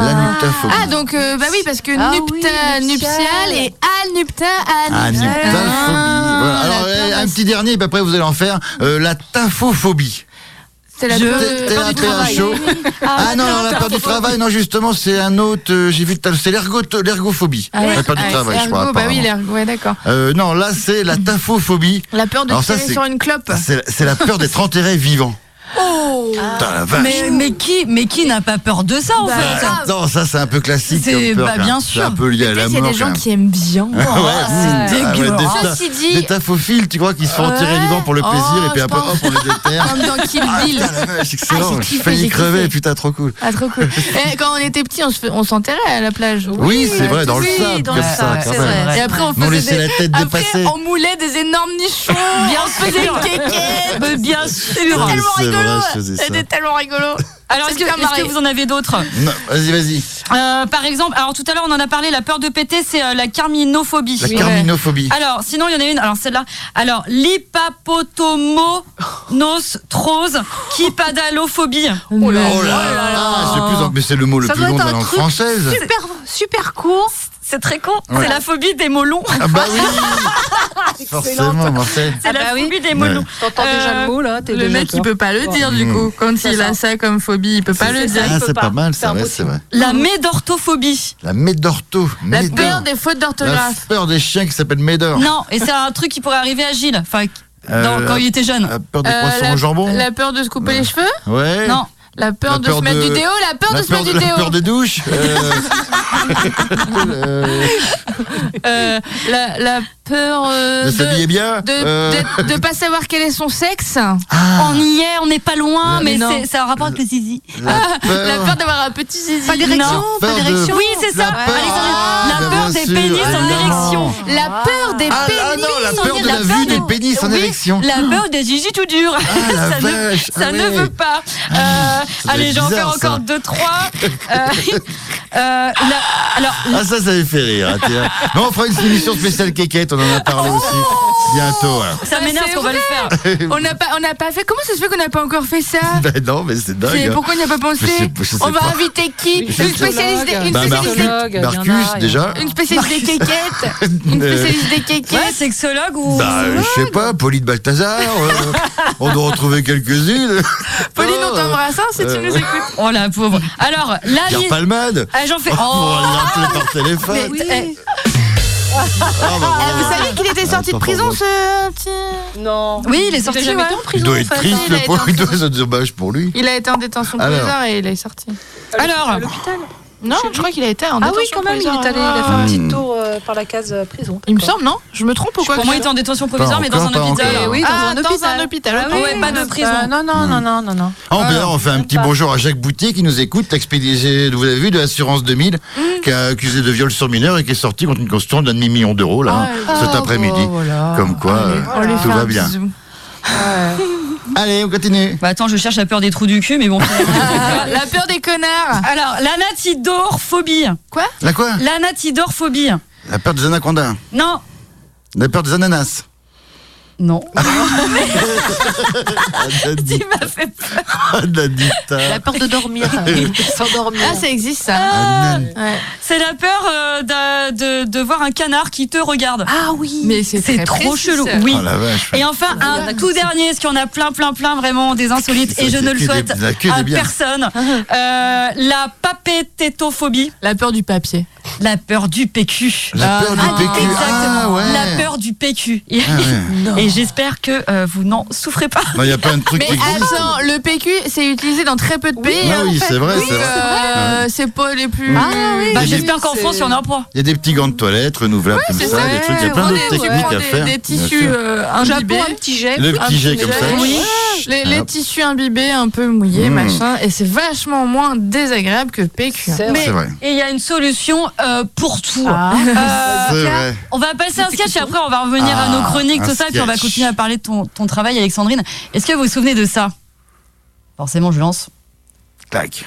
Speaker 2: La nuptaphobie.
Speaker 1: Ah donc euh, bah oui parce que
Speaker 4: Ah
Speaker 1: nupta
Speaker 4: oui,
Speaker 1: nuptial
Speaker 4: nuptial.
Speaker 1: et alnupta
Speaker 2: Ah, nuptaphobie. Voilà.
Speaker 1: la
Speaker 2: Alors,
Speaker 1: peur
Speaker 2: euh, un
Speaker 1: de-
Speaker 2: petit dernier, et puis après, vous allez en faire. Euh, la taphophobie.
Speaker 1: C'est la
Speaker 3: Je-
Speaker 1: peur
Speaker 2: T'es- t'es
Speaker 1: de-
Speaker 2: là, t'es un show. Ah, non, non, la peur du travail, non, justement, c'est un autre. euh, J'ai vu tout à l'heure, c'est l'ergoto- l'ergophobie.
Speaker 1: Ah ouais.
Speaker 2: La peur du
Speaker 1: Ah,
Speaker 2: travail, je
Speaker 1: ergo,
Speaker 2: crois.
Speaker 1: Bah oui,
Speaker 2: apparemment.
Speaker 1: l'ergo, ouais, d'accord.
Speaker 2: Euh, non, là, c'est la taphophobie.
Speaker 1: La peur de
Speaker 2: Alors ça,
Speaker 1: tirer
Speaker 2: c'est-
Speaker 1: sur une clope.
Speaker 2: C'est c'est la peur d'être enterré vivant. Oh. Putain, la vache.
Speaker 3: Ah. Mais, mais qui, mais qui n'a pas peur de ça
Speaker 1: *laughs*
Speaker 3: en
Speaker 1: Bah,
Speaker 3: fait
Speaker 1: ça,
Speaker 2: Non, ça c'est un peu classique.
Speaker 3: C'est-
Speaker 2: comme peur,
Speaker 3: bah,
Speaker 2: quand même.
Speaker 3: bien
Speaker 2: C'est
Speaker 3: sûr.
Speaker 2: un peu lié à
Speaker 1: Tu
Speaker 2: la
Speaker 1: sais, Il y a
Speaker 2: mort.
Speaker 1: des gens qui aiment bien.
Speaker 2: Ah,
Speaker 3: c'est
Speaker 2: ouais,
Speaker 3: dégueulasse.
Speaker 2: des tas-
Speaker 1: Ceci dit-
Speaker 2: Des tas faux fils, tu crois, qu'ils se font tirer
Speaker 1: Ouais.
Speaker 2: vivants pour le
Speaker 1: Oh,
Speaker 2: plaisir et puis
Speaker 1: je
Speaker 2: après, hop,
Speaker 1: pense.
Speaker 2: on les déterre.
Speaker 1: Comme dans Kill
Speaker 2: Ah,
Speaker 1: Bill.
Speaker 2: putain, la vache, excellent.
Speaker 1: Ah, j'ai
Speaker 2: J'ai
Speaker 1: kiffé,
Speaker 2: failli
Speaker 1: j'ai
Speaker 2: crever,
Speaker 1: kiffé.
Speaker 2: putain, trop cool.
Speaker 1: Ah, trop cool. Eh, quand on était petits, on, se fait- on s'enterrait à la plage.
Speaker 2: Oui, c'est vrai, dans le
Speaker 1: oui,
Speaker 2: sable,
Speaker 1: dans
Speaker 2: comme
Speaker 1: le
Speaker 2: ça,
Speaker 1: sable,
Speaker 2: quand
Speaker 1: c'est
Speaker 2: même.
Speaker 1: vrai. Et après, on
Speaker 2: Mais on laissait
Speaker 1: faisait des...
Speaker 2: la tête
Speaker 1: Après,
Speaker 2: dépasser.
Speaker 1: on moulait des énormes nichons. Bien on faisait
Speaker 3: sûr.
Speaker 1: des kékés.
Speaker 3: Mais Bien
Speaker 1: C'était
Speaker 3: sûr.
Speaker 2: Oui,
Speaker 1: tellement
Speaker 2: *laughs* c'est
Speaker 1: rigolo.
Speaker 2: vrai, je faisais ça.
Speaker 1: C'était tellement rigolo.
Speaker 3: Alors, est-ce que,
Speaker 1: Ça me
Speaker 3: est-ce que
Speaker 1: marrait.
Speaker 3: vous en avez d'autres
Speaker 2: Non, vas-y, vas-y.
Speaker 3: Euh, Par exemple, alors tout à l'heure, on en a parlé, la peur de péter, c'est euh, la carminophobie.
Speaker 2: La carminophobie.
Speaker 3: Alors, sinon, il y en a une. Alors, celle-là. Alors,
Speaker 2: *laughs*
Speaker 3: l'hypapotomonostrose quippadalophobie.
Speaker 1: Oh là
Speaker 2: Oh là
Speaker 1: là
Speaker 2: là,
Speaker 1: là.
Speaker 2: c'est plus en- mais c'est le mot le
Speaker 1: Ça
Speaker 2: plus
Speaker 1: doit
Speaker 2: long de
Speaker 1: être
Speaker 2: la
Speaker 1: un
Speaker 2: langue
Speaker 1: truc
Speaker 2: française.
Speaker 1: Super, super court.
Speaker 3: C'est très con.
Speaker 2: Ouais.
Speaker 3: C'est la phobie des mots longs.
Speaker 2: Ah bah
Speaker 3: *laughs*
Speaker 2: oui, forcément, Marcel.
Speaker 3: C'est
Speaker 1: Ah
Speaker 3: la
Speaker 1: bah oui.
Speaker 3: phobie des mots
Speaker 2: Ouais.
Speaker 3: longs.
Speaker 4: T'entends déjà
Speaker 3: Euh,
Speaker 4: le mot là t'es
Speaker 1: Le
Speaker 4: déjà
Speaker 1: mec, il
Speaker 4: peur.
Speaker 1: peut pas le dire du
Speaker 2: Mmh.
Speaker 1: coup. Quand il a ça comme phobie, il peut pas le dire.
Speaker 2: Ah,
Speaker 4: peut
Speaker 2: c'est
Speaker 4: pas.
Speaker 2: pas mal, c'est
Speaker 4: C'est
Speaker 2: vrai,
Speaker 4: impossible.
Speaker 2: c'est vrai.
Speaker 3: La médorthophobie.
Speaker 2: La Médorto.
Speaker 1: La
Speaker 2: Médor.
Speaker 1: peur des fautes
Speaker 2: La
Speaker 1: d'orthographe.
Speaker 2: peur des chiens qui s'appelle Médor.
Speaker 3: Non, et c'est un truc qui pourrait arriver à Gilles. Enfin, dans-
Speaker 2: Euh,
Speaker 3: quand il était jeune.
Speaker 2: La peur des
Speaker 1: Euh,
Speaker 2: croissants
Speaker 1: la-
Speaker 2: au jambon.
Speaker 1: La peur de se couper les cheveux
Speaker 2: Ouais.
Speaker 3: Non.
Speaker 1: La
Speaker 2: La
Speaker 1: peur de
Speaker 2: peur
Speaker 1: se mettre
Speaker 2: de-
Speaker 1: du déo La peur de
Speaker 2: La
Speaker 1: se mettre
Speaker 2: peur,
Speaker 1: du
Speaker 2: de, la peur des
Speaker 1: déo
Speaker 2: douches.
Speaker 1: *laughs*
Speaker 2: euh, euh,
Speaker 1: Euh, La la peur euh,
Speaker 2: de s'habiller
Speaker 1: de.
Speaker 2: bien.
Speaker 1: De,
Speaker 2: euh, Ah.
Speaker 1: de- de pas savoir quel est son sexe,
Speaker 3: On y est, on n'est pas loin, mais,
Speaker 1: non.
Speaker 3: c'est, c'est un rapport avec le zizi.
Speaker 2: la
Speaker 1: Ah, la
Speaker 2: peur,
Speaker 1: peur d'avoir un petit zizi,
Speaker 3: Pas d'érection,
Speaker 2: Non. pas Peur de- d'érection.
Speaker 3: Oui, c'est ça.
Speaker 2: La peur.
Speaker 3: Alexandre,
Speaker 2: Ah,
Speaker 3: la
Speaker 2: bien
Speaker 3: peur des
Speaker 2: sûr,
Speaker 3: pénis en
Speaker 2: évidemment.
Speaker 3: érection.
Speaker 1: la peur des
Speaker 2: Ah, ah
Speaker 1: pénis,
Speaker 2: non, la
Speaker 3: en
Speaker 2: peur de
Speaker 3: la
Speaker 2: la
Speaker 3: peur
Speaker 2: vue
Speaker 3: de-
Speaker 2: des pénis en
Speaker 3: Oui,
Speaker 2: érection.
Speaker 3: La peur des gigi tout dur.
Speaker 2: Ah,
Speaker 3: *laughs*
Speaker 2: la
Speaker 3: ça ne,
Speaker 2: vache,
Speaker 3: ça
Speaker 2: ah
Speaker 3: ne
Speaker 2: ouais.
Speaker 3: veut pas. Euh,
Speaker 2: doit
Speaker 3: allez,
Speaker 2: être
Speaker 3: j'en fais
Speaker 2: bizarre, ça.
Speaker 3: encore
Speaker 2: *laughs*
Speaker 3: deux, trois. Euh, euh, la- alors,
Speaker 2: Ah ça, ça avait fait rire. hein, tiens. Mais on fera une émission spéciale quéquette, on en a parlé
Speaker 1: Oh
Speaker 2: aussi bientôt. hein.
Speaker 3: ça
Speaker 1: Bah,
Speaker 3: m'énerve
Speaker 1: c'est
Speaker 3: qu'on va le faire.
Speaker 1: On n'a pas, on n'a pas fait. Comment ça se fait qu'on n'a pas encore fait ça
Speaker 2: Ben non, mais c'est dingue.
Speaker 1: C'est-
Speaker 2: hein.
Speaker 1: Pourquoi on n'y a pas pensé
Speaker 2: Je sais- je sais
Speaker 1: On va
Speaker 2: pas.
Speaker 1: inviter qui Une spécialiste, des, une
Speaker 2: Bah, Mar-
Speaker 1: spécialiste, des-
Speaker 4: il y en a, il y en
Speaker 3: Ah,
Speaker 2: Marcus
Speaker 4: a.
Speaker 2: déjà.
Speaker 1: une spécialiste des quéquettes,
Speaker 2: *laughs*
Speaker 1: une
Speaker 2: Euh,
Speaker 1: spécialiste des quéquettes.
Speaker 3: Ouais, sexologue ou.
Speaker 2: Bah, euh, je sais pas, Pauline Balthazar, euh, on doit en trouver quelques-unes.
Speaker 1: Pauline, on
Speaker 2: Oh,
Speaker 1: t'embrasse hein, si
Speaker 2: euh,
Speaker 1: tu nous écoutes.
Speaker 3: Oh la pauvre. Alors, la
Speaker 2: Pierre
Speaker 3: liste.
Speaker 2: Palmade.
Speaker 3: Ah, j'en fais.
Speaker 2: On
Speaker 3: Oh.
Speaker 2: va l'appeler par téléphone.
Speaker 3: Mais, eh,
Speaker 2: Ah, bah,
Speaker 1: Eh, vous
Speaker 2: voilà.
Speaker 1: savez qu'il était sorti de
Speaker 2: attends,
Speaker 1: prison,
Speaker 2: pardon.
Speaker 1: ce petit.
Speaker 4: Non.
Speaker 3: Oui, il est sorti,
Speaker 4: jamais
Speaker 3: ouais.
Speaker 4: été en
Speaker 2: il
Speaker 4: prison.
Speaker 2: doit
Speaker 4: en
Speaker 2: être
Speaker 4: fait.
Speaker 2: triste,
Speaker 1: Il
Speaker 2: le
Speaker 1: a été
Speaker 2: pauvre,
Speaker 1: en
Speaker 2: il doit être dommage pour lui.
Speaker 1: Il a été en détention
Speaker 2: Alors.
Speaker 1: provisoire et il est sorti.
Speaker 3: alors,
Speaker 4: À l'hôpital.
Speaker 1: Non, je crois qu'il a été en
Speaker 4: Ah
Speaker 1: détention
Speaker 4: oui, quand même, il est
Speaker 1: provisoire,
Speaker 4: allé, il
Speaker 1: ouais.
Speaker 4: a fait un
Speaker 2: Hmm.
Speaker 4: petit tour euh, par la case euh, prison.
Speaker 1: Il me semble, non Je me trompe ou quoi
Speaker 3: pour moi, il était en détention provisoire, mais dans
Speaker 2: encore,
Speaker 3: un
Speaker 2: pas
Speaker 3: hôpital.
Speaker 2: encore.
Speaker 4: Oui, dans
Speaker 1: Ah,
Speaker 4: un
Speaker 1: dans
Speaker 4: hôpital.
Speaker 1: un hôpital,
Speaker 4: Ah
Speaker 1: ok.
Speaker 4: oui,
Speaker 3: Ouais, pas de prison.
Speaker 4: Euh, non, non, non, non, non, non.
Speaker 2: Ah, on, verra, on fait un petit bonjour à Jacques Boutier qui nous écoute, l'expédié, vous avez vu, de l'assurance 2000, qui a accusé de viol sur mineur et qui est sorti contre une constitution d'un demi-million d'euros, là, hein, cet après-midi. Comme quoi, euh,
Speaker 1: lui
Speaker 2: tout
Speaker 1: fait
Speaker 2: va
Speaker 1: un
Speaker 2: bien.
Speaker 1: bisou.
Speaker 2: Allez, on continue.
Speaker 3: Bah, attends, je cherche la peur des trous du cul,
Speaker 2: *laughs*
Speaker 3: mais bon.
Speaker 1: Ah, la peur des connards.
Speaker 3: alors, l'anatidorphobie.
Speaker 2: La quoi
Speaker 3: L'anatidorphobie.
Speaker 2: La peur des anacondas.
Speaker 3: Non.
Speaker 2: La peur des ananas. *laughs*
Speaker 3: Non. *laughs*
Speaker 2: Ah, Dadi-
Speaker 3: Il m'a fait peur.
Speaker 2: ah, Dadita.
Speaker 4: La peur
Speaker 2: *laughs*
Speaker 4: de dormir, s'endormir.
Speaker 1: Ah, ça existe ça.
Speaker 2: Anan-
Speaker 1: Ouais.
Speaker 3: C'est la peur euh, d'a- de, de voir un canard qui te regarde.
Speaker 4: Ah oui.
Speaker 1: Mais c'est
Speaker 3: C'est
Speaker 1: très
Speaker 3: trop
Speaker 1: précis,
Speaker 3: chelou.
Speaker 1: ça.
Speaker 3: Oui.
Speaker 2: Oh la vache.
Speaker 3: Et enfin, un tout dernier, parce qu'il y en a plein, plein, plein, vraiment des insolites,
Speaker 2: Ça,
Speaker 3: et je
Speaker 2: c'est
Speaker 3: ne le
Speaker 2: que des-
Speaker 3: souhaite
Speaker 2: la queue des
Speaker 3: à
Speaker 2: bières.
Speaker 3: personne. Euh, la papététophobie,
Speaker 1: La peur du papier.
Speaker 3: la peur du PQ.
Speaker 2: La
Speaker 1: Ah,
Speaker 2: peur
Speaker 1: non.
Speaker 2: du PQ. Ah
Speaker 3: Exactement,
Speaker 2: ouais.
Speaker 3: la peur du PQ. Et,
Speaker 2: Ah ouais.
Speaker 3: *laughs* et j'espère que euh, vous n'en souffrez pas.
Speaker 2: Non, il y a plein de trucs
Speaker 1: Mais
Speaker 2: qui existent.
Speaker 1: attends, le PQ, c'est utilisé dans très peu de pays.
Speaker 2: Ah
Speaker 1: hein,
Speaker 2: oui,
Speaker 1: en fait.
Speaker 2: c'est vrai,
Speaker 1: Oui,
Speaker 2: c'est vrai.
Speaker 1: euh, c'est pas les plus.
Speaker 2: Ah
Speaker 1: oui.
Speaker 3: Bah,
Speaker 2: mais
Speaker 3: j'espère qu'en France, il y en a un point.
Speaker 2: Il y a des petits gants de toilette renouvelables comme ça, des trucs, il y a plein d'autres techniques à faire.
Speaker 1: Des
Speaker 2: bien
Speaker 1: tissus
Speaker 2: sûr.
Speaker 1: euh,
Speaker 4: Un
Speaker 1: imbibés.
Speaker 4: Japon, un petit jet.
Speaker 2: Le petit jet comme ça.
Speaker 1: Oui. Les, les
Speaker 2: Hop.
Speaker 1: tissus imbibés un peu mouillés,
Speaker 2: Mmh.
Speaker 1: machin. Et c'est vachement moins désagréable que le PQ. hein.
Speaker 4: C'est
Speaker 3: Mais
Speaker 2: C'est vrai.
Speaker 3: et il y a une solution euh, pour tout.
Speaker 1: Ah.
Speaker 3: Euh,
Speaker 2: C'est vrai.
Speaker 3: on va passer un sketch et après on va revenir à
Speaker 2: Ah,
Speaker 3: nos chroniques,
Speaker 2: un
Speaker 3: tout ça, et puis on va
Speaker 2: sketch.
Speaker 3: continuer à parler de ton, ton travail, Alexandrine. Est-ce que vous vous souvenez de ça Forcément, je lance.
Speaker 2: Clac.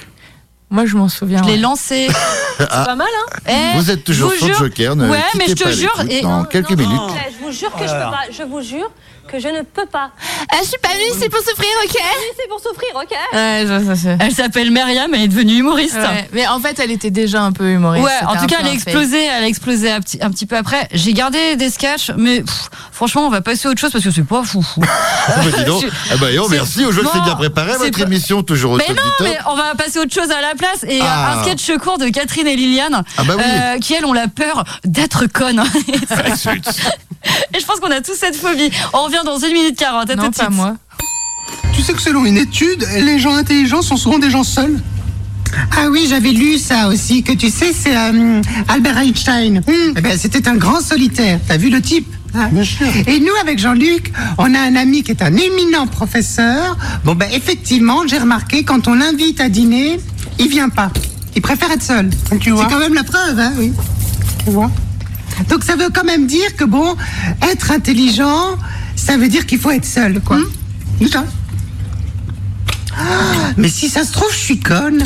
Speaker 1: Moi, je m'en souviens.
Speaker 3: Je l'ai
Speaker 1: ouais.
Speaker 3: lancé.
Speaker 1: *laughs*
Speaker 4: pas mal, hein
Speaker 3: Eh,
Speaker 2: Vous êtes toujours
Speaker 3: je vous
Speaker 2: sur
Speaker 3: jure-
Speaker 2: Joker, ne
Speaker 3: Ouais,
Speaker 2: quittez
Speaker 3: mais je te
Speaker 2: pas
Speaker 3: jure,
Speaker 2: l'écoute
Speaker 3: et-
Speaker 2: Dans
Speaker 3: non,
Speaker 2: quelques minutes.
Speaker 9: Je vous jure que je peux pas. Je vous jure que je ne peux pas.
Speaker 1: Ah, je suis pas venue, c'est pour souffrir, ok Euh,
Speaker 9: C'est pour souffrir, ok
Speaker 1: *laughs* Ouais, je- ça, c'est-
Speaker 3: Elle s'appelle Myriam, elle est devenue humoriste. Ouais.
Speaker 1: Ouais, Mais en fait, elle était déjà un peu humoriste. c'était
Speaker 3: en
Speaker 1: un
Speaker 3: tout cas,
Speaker 1: peu
Speaker 3: elle a
Speaker 1: un fake.
Speaker 3: explosé, elle a explosé un petit, un petit peu après. J'ai gardé des sketchs, mais pff, franchement, on va passer à autre chose parce que c'est pas fou. fou.
Speaker 2: Ah, bah, dis donc. Ah bah, yo,
Speaker 3: c'est-
Speaker 2: merci. Au jeu,
Speaker 3: Non,
Speaker 2: c'est bien préparé.
Speaker 3: c'est
Speaker 2: Votre
Speaker 3: pas-
Speaker 2: émission, toujours au
Speaker 3: Mais
Speaker 2: top
Speaker 3: non,
Speaker 2: du top.
Speaker 3: mais on va passer à autre chose à la place et euh,
Speaker 2: Ah.
Speaker 3: un sketch court de Catherine et Liliane,
Speaker 2: Ah bah oui.
Speaker 3: euh, qui elles ont la peur
Speaker 2: *laughs*
Speaker 3: d'être connes.
Speaker 2: Ah, zut.
Speaker 3: et je pense qu'on a tous cette phobie. On revient dans une minute quarante. À
Speaker 1: Non,
Speaker 3: tout de
Speaker 1: pas
Speaker 3: suite.
Speaker 1: moi.
Speaker 10: Tu sais que selon une étude, les gens intelligents sont souvent des gens seuls.
Speaker 11: Ah oui, j'avais lu ça aussi, que tu sais, c'est euh, Albert Einstein.
Speaker 10: Hmm.
Speaker 11: Eh ben, c'était un grand solitaire. T'as vu le type
Speaker 10: Ah,
Speaker 11: hein Et nous, avec Jean-Luc, on a un ami qui est un éminent professeur. Bon, ben, effectivement, j'ai remarqué, quand on l'invite à dîner, il vient pas. Il préfère être seul. C'est quand même la preuve, hein, oui. Tu vois Donc, ça veut quand même dire que, bon, être intelligent, ça veut dire qu'il faut être seul,
Speaker 10: Hmm.
Speaker 11: quoi. C'est ça. Ah, mais si ça se trouve, je suis conne.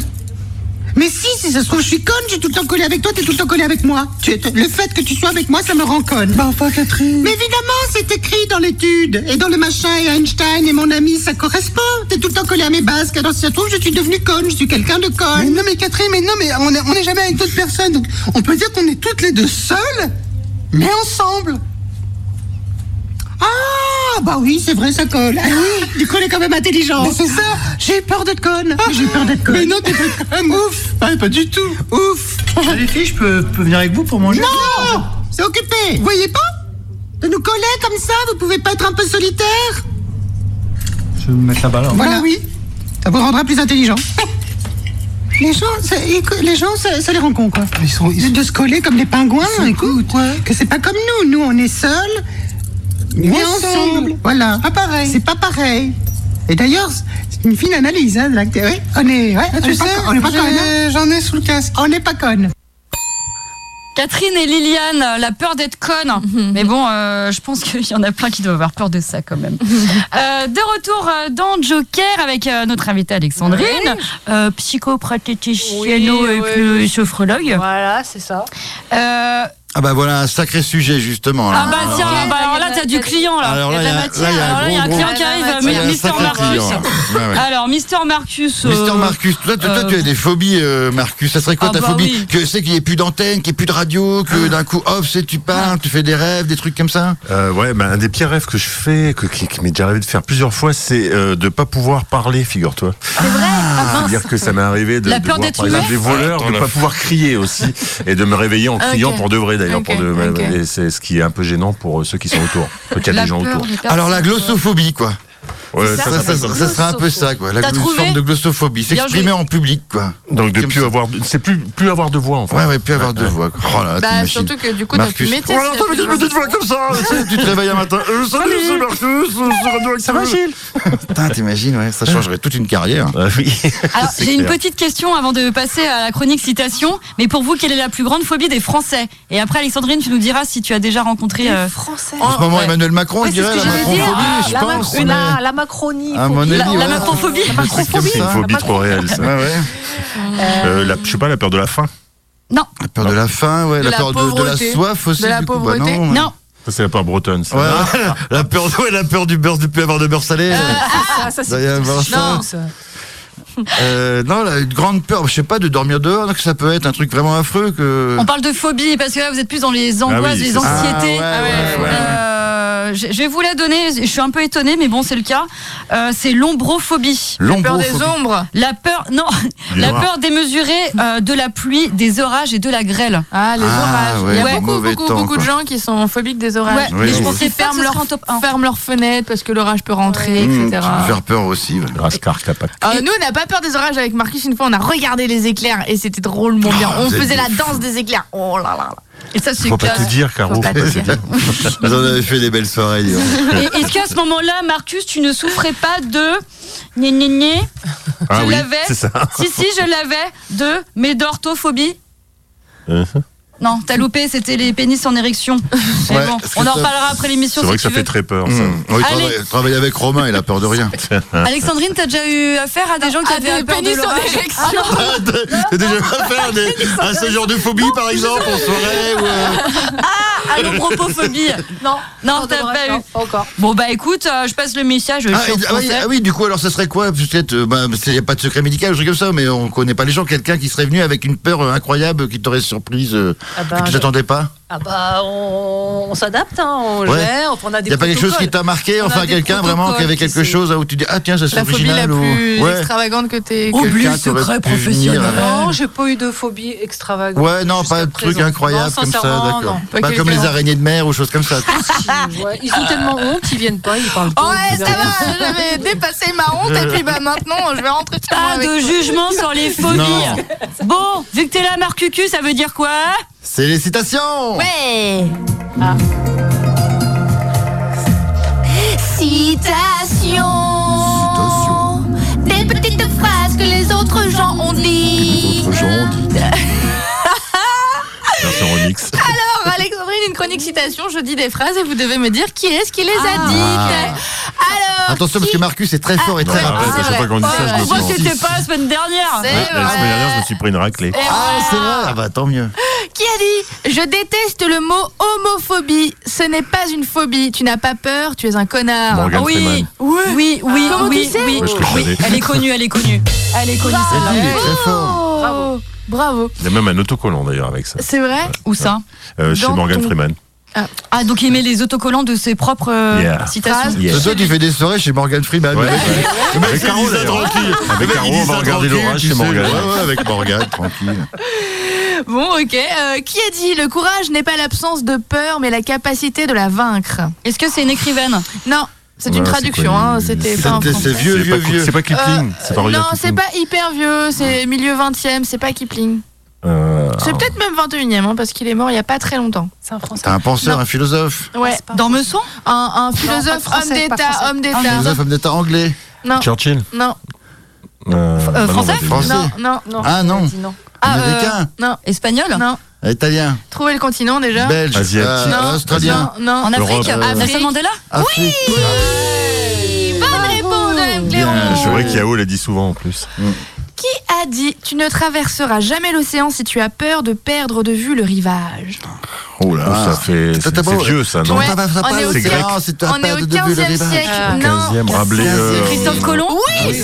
Speaker 11: Mais si, si ça se trouve, je suis conne, j'ai tout le temps collé avec toi, t'es tout le temps collé avec moi. Tu- t- le fait que tu sois avec moi, ça me rend conne. Bah enfin, Catherine. Mais évidemment, c'est écrit dans l'étude. Et dans le machin, et Einstein et mon ami, ça correspond. T'es tout le temps collé à mes basques. Alors si ça se trouve, je suis devenue conne, je suis quelqu'un de conne. non, mais Catherine, mais non, mais on n'est jamais avec d'autres personnes. Donc on peut dire qu'on est toutes les deux seules, mais ensemble. Ah, bah oui, c'est vrai, ça colle. Ah oui, du coup, elle est quand même intelligente. c'est ça, j'ai peur d'être conne. J'ai peur d'être conne. Mais non, t'es
Speaker 10: *laughs*
Speaker 11: pas conne. Ouf.
Speaker 10: Ah, pas du tout.
Speaker 11: Ouf.
Speaker 10: Les filles, je peux, peux venir avec vous pour manger
Speaker 11: Non C'est occupé Vous voyez pas De nous coller comme ça, vous pouvez pas être un peu solitaire
Speaker 10: Je vais me mettre hein. là-bas, là.
Speaker 3: Bah
Speaker 11: Voilà, oui. Ça vous rendra plus intelligent. *laughs* Les gens, ça, écou- les gens ça, ça les rend cons, quoi. De- De se coller comme des pingouins, écoute. Que c'est pas comme nous. Nous, on est seuls, mais ensemble. Voilà. Pas pareil. C'est pas pareil. Et d'ailleurs, c'est une fine analyse, hein, de l'acte- oui, on est, ouais,
Speaker 10: Ah,
Speaker 11: on
Speaker 10: tu
Speaker 11: est pas
Speaker 10: sais,
Speaker 11: con- on est pas
Speaker 10: j'ai-
Speaker 11: conne. J'en ai sous le casque. On n'est pas conne.
Speaker 3: Catherine et Liliane, la peur d'être conne.
Speaker 4: Mhm.
Speaker 3: Mais bon, euh, je pense qu'il y en a plein qui doivent avoir peur de ça quand
Speaker 4: *laughs*
Speaker 3: même. Euh, de retour euh, dans Joker avec euh, notre invitée Alexandrine,
Speaker 4: Ouais.
Speaker 3: euh, psychopraticienne et
Speaker 4: ouais.
Speaker 3: puis sophrologue.
Speaker 4: Voilà, c'est ça.
Speaker 3: Euh,
Speaker 2: Ah bah voilà un sacré sujet justement. là.
Speaker 3: ah bah tiens, bah alors là t'as du client là.
Speaker 2: Alors là, il y a- là, il y a un
Speaker 3: Alors là, il y a un
Speaker 2: gros,
Speaker 3: client
Speaker 2: gros-
Speaker 3: qui arrive,
Speaker 2: Ah, il y a
Speaker 3: euh,
Speaker 2: un
Speaker 3: Mister
Speaker 2: sacré
Speaker 3: Marcus.
Speaker 2: client, là. Ouais, ouais.
Speaker 3: Alors Mister Marcus. euh,
Speaker 2: Mister Marcus, toi, toi, toi, tu as des phobies, euh, Marcus. Ça serait quoi
Speaker 3: Ah
Speaker 2: ta
Speaker 3: bah
Speaker 2: phobie
Speaker 3: oui. Ah.
Speaker 2: Que c'est qu'il n'y ait plus d'antenne, qu'il n'y ait plus de radio, que d'un coup, off, c'est tu parles, tu fais des rêves, des trucs comme ça
Speaker 12: Euh, ouais, ben, un des pires rêves que je fais, que, qui, qui m'est déjà arrivé de faire plusieurs fois, c'est euh, de pas pouvoir parler, figure-toi. C'est vrai C'est-à-dire Ah, que ça m'est arrivé de,
Speaker 3: La
Speaker 12: de
Speaker 3: peur
Speaker 12: voir,
Speaker 3: d'être
Speaker 12: par exemple,
Speaker 3: muet
Speaker 12: des voleurs,
Speaker 2: Ah,
Speaker 3: Attends,
Speaker 12: de
Speaker 3: la
Speaker 12: pas
Speaker 3: f-
Speaker 12: pouvoir crier aussi, et de me réveiller en
Speaker 3: Ah, ok.
Speaker 12: criant pour de vrai, d'ailleurs, pour de
Speaker 3: Ok, ok.
Speaker 12: et c'est ce qui est un peu gênant pour euh, ceux qui sont autour. Peut-être
Speaker 3: La
Speaker 12: les gens
Speaker 3: peur
Speaker 12: autour.
Speaker 3: des personnes. Alors, la
Speaker 2: glossophobie, quoi.
Speaker 12: Ouais,
Speaker 2: ça, ça, ça, ça sera un peu ça, quoi. La
Speaker 3: T'as
Speaker 2: une
Speaker 3: trouvé
Speaker 2: forme de glossophobie,
Speaker 3: Bien joué.
Speaker 2: s'exprimer en public, quoi.
Speaker 12: Donc de plus avoir, de- c'est plus plus avoir de voix en fait.
Speaker 2: Ouais, ouais, plus avoir de voix. quoi. Oh là, là,
Speaker 1: Bah,
Speaker 2: t'imagines.
Speaker 1: surtout que du coup, t'as
Speaker 2: Marcus.
Speaker 1: plus de métier,
Speaker 2: Oh là là,
Speaker 1: c'est
Speaker 2: t'as
Speaker 1: plus
Speaker 2: une petite voix comme ça. tu sais, tu te réveilles un matin. Euh, salut, c'est Marcus. euh, sur Radio Axe. Putain, t'imagines, ouais, ça changerait toute une carrière.
Speaker 12: oui.
Speaker 3: Alors,
Speaker 2: Hein Ah *laughs* C'est
Speaker 3: j'ai une
Speaker 2: clair.
Speaker 3: petite question avant de passer à la chronique citation. Mais pour vous, quelle est la plus grande phobie des Français Et après, Alexandrine, tu nous diras si tu as déjà rencontré. euh,
Speaker 2: En ce moment, Emmanuel Macron,
Speaker 3: Ouais,
Speaker 2: on
Speaker 3: c'est ce
Speaker 2: dirait
Speaker 3: que
Speaker 2: la
Speaker 3: j'allais
Speaker 2: macrophobie,
Speaker 3: dire.
Speaker 4: Ah,
Speaker 2: je
Speaker 4: la,
Speaker 2: pense.
Speaker 4: macro-
Speaker 2: on
Speaker 4: la,
Speaker 2: est-
Speaker 4: la macronie.
Speaker 2: À mon
Speaker 4: phobie.
Speaker 2: avis,
Speaker 4: la, la
Speaker 2: ouais.
Speaker 4: macrophobie.
Speaker 2: La
Speaker 12: C'est comme c'est une phobie trop réelle. Ça.
Speaker 2: Ouais, ouais.
Speaker 12: Euh, la- je sais pas, la peur de la faim.
Speaker 3: Non.
Speaker 2: La peur de la faim, ouais,
Speaker 12: De
Speaker 2: la,
Speaker 12: la
Speaker 2: peur de- de, la
Speaker 12: pauvreté.
Speaker 2: soif aussi.
Speaker 12: De la
Speaker 2: du coup, bah
Speaker 12: pauvreté.
Speaker 2: non, Ah. ouais.
Speaker 12: Non. Ça c'est la peur bretonne. Ça.
Speaker 2: Ouais, ouais, *laughs* la peur, ouais, la peur du beurre, de plus avoir de beurre salé.
Speaker 4: Ah, ça,
Speaker 2: Doit y
Speaker 4: c'est
Speaker 2: avoir ça.
Speaker 4: ça.
Speaker 2: Euh, non, là, une grande peur, je sais pas, de dormir dehors, donc ça peut être un truc vraiment affreux que.
Speaker 3: On parle de phobie parce que là, vous êtes plus dans les
Speaker 2: Euh. Ah oui,
Speaker 3: angoisses, les
Speaker 2: c'est ça.
Speaker 3: anxiétés.
Speaker 2: Ah ouais, ouais, ouais, ouais.
Speaker 3: Euh, je je vais vous la donner. Je suis un peu étonnée, mais bon, c'est le cas. Euh, c'est l'ombrophobie.
Speaker 2: La peur des L'ombrophobie. ombres.
Speaker 3: La peur, non,
Speaker 2: Du
Speaker 3: la
Speaker 2: noir.
Speaker 3: peur démesurée euh, de la pluie, des orages et de la grêle.
Speaker 1: Ah, les
Speaker 2: Ah,
Speaker 1: orages.
Speaker 2: ouais,
Speaker 1: Il y
Speaker 2: le
Speaker 1: a beaucoup,
Speaker 2: mauvais
Speaker 1: beaucoup,
Speaker 2: temps,
Speaker 1: beaucoup de
Speaker 2: *laughs* quoi.
Speaker 1: gens qui sont phobiques des orages.
Speaker 2: Ouais, Oui, mais je oui. pensais
Speaker 1: Qui
Speaker 3: pas que
Speaker 1: ferment
Speaker 3: ce
Speaker 1: leurs
Speaker 3: serait en top un.
Speaker 1: ferment leurs fenêtres parce que l'orage peut rentrer,
Speaker 2: Mmh,
Speaker 1: etc.
Speaker 2: ça peut faire peur aussi. ouais.
Speaker 1: Euh, nous, on n'a pas peur des orages avec Marcus. Une fois, on a regardé les éclairs et c'était drôlement bien.
Speaker 2: Oh,
Speaker 1: on
Speaker 2: vous êtes
Speaker 1: faisait
Speaker 2: des
Speaker 1: la danse des éclairs. Oh là là là.
Speaker 3: Et ça, c'est
Speaker 12: Faut pas
Speaker 3: classe.
Speaker 12: te dire, Caro.
Speaker 3: Faut
Speaker 12: Faut
Speaker 3: pas
Speaker 12: pas
Speaker 3: te
Speaker 12: te *laughs*
Speaker 3: dire.
Speaker 12: dire.
Speaker 2: Vous en avez fait des belles soirées.
Speaker 12: hein.
Speaker 2: dis donc.
Speaker 3: Et Est-ce qu'à ce moment-là, Marcus, tu ne souffrais pas de gné gné gné
Speaker 12: Ah
Speaker 3: Je
Speaker 12: oui,
Speaker 3: l'avais.
Speaker 12: c'est ça.
Speaker 3: Si si, je l'avais de médorthophobie.
Speaker 12: Euh,
Speaker 3: Non, t'as loupé, c'était les pénis
Speaker 1: *laughs*
Speaker 3: en érection. Mais
Speaker 2: Ouais,
Speaker 3: bon,
Speaker 2: est-ce que
Speaker 3: on en
Speaker 2: ça-
Speaker 3: reparlera après l'émission.
Speaker 12: C'est vrai que
Speaker 3: si
Speaker 12: ça
Speaker 3: tu
Speaker 12: fait
Speaker 3: veux.
Speaker 12: très peur. ça.
Speaker 2: Mmh. Oui,
Speaker 3: Allez.
Speaker 2: travaille- travaille avec Romain, il a peur de
Speaker 3: *laughs*
Speaker 2: rien.
Speaker 3: Alexandrine, t'as déjà eu affaire à des gens qui
Speaker 1: À
Speaker 3: avaient
Speaker 1: Ah, des
Speaker 3: peur de
Speaker 1: pénis en
Speaker 3: l'orage
Speaker 1: érection.
Speaker 3: *laughs* Ah
Speaker 2: *laughs*
Speaker 3: non,
Speaker 2: Ah, t'as- T'as déjà affaire des- à ce genre de phobie, par exemple, en soirée ou, euh,
Speaker 12: *laughs*
Speaker 1: *laughs*
Speaker 3: à l'ombropophobie.
Speaker 4: Non,
Speaker 3: Non, t'as
Speaker 4: d'orage,
Speaker 3: pas
Speaker 4: non,
Speaker 3: eu.
Speaker 4: pas encore.
Speaker 3: Bon bah écoute, euh, je passe le message. je
Speaker 2: Ah,
Speaker 3: suis
Speaker 2: et- ah oui,
Speaker 12: euh,
Speaker 3: français.
Speaker 2: ah oui, du coup, alors ça serait quoi Peut-être, euh, bah, il n'y a pas de secret médical, je truc comme ça, mais on connaît pas les gens. Quelqu'un qui serait venu avec une peur euh, incroyable qui t'aurait surprise, euh,
Speaker 4: Ah bah,
Speaker 3: ben,
Speaker 2: que tu
Speaker 4: je-
Speaker 2: t'attendais pas
Speaker 4: Ah bah on, on s'adapte, hein, on
Speaker 2: Ouais.
Speaker 4: gère, enfin, on a des
Speaker 2: y a pas quelque chose qui
Speaker 4: protocoles.
Speaker 2: t'a marqué,
Speaker 4: On a
Speaker 2: enfin
Speaker 4: des
Speaker 2: quelqu'un vraiment qui avait
Speaker 4: protocoles qui
Speaker 2: quelque
Speaker 4: se-
Speaker 2: chose où tu dis ah tiens ça c'est
Speaker 1: La phobie la
Speaker 2: original ou-
Speaker 1: plus
Speaker 2: Ouais.
Speaker 1: extravagante que t'es. que-
Speaker 2: Oublie le secret professionnel.
Speaker 4: Non, j'ai pas eu de phobie extravagante.
Speaker 2: hein. Ouais non pas de truc
Speaker 4: présent.
Speaker 2: incroyable
Speaker 4: Non,
Speaker 2: comme ça
Speaker 4: sincèrement,
Speaker 2: d'accord.
Speaker 4: non. Pas
Speaker 2: Pas comme
Speaker 4: quelqu'un.
Speaker 2: les araignées de mer ou choses comme ça. quoi.
Speaker 4: Ouais, ils ont tellement honte, ils viennent pas, ils parlent pas.
Speaker 1: Ouais, ça va, j'avais dépassé ma honte et puis bah maintenant je vais rentrer chez moi
Speaker 3: Pas
Speaker 1: avec
Speaker 3: de
Speaker 1: toi.
Speaker 3: jugement sur les phobies.
Speaker 2: Non.
Speaker 3: Bon, vu que t'es là, Marcucu, ça veut dire quoi
Speaker 2: C'est les citations.
Speaker 3: Ouais.
Speaker 1: Ah.
Speaker 7: Citation. Des petites phrases que les autres gens ont dit.
Speaker 1: *laughs*
Speaker 12: Version remix.
Speaker 1: *laughs* Alors, Alexandrine, une chronique citation, je dis des phrases et vous devez me dire qui est-ce qui les
Speaker 3: Ah.
Speaker 1: a
Speaker 12: Ah,
Speaker 1: dites. Alors,
Speaker 2: Attention parce que Marcus est très fort et très
Speaker 12: Ouais,
Speaker 2: rapide.
Speaker 12: c'est vrai. À chaque fois qu'on dit ça, je me
Speaker 3: Moi,
Speaker 12: sens-
Speaker 3: c'était pas la semaine dernière.
Speaker 1: C'est
Speaker 12: Ouais, La semaine dernière, je me suis pris une raclée.
Speaker 2: Ah c'est vrai ah bah tant mieux.
Speaker 1: qui a dit Je déteste le mot homophobie. Ce n'est pas une phobie. Tu n'as pas peur, tu es un connard.
Speaker 12: Morgan
Speaker 1: Ah oui.
Speaker 12: Freeman.
Speaker 1: oui,
Speaker 3: oui, Ah. oui,
Speaker 1: Comment
Speaker 3: oui,
Speaker 1: tu sais
Speaker 3: oui.
Speaker 12: Ouais, je le savais.
Speaker 3: Elle est connue, elle est connue. Elle est connue,
Speaker 2: Ah, Il est
Speaker 3: celle-là.
Speaker 2: très fort.
Speaker 1: Bravo. Bravo.
Speaker 12: Il y a même un autocollant d'ailleurs avec ça.
Speaker 1: C'est vrai
Speaker 3: Où ça
Speaker 12: Euh, chez
Speaker 3: Dans
Speaker 12: Morgan
Speaker 3: ton-
Speaker 12: Freeman.
Speaker 3: Ah, donc il met les autocollants de ses propres euh,
Speaker 12: Yeah.
Speaker 3: citations.
Speaker 12: Yeah.
Speaker 2: Ce soir tu fais des soirées chez Morgan Freeman.
Speaker 12: Ouais.
Speaker 2: Le mec, le mec,
Speaker 12: Avec
Speaker 2: il
Speaker 12: Caro,
Speaker 2: dit ça
Speaker 12: d'ailleurs.
Speaker 2: tranquille.
Speaker 12: Avec
Speaker 2: Le mec, il
Speaker 12: Caro,
Speaker 2: dit
Speaker 12: on
Speaker 2: ça
Speaker 12: va regarder
Speaker 2: tranquille,
Speaker 12: l'orage
Speaker 2: tu
Speaker 12: chez
Speaker 2: sais.
Speaker 12: Morgane.
Speaker 2: Ouais, ouais, avec Morgan tranquille.
Speaker 1: Bon, ok. Euh, qui a dit Le courage n'est pas l'absence de peur, mais la capacité de la vaincre
Speaker 3: Est-ce que c'est une écrivaine
Speaker 1: Non, c'est une
Speaker 12: Ouais, c'est
Speaker 1: traduction.
Speaker 12: quoi, une-
Speaker 1: hein, C'était
Speaker 2: c'est-
Speaker 1: pas en
Speaker 2: c'est-
Speaker 1: français. Euh,
Speaker 2: c'est vieux,
Speaker 12: C'est
Speaker 2: vieux,
Speaker 12: pas-
Speaker 2: vieux.
Speaker 12: C'est pas Kipling. c'est pas
Speaker 1: Non,
Speaker 12: Rudyard
Speaker 1: c'est
Speaker 12: Kipling.
Speaker 1: pas hyper vieux, c'est milieu 20e, c'est pas Kipling.
Speaker 12: Euh,
Speaker 1: C'est peut-être même 21e, hein, parce qu'il est mort il y a pas très longtemps.
Speaker 4: C'est un français.
Speaker 2: T'as un penseur, un philosophe.
Speaker 1: Ouais.
Speaker 3: Dans Meusson
Speaker 1: Un, un
Speaker 4: pas
Speaker 1: philosophe, homme
Speaker 4: français, pas
Speaker 1: d'État,
Speaker 4: français.
Speaker 1: homme
Speaker 3: Ah,
Speaker 1: d'État.
Speaker 2: Philosophe, homme d'État anglais.
Speaker 1: Non,
Speaker 12: Churchill.
Speaker 1: non,
Speaker 12: Euh, bah non,
Speaker 3: français
Speaker 12: bah, des-
Speaker 2: Français.
Speaker 1: non, non,
Speaker 4: Non,
Speaker 2: Ah, non.
Speaker 4: on a dit non.
Speaker 1: Ah, euh,
Speaker 2: Américain.
Speaker 1: non,
Speaker 3: Espagnole
Speaker 1: non.
Speaker 2: Italien.
Speaker 1: Trouvez le continent déjà.
Speaker 2: Belge.
Speaker 12: Asiatique.
Speaker 2: euh,
Speaker 1: Non,
Speaker 2: Australien.
Speaker 1: Non,
Speaker 3: En
Speaker 1: non.
Speaker 3: Afrique
Speaker 12: Europe, euh,
Speaker 3: Nelson Mandela
Speaker 2: Oui
Speaker 1: Bonne réponse, Madame Cléron.
Speaker 12: C'est vrai qu'Yao l'a dit souvent en plus. Oh,
Speaker 1: Qui a dit Tu ne traverseras jamais l'océan si tu as peur de perdre de vue le rivage
Speaker 12: Oh là,
Speaker 2: Ah.
Speaker 12: ça fait.
Speaker 2: T'as-
Speaker 12: C'est
Speaker 2: t'as pas-
Speaker 12: c'est vieux ça, non
Speaker 2: Ouais. t'as pas- t'as
Speaker 1: on
Speaker 2: pas
Speaker 1: est au
Speaker 12: C'est grec.
Speaker 1: 15e
Speaker 2: C'est à
Speaker 1: on est
Speaker 2: perdre
Speaker 1: au
Speaker 2: de vue le
Speaker 1: 15e siècle.
Speaker 2: rivage.
Speaker 1: Non.
Speaker 12: 15e, Rabelais. euh,
Speaker 3: Christophe Colomb
Speaker 2: Oui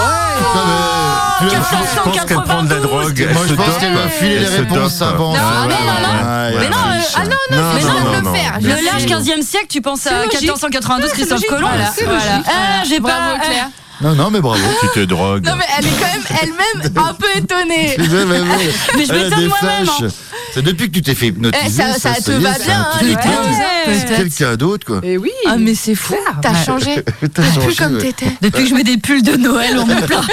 Speaker 1: Ah,
Speaker 12: Tu vois, Je pense qu'elle prend de la
Speaker 3: 1492.
Speaker 12: drogue. Elle
Speaker 2: Moi,
Speaker 12: se
Speaker 2: je pense qu'elle va
Speaker 12: dope.
Speaker 2: filer les
Speaker 12: Elle se
Speaker 2: réponses
Speaker 12: dope.
Speaker 2: avant.
Speaker 1: Non,
Speaker 2: Ah,
Speaker 1: mais
Speaker 2: ouais,
Speaker 1: non,
Speaker 2: ouais,
Speaker 1: non.
Speaker 2: ouais,
Speaker 12: Mais
Speaker 2: ouais,
Speaker 1: non,
Speaker 2: ouais,
Speaker 1: euh,
Speaker 2: fiche.
Speaker 1: ah non, non,
Speaker 12: Non,
Speaker 1: mais
Speaker 12: non,
Speaker 1: non,
Speaker 12: non,
Speaker 1: le
Speaker 12: non.
Speaker 1: faire.
Speaker 12: Mais
Speaker 1: Je
Speaker 3: Le large
Speaker 1: l'ai.
Speaker 3: 15e siècle, tu penses à
Speaker 1: logique.
Speaker 3: 1492 Christophe Colomb
Speaker 1: Voilà,
Speaker 3: Ah,
Speaker 1: voilà. Ah,
Speaker 9: Euh,
Speaker 3: j'ai pas.
Speaker 1: Bravo, Claire.
Speaker 2: Non, non, mais bravo.
Speaker 12: Tu te drogues.
Speaker 1: Non, mais elle
Speaker 2: *laughs*
Speaker 1: est quand même elle-même un peu étonnée.
Speaker 2: Mais, Oh, mais,
Speaker 1: *laughs*
Speaker 2: mais,
Speaker 3: Mais je
Speaker 2: elle a
Speaker 3: m'étonne
Speaker 2: des
Speaker 3: moi-même,
Speaker 1: hein.
Speaker 2: flashs. C'est depuis que tu t'es fait hypnotiser.
Speaker 1: Eh, ça- ça te
Speaker 2: y est,
Speaker 1: va
Speaker 2: c'est
Speaker 1: bien,
Speaker 2: un
Speaker 1: hein,
Speaker 2: truc,
Speaker 1: tu vois.
Speaker 2: hein.
Speaker 3: Ouais.
Speaker 2: Quelqu'un d'autre, quoi.
Speaker 4: Et oui.
Speaker 3: Ah, mais c'est fou.
Speaker 1: T'as
Speaker 3: Ouais.
Speaker 1: changé.
Speaker 2: *laughs* T'as
Speaker 1: T'es
Speaker 2: changé,
Speaker 1: plus comme
Speaker 2: ouais.
Speaker 1: t'étais.
Speaker 3: Depuis que je mets des pulls de Noël, on me plaint.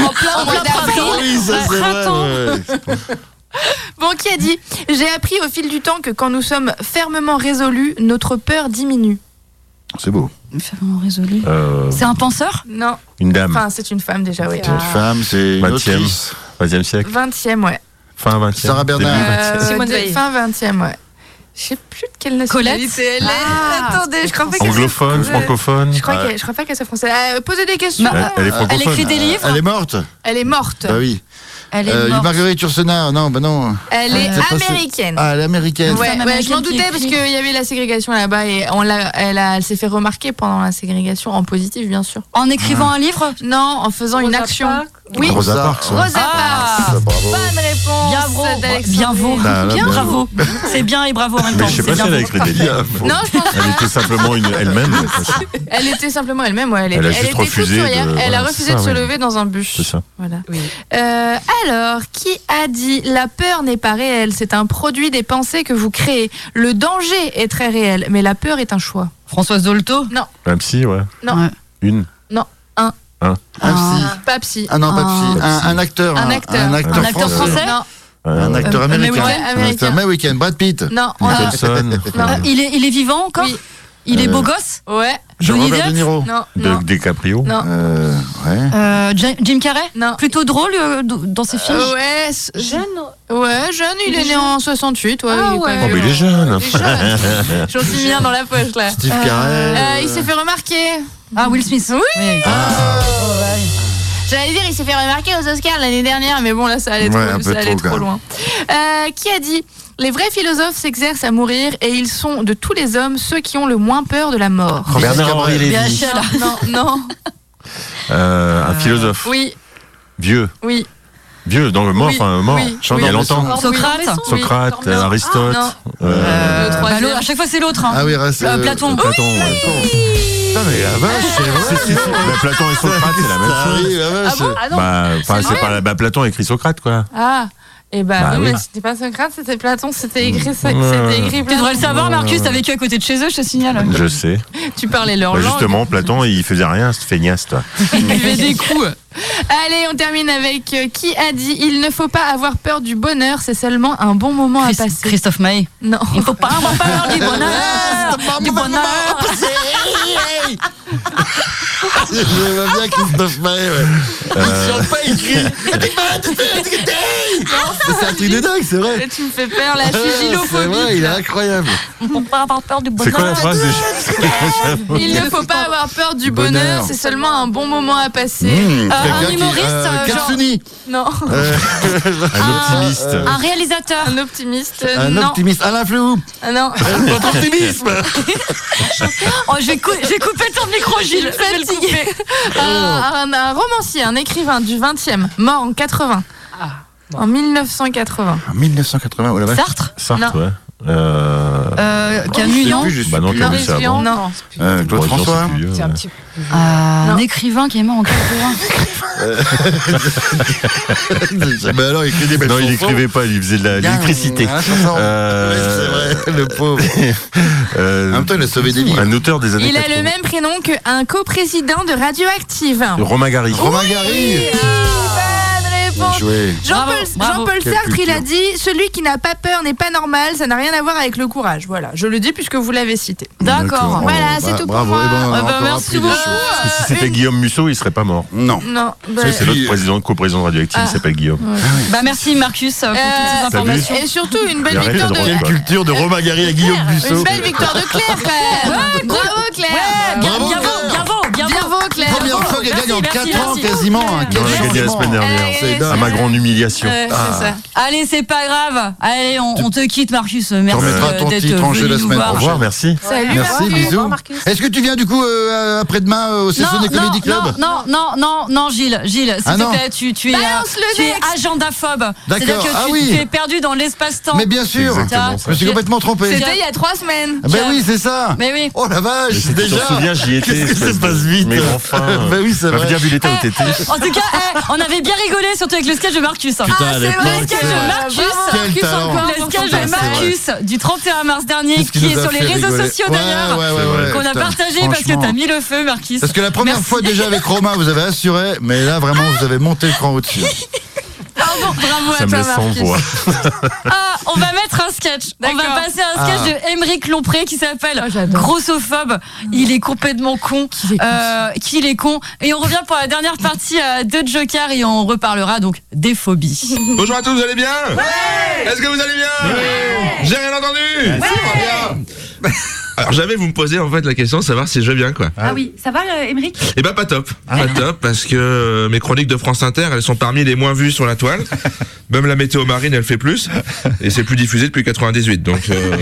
Speaker 1: En plein mois d'avril.
Speaker 2: Ah oui, ça c'est vrai. ouais.
Speaker 1: Bon, qui a dit J'ai appris au fil du temps que quand nous sommes fermement résolus, notre peur diminue.
Speaker 2: C'est beau.
Speaker 3: Fermement résolu.
Speaker 12: Euh,
Speaker 3: C'est un penseur
Speaker 1: Non.
Speaker 12: Une dame.
Speaker 1: Enfin, c'est une femme déjà, oui.
Speaker 2: C'est une femme, c'est une
Speaker 12: 20e.
Speaker 2: autrice.
Speaker 12: 20e siècle.
Speaker 1: 20e, ouais.
Speaker 12: Fin 20e.
Speaker 2: Sarah Bernard.
Speaker 12: début 20e.
Speaker 1: Euh,
Speaker 4: Simone
Speaker 1: de-
Speaker 4: Veil.
Speaker 1: fin 20e, ouais. Je sais plus de quelle nationalité elle est.
Speaker 3: Ah.
Speaker 1: Attendez, je crois pas qu'elle soit-
Speaker 12: Anglophone, francophone.
Speaker 1: Je crois
Speaker 12: Ah,
Speaker 1: qu'elle- je crois pas qu'elle soit française. Euh, posez des questions.
Speaker 3: Ma-
Speaker 12: Elle elle est francophone.
Speaker 3: Bah, Elle écrit des livres
Speaker 2: Elle est morte
Speaker 1: Elle est morte.
Speaker 2: Bah oui.
Speaker 3: Elle
Speaker 2: Euh,
Speaker 3: est morte.
Speaker 2: Marguerite Ursenard, non, bah non.
Speaker 1: Elle est
Speaker 2: C'est pas ce-
Speaker 1: américaine.
Speaker 2: Ah, elle est américaine.
Speaker 1: Ouais,
Speaker 3: femme
Speaker 1: ouais, je
Speaker 3: américaine
Speaker 1: m'en
Speaker 3: qui
Speaker 1: doutais parce
Speaker 3: écrit.
Speaker 1: qu'il y avait la ségrégation là-bas et on l'a, elle, a- elle s'est fait remarquer pendant la ségrégation en positif, bien sûr.
Speaker 3: En écrivant un livre
Speaker 1: Non, en faisant une action. Oui,
Speaker 12: Rosa Parks. ouais.
Speaker 1: Rosa
Speaker 3: Ah.
Speaker 1: Parks.
Speaker 2: Ah, bravo.
Speaker 1: Bonne réponse.
Speaker 3: Bien bravo.
Speaker 1: d'Alexandre.
Speaker 3: Bien bravo.
Speaker 2: Ah, là,
Speaker 3: Bien
Speaker 2: bravo.
Speaker 3: bravo. C'est bien et bravo en même
Speaker 12: Mais
Speaker 3: temps.
Speaker 12: je sais
Speaker 3: C'est
Speaker 12: pas si
Speaker 3: bien
Speaker 12: elle a
Speaker 3: bravo. *laughs*
Speaker 12: écrit des livres.
Speaker 1: Non, je pense
Speaker 12: Elle était simplement une elle-même. en fait,
Speaker 1: Elle était simplement elle-même. Ouais, elle,
Speaker 12: Elle
Speaker 1: était-
Speaker 12: a juste
Speaker 1: était toute
Speaker 12: refusé de-
Speaker 1: souriante. Elle
Speaker 12: voilà,
Speaker 1: a refusé
Speaker 12: c'est
Speaker 1: de
Speaker 12: ça,
Speaker 1: se
Speaker 12: oui.
Speaker 1: lever dans un bus.
Speaker 12: C'est ça.
Speaker 1: Voilà. Euh, alors, qui a dit la peur n'est pas réelle, c'est un produit des pensées que vous créez. Le danger est très réel, mais la peur est un choix.
Speaker 3: Françoise Dolto
Speaker 12: Même si, ouais.
Speaker 1: Non.
Speaker 3: Ouais.
Speaker 12: Une.
Speaker 1: Non, un.
Speaker 12: Un.
Speaker 2: Un psy.
Speaker 1: Pas psy.
Speaker 2: Ah non, pas psy.
Speaker 12: Ah.
Speaker 2: Un, un acteur. hein.
Speaker 1: Un acteur.
Speaker 2: Un acteur,
Speaker 3: Un acteur
Speaker 2: français.
Speaker 3: français
Speaker 1: Non,
Speaker 2: Un acteur
Speaker 3: Euh,
Speaker 2: américain.
Speaker 1: May Weekend.
Speaker 2: Un acteur May Weekend. Brad Pitt.
Speaker 1: non, on a-
Speaker 12: Nicholson.
Speaker 1: Non.
Speaker 3: Euh, il, est, il est vivant encore
Speaker 1: Oui.
Speaker 3: Il est
Speaker 12: Euh,
Speaker 3: beau gosse
Speaker 1: Ouais,
Speaker 3: Johnny
Speaker 2: Jean-Robert De
Speaker 3: Depp
Speaker 2: Niro.
Speaker 1: non, non.
Speaker 12: De- DiCaprio.
Speaker 1: Non.
Speaker 2: Euh, ouais.
Speaker 3: Euh, Jim Jim Carrey
Speaker 1: Non.
Speaker 3: Plutôt drôle euh, d- dans ses films
Speaker 1: Euh, ouais, s-
Speaker 4: Jeune.
Speaker 1: ouais, jeune, il,
Speaker 4: Il
Speaker 1: est
Speaker 4: est
Speaker 1: né
Speaker 4: jeune.
Speaker 1: en 68. Ouais,
Speaker 4: Ah
Speaker 1: il est pas
Speaker 4: ouais.
Speaker 12: Oh, mais
Speaker 1: vieux,
Speaker 12: il est
Speaker 1: non.
Speaker 12: jeune.
Speaker 1: Il est jeune.
Speaker 12: *laughs*
Speaker 1: J'en suis bien dans la poche là.
Speaker 2: Steve Carell.
Speaker 1: Euh, il s'est fait remarquer.
Speaker 3: Ah, Will Smith. Oui.
Speaker 1: Oh, J'allais dire, il s'est fait remarquer aux Oscars l'année dernière, mais bon, là, ça allait
Speaker 2: Ouais, un
Speaker 1: trop,
Speaker 2: peu
Speaker 1: ça allait
Speaker 2: trop,
Speaker 1: trop
Speaker 2: quand
Speaker 1: loin. Euh, qui a dit Les vrais philosophes s'exercent à mourir et ils sont, de tous les hommes, ceux qui ont le moins peur de la mort.
Speaker 12: Bernard-Henri Lévy.
Speaker 3: Bien sûr.
Speaker 1: Non, non, non.
Speaker 12: Euh, un philosophe.
Speaker 1: oui,
Speaker 12: Vieux.
Speaker 1: oui.
Speaker 12: Vieux, dans le Ah, mort, enfin mort, il y a longtemps.
Speaker 3: Socrate. Ah,
Speaker 12: Socrate, Aristote.
Speaker 1: Ah,
Speaker 12: euh,
Speaker 3: Bah, l'autre, à chaque fois, c'est l'autre. hein.
Speaker 12: Ah oui, reste,
Speaker 3: Euh,
Speaker 12: euh,
Speaker 3: Platon.
Speaker 12: Platon, ouais. Putain, Ah, mais la vache,
Speaker 1: Ah,
Speaker 12: c'est vrai. Bah, Platon et Socrate, c'est la même
Speaker 2: Ça
Speaker 12: chose.
Speaker 2: arrive, la vache. Ah bon
Speaker 1: Ah non.
Speaker 12: Bah, enfin,
Speaker 1: C'est
Speaker 12: c'est
Speaker 1: vrai
Speaker 12: pas la- bah, Platon a écrit Socrate,
Speaker 1: *laughs*
Speaker 12: quoi.
Speaker 1: Ah, et bah,
Speaker 12: Bah
Speaker 1: oui,
Speaker 12: oui.
Speaker 1: mais c'était pas Socrate, c'était Platon, c'était écrit, ça-
Speaker 12: Ouais.
Speaker 1: c'était écrit
Speaker 3: Tu devrais le savoir, Marcus,
Speaker 12: Ouais.
Speaker 3: t'as vécu à côté de chez eux, je te signale.
Speaker 12: Je sais.
Speaker 1: Tu parlais leur
Speaker 12: Bah,
Speaker 1: langue.
Speaker 12: justement, Platon, il faisait rien, ce feignasse, toi.
Speaker 1: Il fait des coups. Allez, on termine avec euh, qui a dit il ne faut pas avoir peur du bonheur, c'est seulement un bon moment à passer.
Speaker 3: Christophe Maé.
Speaker 1: Non.
Speaker 3: Il faut pas avoir peur
Speaker 1: *laughs*
Speaker 3: du bonheur. Ah,
Speaker 1: du
Speaker 3: *laughs*
Speaker 1: bonheur.
Speaker 2: Je vois bien Christophe Maé, ouais.
Speaker 12: Euh.
Speaker 2: Ils sont pas écrits. C'est un truc de dingue, c'est vrai.
Speaker 1: Tu me fais peur, là,
Speaker 2: Ah,
Speaker 1: je suis
Speaker 2: C'est vrai,
Speaker 1: gynophobie.
Speaker 2: il est incroyable.
Speaker 3: Il faut pas avoir peur du bonheur.
Speaker 12: C'est quoi la phrase déjà
Speaker 1: Il ne faut pas avoir peur du bonheur,
Speaker 12: Bonheur.
Speaker 1: c'est seulement un bon moment à passer.
Speaker 12: Mmh,
Speaker 1: Euh,
Speaker 12: quelqu'un
Speaker 1: un
Speaker 12: qui-
Speaker 1: humoriste,
Speaker 12: euh,
Speaker 1: euh, genre-
Speaker 2: Katsuni.
Speaker 1: Non.
Speaker 2: Euh, *laughs*
Speaker 12: Un optimiste.
Speaker 1: Un
Speaker 3: réalisateur.
Speaker 1: Un optimiste. euh,
Speaker 2: Un
Speaker 1: non.
Speaker 2: optimiste. Alain Fleuhou.
Speaker 1: Ah non.
Speaker 2: Votre optimisme.
Speaker 3: Oh, je vais, cou- je vais couper ton micro, Gilles. Ah. Je vais le couper.
Speaker 1: un, un- un romancier, un écrivain du 20e, mort en 80.
Speaker 3: Ah,
Speaker 1: En 1980.
Speaker 2: En 1980, oh la vache.
Speaker 1: Sartre
Speaker 12: Sartre,
Speaker 1: Non.
Speaker 12: ouais. Euh...
Speaker 3: Euh, Camus,
Speaker 12: je sais
Speaker 3: non
Speaker 12: plus, je sais Bah non, plus. Camus, c'est avant.
Speaker 1: Non.
Speaker 2: Euh, Claude
Speaker 12: Bon, disons,
Speaker 2: François.
Speaker 12: c'est plus vieux, *laughs*
Speaker 1: C'est un
Speaker 12: ouais.
Speaker 1: petit peu. Ah.
Speaker 3: Un écrivain qui est mort en 80.
Speaker 2: Mais alors, il écrit des belles
Speaker 12: Non, Bah il
Speaker 2: chansons.
Speaker 12: n'écrivait pas, il faisait de la- de
Speaker 2: Bien,
Speaker 12: l'électricité.
Speaker 2: hein, ça sent.
Speaker 12: Euh,
Speaker 2: Ouais, c'est vrai, le pauvre.
Speaker 12: euh,
Speaker 2: *laughs* En même temps, il a sauvé des vies.
Speaker 12: Un auteur des années
Speaker 1: Il a
Speaker 12: 80.
Speaker 1: le même prénom qu'un coprésident de Radioactive.
Speaker 12: Romain Gary.
Speaker 2: Romain Gary. Ah.
Speaker 1: Oui, bonne réponse.
Speaker 12: joué.
Speaker 1: Jean-Paul
Speaker 3: bravo.
Speaker 1: Jean-Paul
Speaker 12: Quelle
Speaker 1: Sartre, il
Speaker 12: culture.
Speaker 1: a dit Celui qui n'a pas peur n'est pas normal, ça n'a rien à voir avec le courage. Voilà, je le dis puisque vous l'avez cité.
Speaker 3: D'accord.
Speaker 1: Voilà,
Speaker 2: Oh,
Speaker 1: c'est
Speaker 2: bah,
Speaker 1: tout
Speaker 2: bravo.
Speaker 1: pour moi.
Speaker 2: Eh ben, on a
Speaker 1: Ah bah,
Speaker 2: encore
Speaker 1: merci
Speaker 2: appris des
Speaker 1: beaucoup. Ah,
Speaker 2: choses.
Speaker 12: Parce que si c'était Guillaume Musso, il serait pas mort.
Speaker 2: Non.
Speaker 1: Non, Ah. bah,
Speaker 12: Ça, C'est
Speaker 2: Puis,
Speaker 12: l'autre
Speaker 2: euh,
Speaker 12: président, co-président de Radioactive, il s'appelle Guillaume.
Speaker 3: Bah, merci, Marcus, euh, pour
Speaker 1: euh,
Speaker 3: toutes ces
Speaker 12: Salut.
Speaker 3: informations.
Speaker 1: et surtout une belle
Speaker 12: Il arrête,
Speaker 1: victoire
Speaker 12: il a
Speaker 1: de
Speaker 12: droit, quoi.
Speaker 2: Culture de Romain Gary à Guillaume
Speaker 1: une
Speaker 2: Busseau.
Speaker 1: belle victoire de Claire quand même. Bravo Claire.
Speaker 3: Bien,
Speaker 2: Bravo,
Speaker 3: bien
Speaker 2: Claire.
Speaker 3: vaut, bien vaut, bien vaut.
Speaker 1: Bravo Claire.
Speaker 2: Première fois qu'elle
Speaker 3: Merci,
Speaker 2: gagne en
Speaker 3: merci,
Speaker 2: 4 ans
Speaker 3: merci.
Speaker 2: quasiment. hein,
Speaker 12: Il en
Speaker 2: quel
Speaker 12: a gagné la
Speaker 2: changement.
Speaker 12: semaine
Speaker 1: Eh,
Speaker 12: dernière.
Speaker 1: c'est
Speaker 12: À
Speaker 1: dingue.
Speaker 12: ma grande humiliation.
Speaker 1: Euh,
Speaker 2: Ah.
Speaker 1: c'est ça.
Speaker 3: Allez, c'est pas grave. Allez, on, on te quitte, Marcus. Merci
Speaker 2: remettras
Speaker 3: euh,
Speaker 2: ton
Speaker 3: d'être
Speaker 2: titre en jeu
Speaker 3: venu
Speaker 2: la
Speaker 3: nous
Speaker 2: semaine
Speaker 3: voir.
Speaker 12: Au revoir, merci.
Speaker 1: Salut.
Speaker 2: Merci,
Speaker 1: Marcus.
Speaker 2: bisous.
Speaker 4: Marcus.
Speaker 2: Est-ce que tu viens du coup euh, après-demain euh, au Session des
Speaker 3: non,
Speaker 2: Comedy Club
Speaker 3: non, non, non, non, non, Gilles, Gilles, s'il
Speaker 2: Ah non.
Speaker 3: te plaît, tu, tu es,
Speaker 1: Balance
Speaker 3: euh,
Speaker 1: le
Speaker 3: tu es
Speaker 1: next.
Speaker 3: agendaphobe. C'est-à-dire
Speaker 2: D'accord,
Speaker 3: que
Speaker 2: ah
Speaker 3: tu,
Speaker 2: oui.
Speaker 3: tu es perdu dans l'espace-temps.
Speaker 2: Mais bien sûr,
Speaker 3: Exactement,
Speaker 2: je me suis
Speaker 3: ça.
Speaker 2: complètement trompé.
Speaker 1: C'était il y a trois semaines.
Speaker 2: Ah Ben oui, c'est ça.
Speaker 3: Mais oui.
Speaker 2: Oh la vache,
Speaker 12: Je te
Speaker 2: déjà.
Speaker 12: souviens, j'y étais.
Speaker 2: Qu'est-ce que ça
Speaker 12: espèce
Speaker 2: se
Speaker 12: de-
Speaker 2: passe vite
Speaker 12: Mais enfin.
Speaker 2: Bah oui, c'est
Speaker 12: va
Speaker 2: vrai.
Speaker 12: dire vu l'état où t'étais.
Speaker 3: *laughs* En tout cas, eh, on avait bien rigolé, surtout avec le sketch de Marcus. hein.
Speaker 1: Ah, c'est vrai,
Speaker 3: le sketch
Speaker 1: c'est vrai.
Speaker 3: de Marcus.
Speaker 1: Bravo,
Speaker 2: Quel
Speaker 1: Marcus,
Speaker 2: talent.
Speaker 1: encore
Speaker 3: Le
Speaker 1: pour
Speaker 3: sketch
Speaker 1: ton
Speaker 3: de Marcus du 31 mars dernier,
Speaker 2: Qu'est-ce
Speaker 3: qui est
Speaker 2: nous a
Speaker 3: sur les
Speaker 2: fait
Speaker 3: réseaux
Speaker 2: rigoler
Speaker 3: sociaux
Speaker 2: Ouais,
Speaker 3: d'ailleurs,
Speaker 2: ouais, ouais, ouais,
Speaker 3: qu'on a
Speaker 2: putain,
Speaker 3: partagé parce que
Speaker 2: franchement.
Speaker 3: t'as mis le feu,
Speaker 2: *laughs*
Speaker 3: Marcus.
Speaker 2: Parce que la première
Speaker 3: Merci.
Speaker 2: fois déjà avec Romain, vous avez assuré, mais là vraiment, vous avez monté le cran
Speaker 1: *laughs*
Speaker 2: au-dessus.
Speaker 1: Bravo, bravo
Speaker 12: Ça
Speaker 1: à
Speaker 12: me
Speaker 1: toi
Speaker 12: laisse sans
Speaker 1: Marcus.
Speaker 12: voix.
Speaker 3: *laughs* Ah, on va mettre un sketch. On va
Speaker 1: D'accord.
Speaker 3: passer à un sketch
Speaker 2: Ah.
Speaker 3: de Émeric Lompré qui s'appelle Grossophobe. Il est complètement con. Euh, Qu'il est con. Et on revient pour la dernière partie euh, de Joker et on reparlera donc des phobies.
Speaker 13: Bonjour à tous, vous allez bien Est-ce que vous allez bien J'ai rien entendu Très bien. Alors j'avais vous me poser en fait la question de savoir si je vais bien quoi.
Speaker 9: Ah oui, ça va, Émeric
Speaker 13: Eh ben pas top,
Speaker 1: Ah.
Speaker 13: pas top parce que euh, mes chroniques de France Inter elles sont parmi les moins vues sur la
Speaker 1: *laughs*
Speaker 13: toile. Même la météo marine elle fait plus et c'est plus diffusé depuis 98 donc. euh,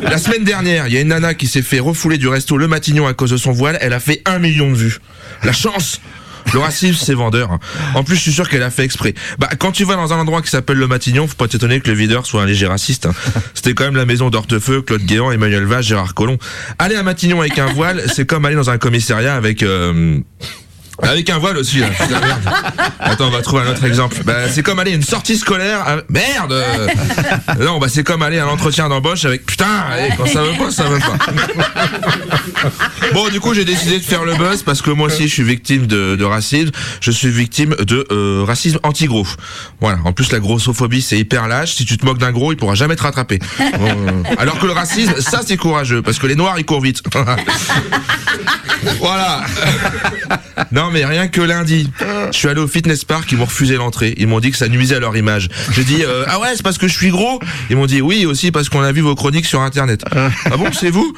Speaker 13: La semaine dernière il y a une nana qui s'est fait refouler du resto Le Matignon à cause de son voile, elle a fait un million de vues. La chance. Le racisme, c'est vendeur. En plus, je suis sûr qu'elle a fait exprès. Bah, quand tu vas dans un endroit qui s'appelle le Matignon, faut pas t'étonner que le videur soit un léger raciste. hein. C'était quand même la maison d'Hortefeux, Claude Guéant, Emmanuel Vache, Gérard Collomb. Aller à Matignon avec un voile, c'est comme aller dans un commissariat avec... euh, avec un voile aussi. là. Putain, merde. Attends, on va trouver un autre exemple. Bah, c'est comme aller à une sortie scolaire. à- Merde. euh, Non, bah c'est comme aller à l'entretien d'embauche avec putain. allez, quand ça veut pas, ça veut pas. Bon, du coup, j'ai décidé de faire le buzz parce que moi aussi, je suis victime de, de racisme. Je suis victime de euh, racisme anti-gros. Voilà. En plus, la grossophobie, c'est hyper lâche. Si tu te moques d'un gros, il pourra jamais te rattraper. Bon, euh, Alors que le racisme, ça, c'est courageux parce que les noirs, ils courent vite. *laughs* voilà. Non, mais rien que lundi, je suis allé au fitness park, ils m'ont refusé l'entrée. Ils m'ont dit que ça nuisait à leur image. J'ai dit, euh, ah ouais, c'est parce que je suis gros Ils m'ont dit, oui, aussi parce qu'on a vu vos chroniques sur Internet. Ah bon, c'est vous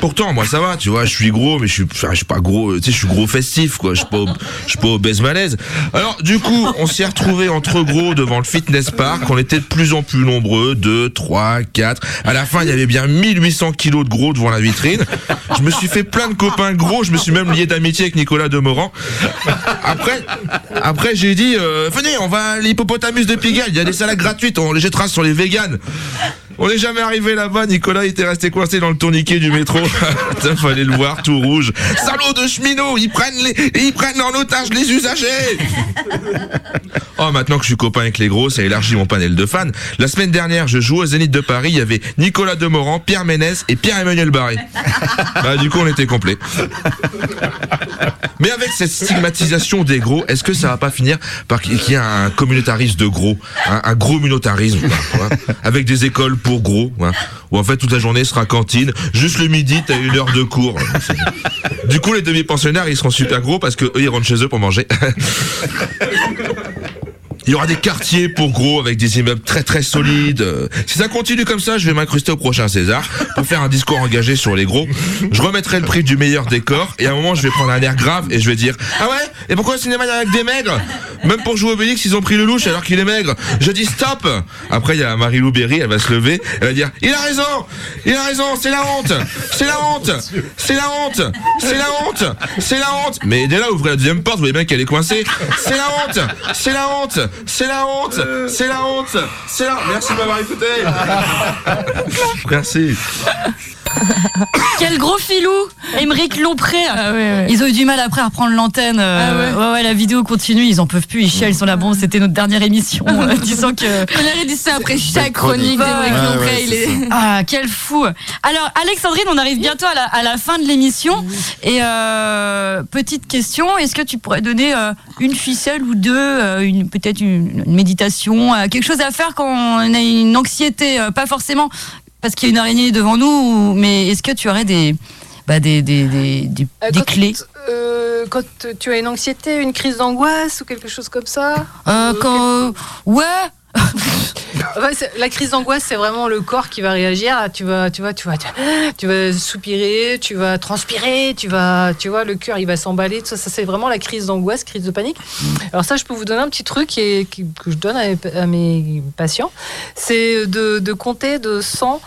Speaker 13: Pourtant, moi, ça va, tu vois, je suis gros, mais je suis, enfin, je suis pas gros, tu sais, je suis gros festif, quoi. Je suis pas, ob- je suis pas obèse malaise. Alors, du coup, on s'est retrouvés entre gros devant le fitness park. On était de plus en plus nombreux, 2, 3, 4. À la fin, il y avait bien 1800 kilos de gros devant la vitrine. Je me suis fait plein de copains gros. Je me suis même lié d'amitié avec Nicolas Demorand. Après, après, j'ai dit, euh, venez, on va à l'hippopotamus de Pigalle. Il y a des salades gratuites. On les jettera sur les véganes. On n'est jamais arrivé là-bas, Nicolas était resté coincé dans le tourniquet du métro. *laughs* Ça fallait le voir tout rouge. Salaud de cheminot, ils prennent les, ils prennent en otage les usagers. Oh, maintenant que je suis copain avec les gros, ça élargit mon panel de fans. La semaine dernière, je jouais au Zénith de Paris, il y avait Nicolas Demorand, Pierre Ménès et Pierre-Emmanuel Barré. Bah, du coup, on était complet. Mais avec cette stigmatisation des gros, est-ce que ça va pas finir par qu'il y a un communautarisme de gros, hein, un gros communautarisme, quoi, quoi, avec des écoles pour gros, quoi, où en fait toute la journée sera cantine, juste le midi t'as une heure de cours. Du coup, les demi-pensionnaires ils seront super gros parce que eux ils rentrent chez eux pour manger. Il y aura des quartiers pour gros avec des immeubles très très solides. Euh, Si ça continue comme ça, je vais m'incruster au prochain César pour faire un discours engagé sur les gros. Je remettrai le prix du meilleur décor et à un moment je vais prendre un air grave et je vais dire Ah ouais Et pourquoi le cinéma il y a avec des maigres Même pour jouer au Obélix, ils ont pris le louche alors qu'il est maigre. Je dis stop Après il y a Marie-Lou Berry, elle va se lever, elle va dire Il a raison Il a raison, c'est la honte C'est la honte C'est la honte C'est la honte C'est la honte Mais dès là, ouvrez la deuxième porte, vous voyez bien qu'elle est coincée. C'est la honte C'est la honte C'est la honte C'est la honte C'est la Merci de m'avoir écouté Merci
Speaker 3: Quel gros filou Émeric Lompré
Speaker 1: Ah
Speaker 3: Ils ont eu du mal après à reprendre l'antenne. euh, ouais. ouais, la vidéo continue, ils en peuvent plus, ils chialent, ils sont là, bon, c'était notre dernière émission, *laughs* euh, disant que...
Speaker 1: Ah On aurait dit ça après chaque chronique d'Émeric
Speaker 3: Ouais,
Speaker 1: Lompré,
Speaker 3: ouais,
Speaker 1: il
Speaker 3: c'est
Speaker 1: est-
Speaker 3: ça. Ah, quel fou Alors, Alexandrine, on arrive bientôt à la, à la fin de l'émission. Et euh, petite question, est-ce que tu pourrais donner euh, une ficelle ou deux, euh, une peut-être une, une méditation, euh, quelque chose à faire quand on a une anxiété euh, Pas forcément parce qu'il y a une araignée devant nous, ou- mais est-ce que tu aurais des, bah, des, des, des, des-
Speaker 4: Euh,
Speaker 3: des
Speaker 4: quand,
Speaker 3: clés
Speaker 4: euh, quand tu as une anxiété, une crise d'angoisse ou quelque chose comme ça
Speaker 3: Euh, quand... Ouais
Speaker 4: Ouais, c'est- la crise d'angoisse, c'est vraiment le corps qui va réagir. Ah, Tu vas, tu vas, tu vas, tu vas, tu vas soupirer, tu vas transpirer, tu vas, tu vois, le cœur il va s'emballer. Tout ça, ça c'est vraiment la crise d'angoisse, crise de panique. Alors ça, je peux vous donner un petit truc et, qui- que je donne à, mes- à mes patients, c'est de, de compter de 100.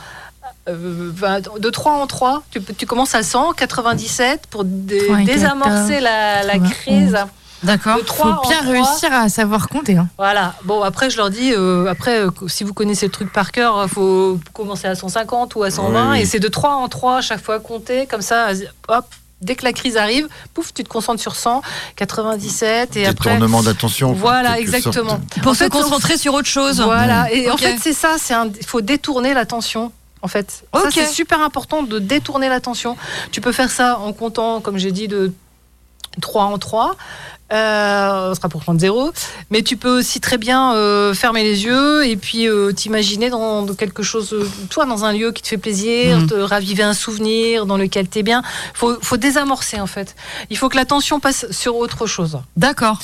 Speaker 4: euh, vingt- De 3 en 3, tu, peux- tu commences à 100, 97 pour dé-
Speaker 1: 94,
Speaker 4: désamorcer la, la crise.
Speaker 3: D'accord.
Speaker 4: De 3
Speaker 1: Faut bien réussir à savoir compter. hein.
Speaker 4: voilà. Bon, après, je leur dis, euh, après, euh, si vous connaissez le truc par cœur, euh, faut commencer à 150 ou à 120.
Speaker 1: Oui, oui.
Speaker 4: Et c'est de 3 en 3 à chaque fois compter. Comme ça, hop, dès que la crise arrive, pouf, tu te concentres sur 100, 97. Et après.
Speaker 2: Détournement d'attention, en fait,
Speaker 4: Voilà,
Speaker 2: quelque sorte.
Speaker 4: exactement.
Speaker 3: Pour
Speaker 4: En
Speaker 3: se
Speaker 4: fait,
Speaker 3: concentrer sur autre chose. Mmh.
Speaker 4: Voilà. Et en
Speaker 3: Ok.
Speaker 4: fait, c'est ça. c'est un- Il faut détourner l'attention. En fait, Ça,
Speaker 3: Ok.
Speaker 4: c'est super important de détourner l'attention. Tu peux faire ça en comptant, comme j'ai dit, de 3 en 3. Euh, on sera pour prendre 0. Mais tu peux aussi très bien euh, fermer les yeux et puis euh, t'imaginer dans, dans quelque chose, euh, toi, dans un lieu qui te fait plaisir,
Speaker 1: Mhm.
Speaker 4: te raviver un souvenir dans lequel t'es bien. Faut, faut désamorcer en fait. Il faut que l'attention passe sur autre chose.
Speaker 3: D'accord.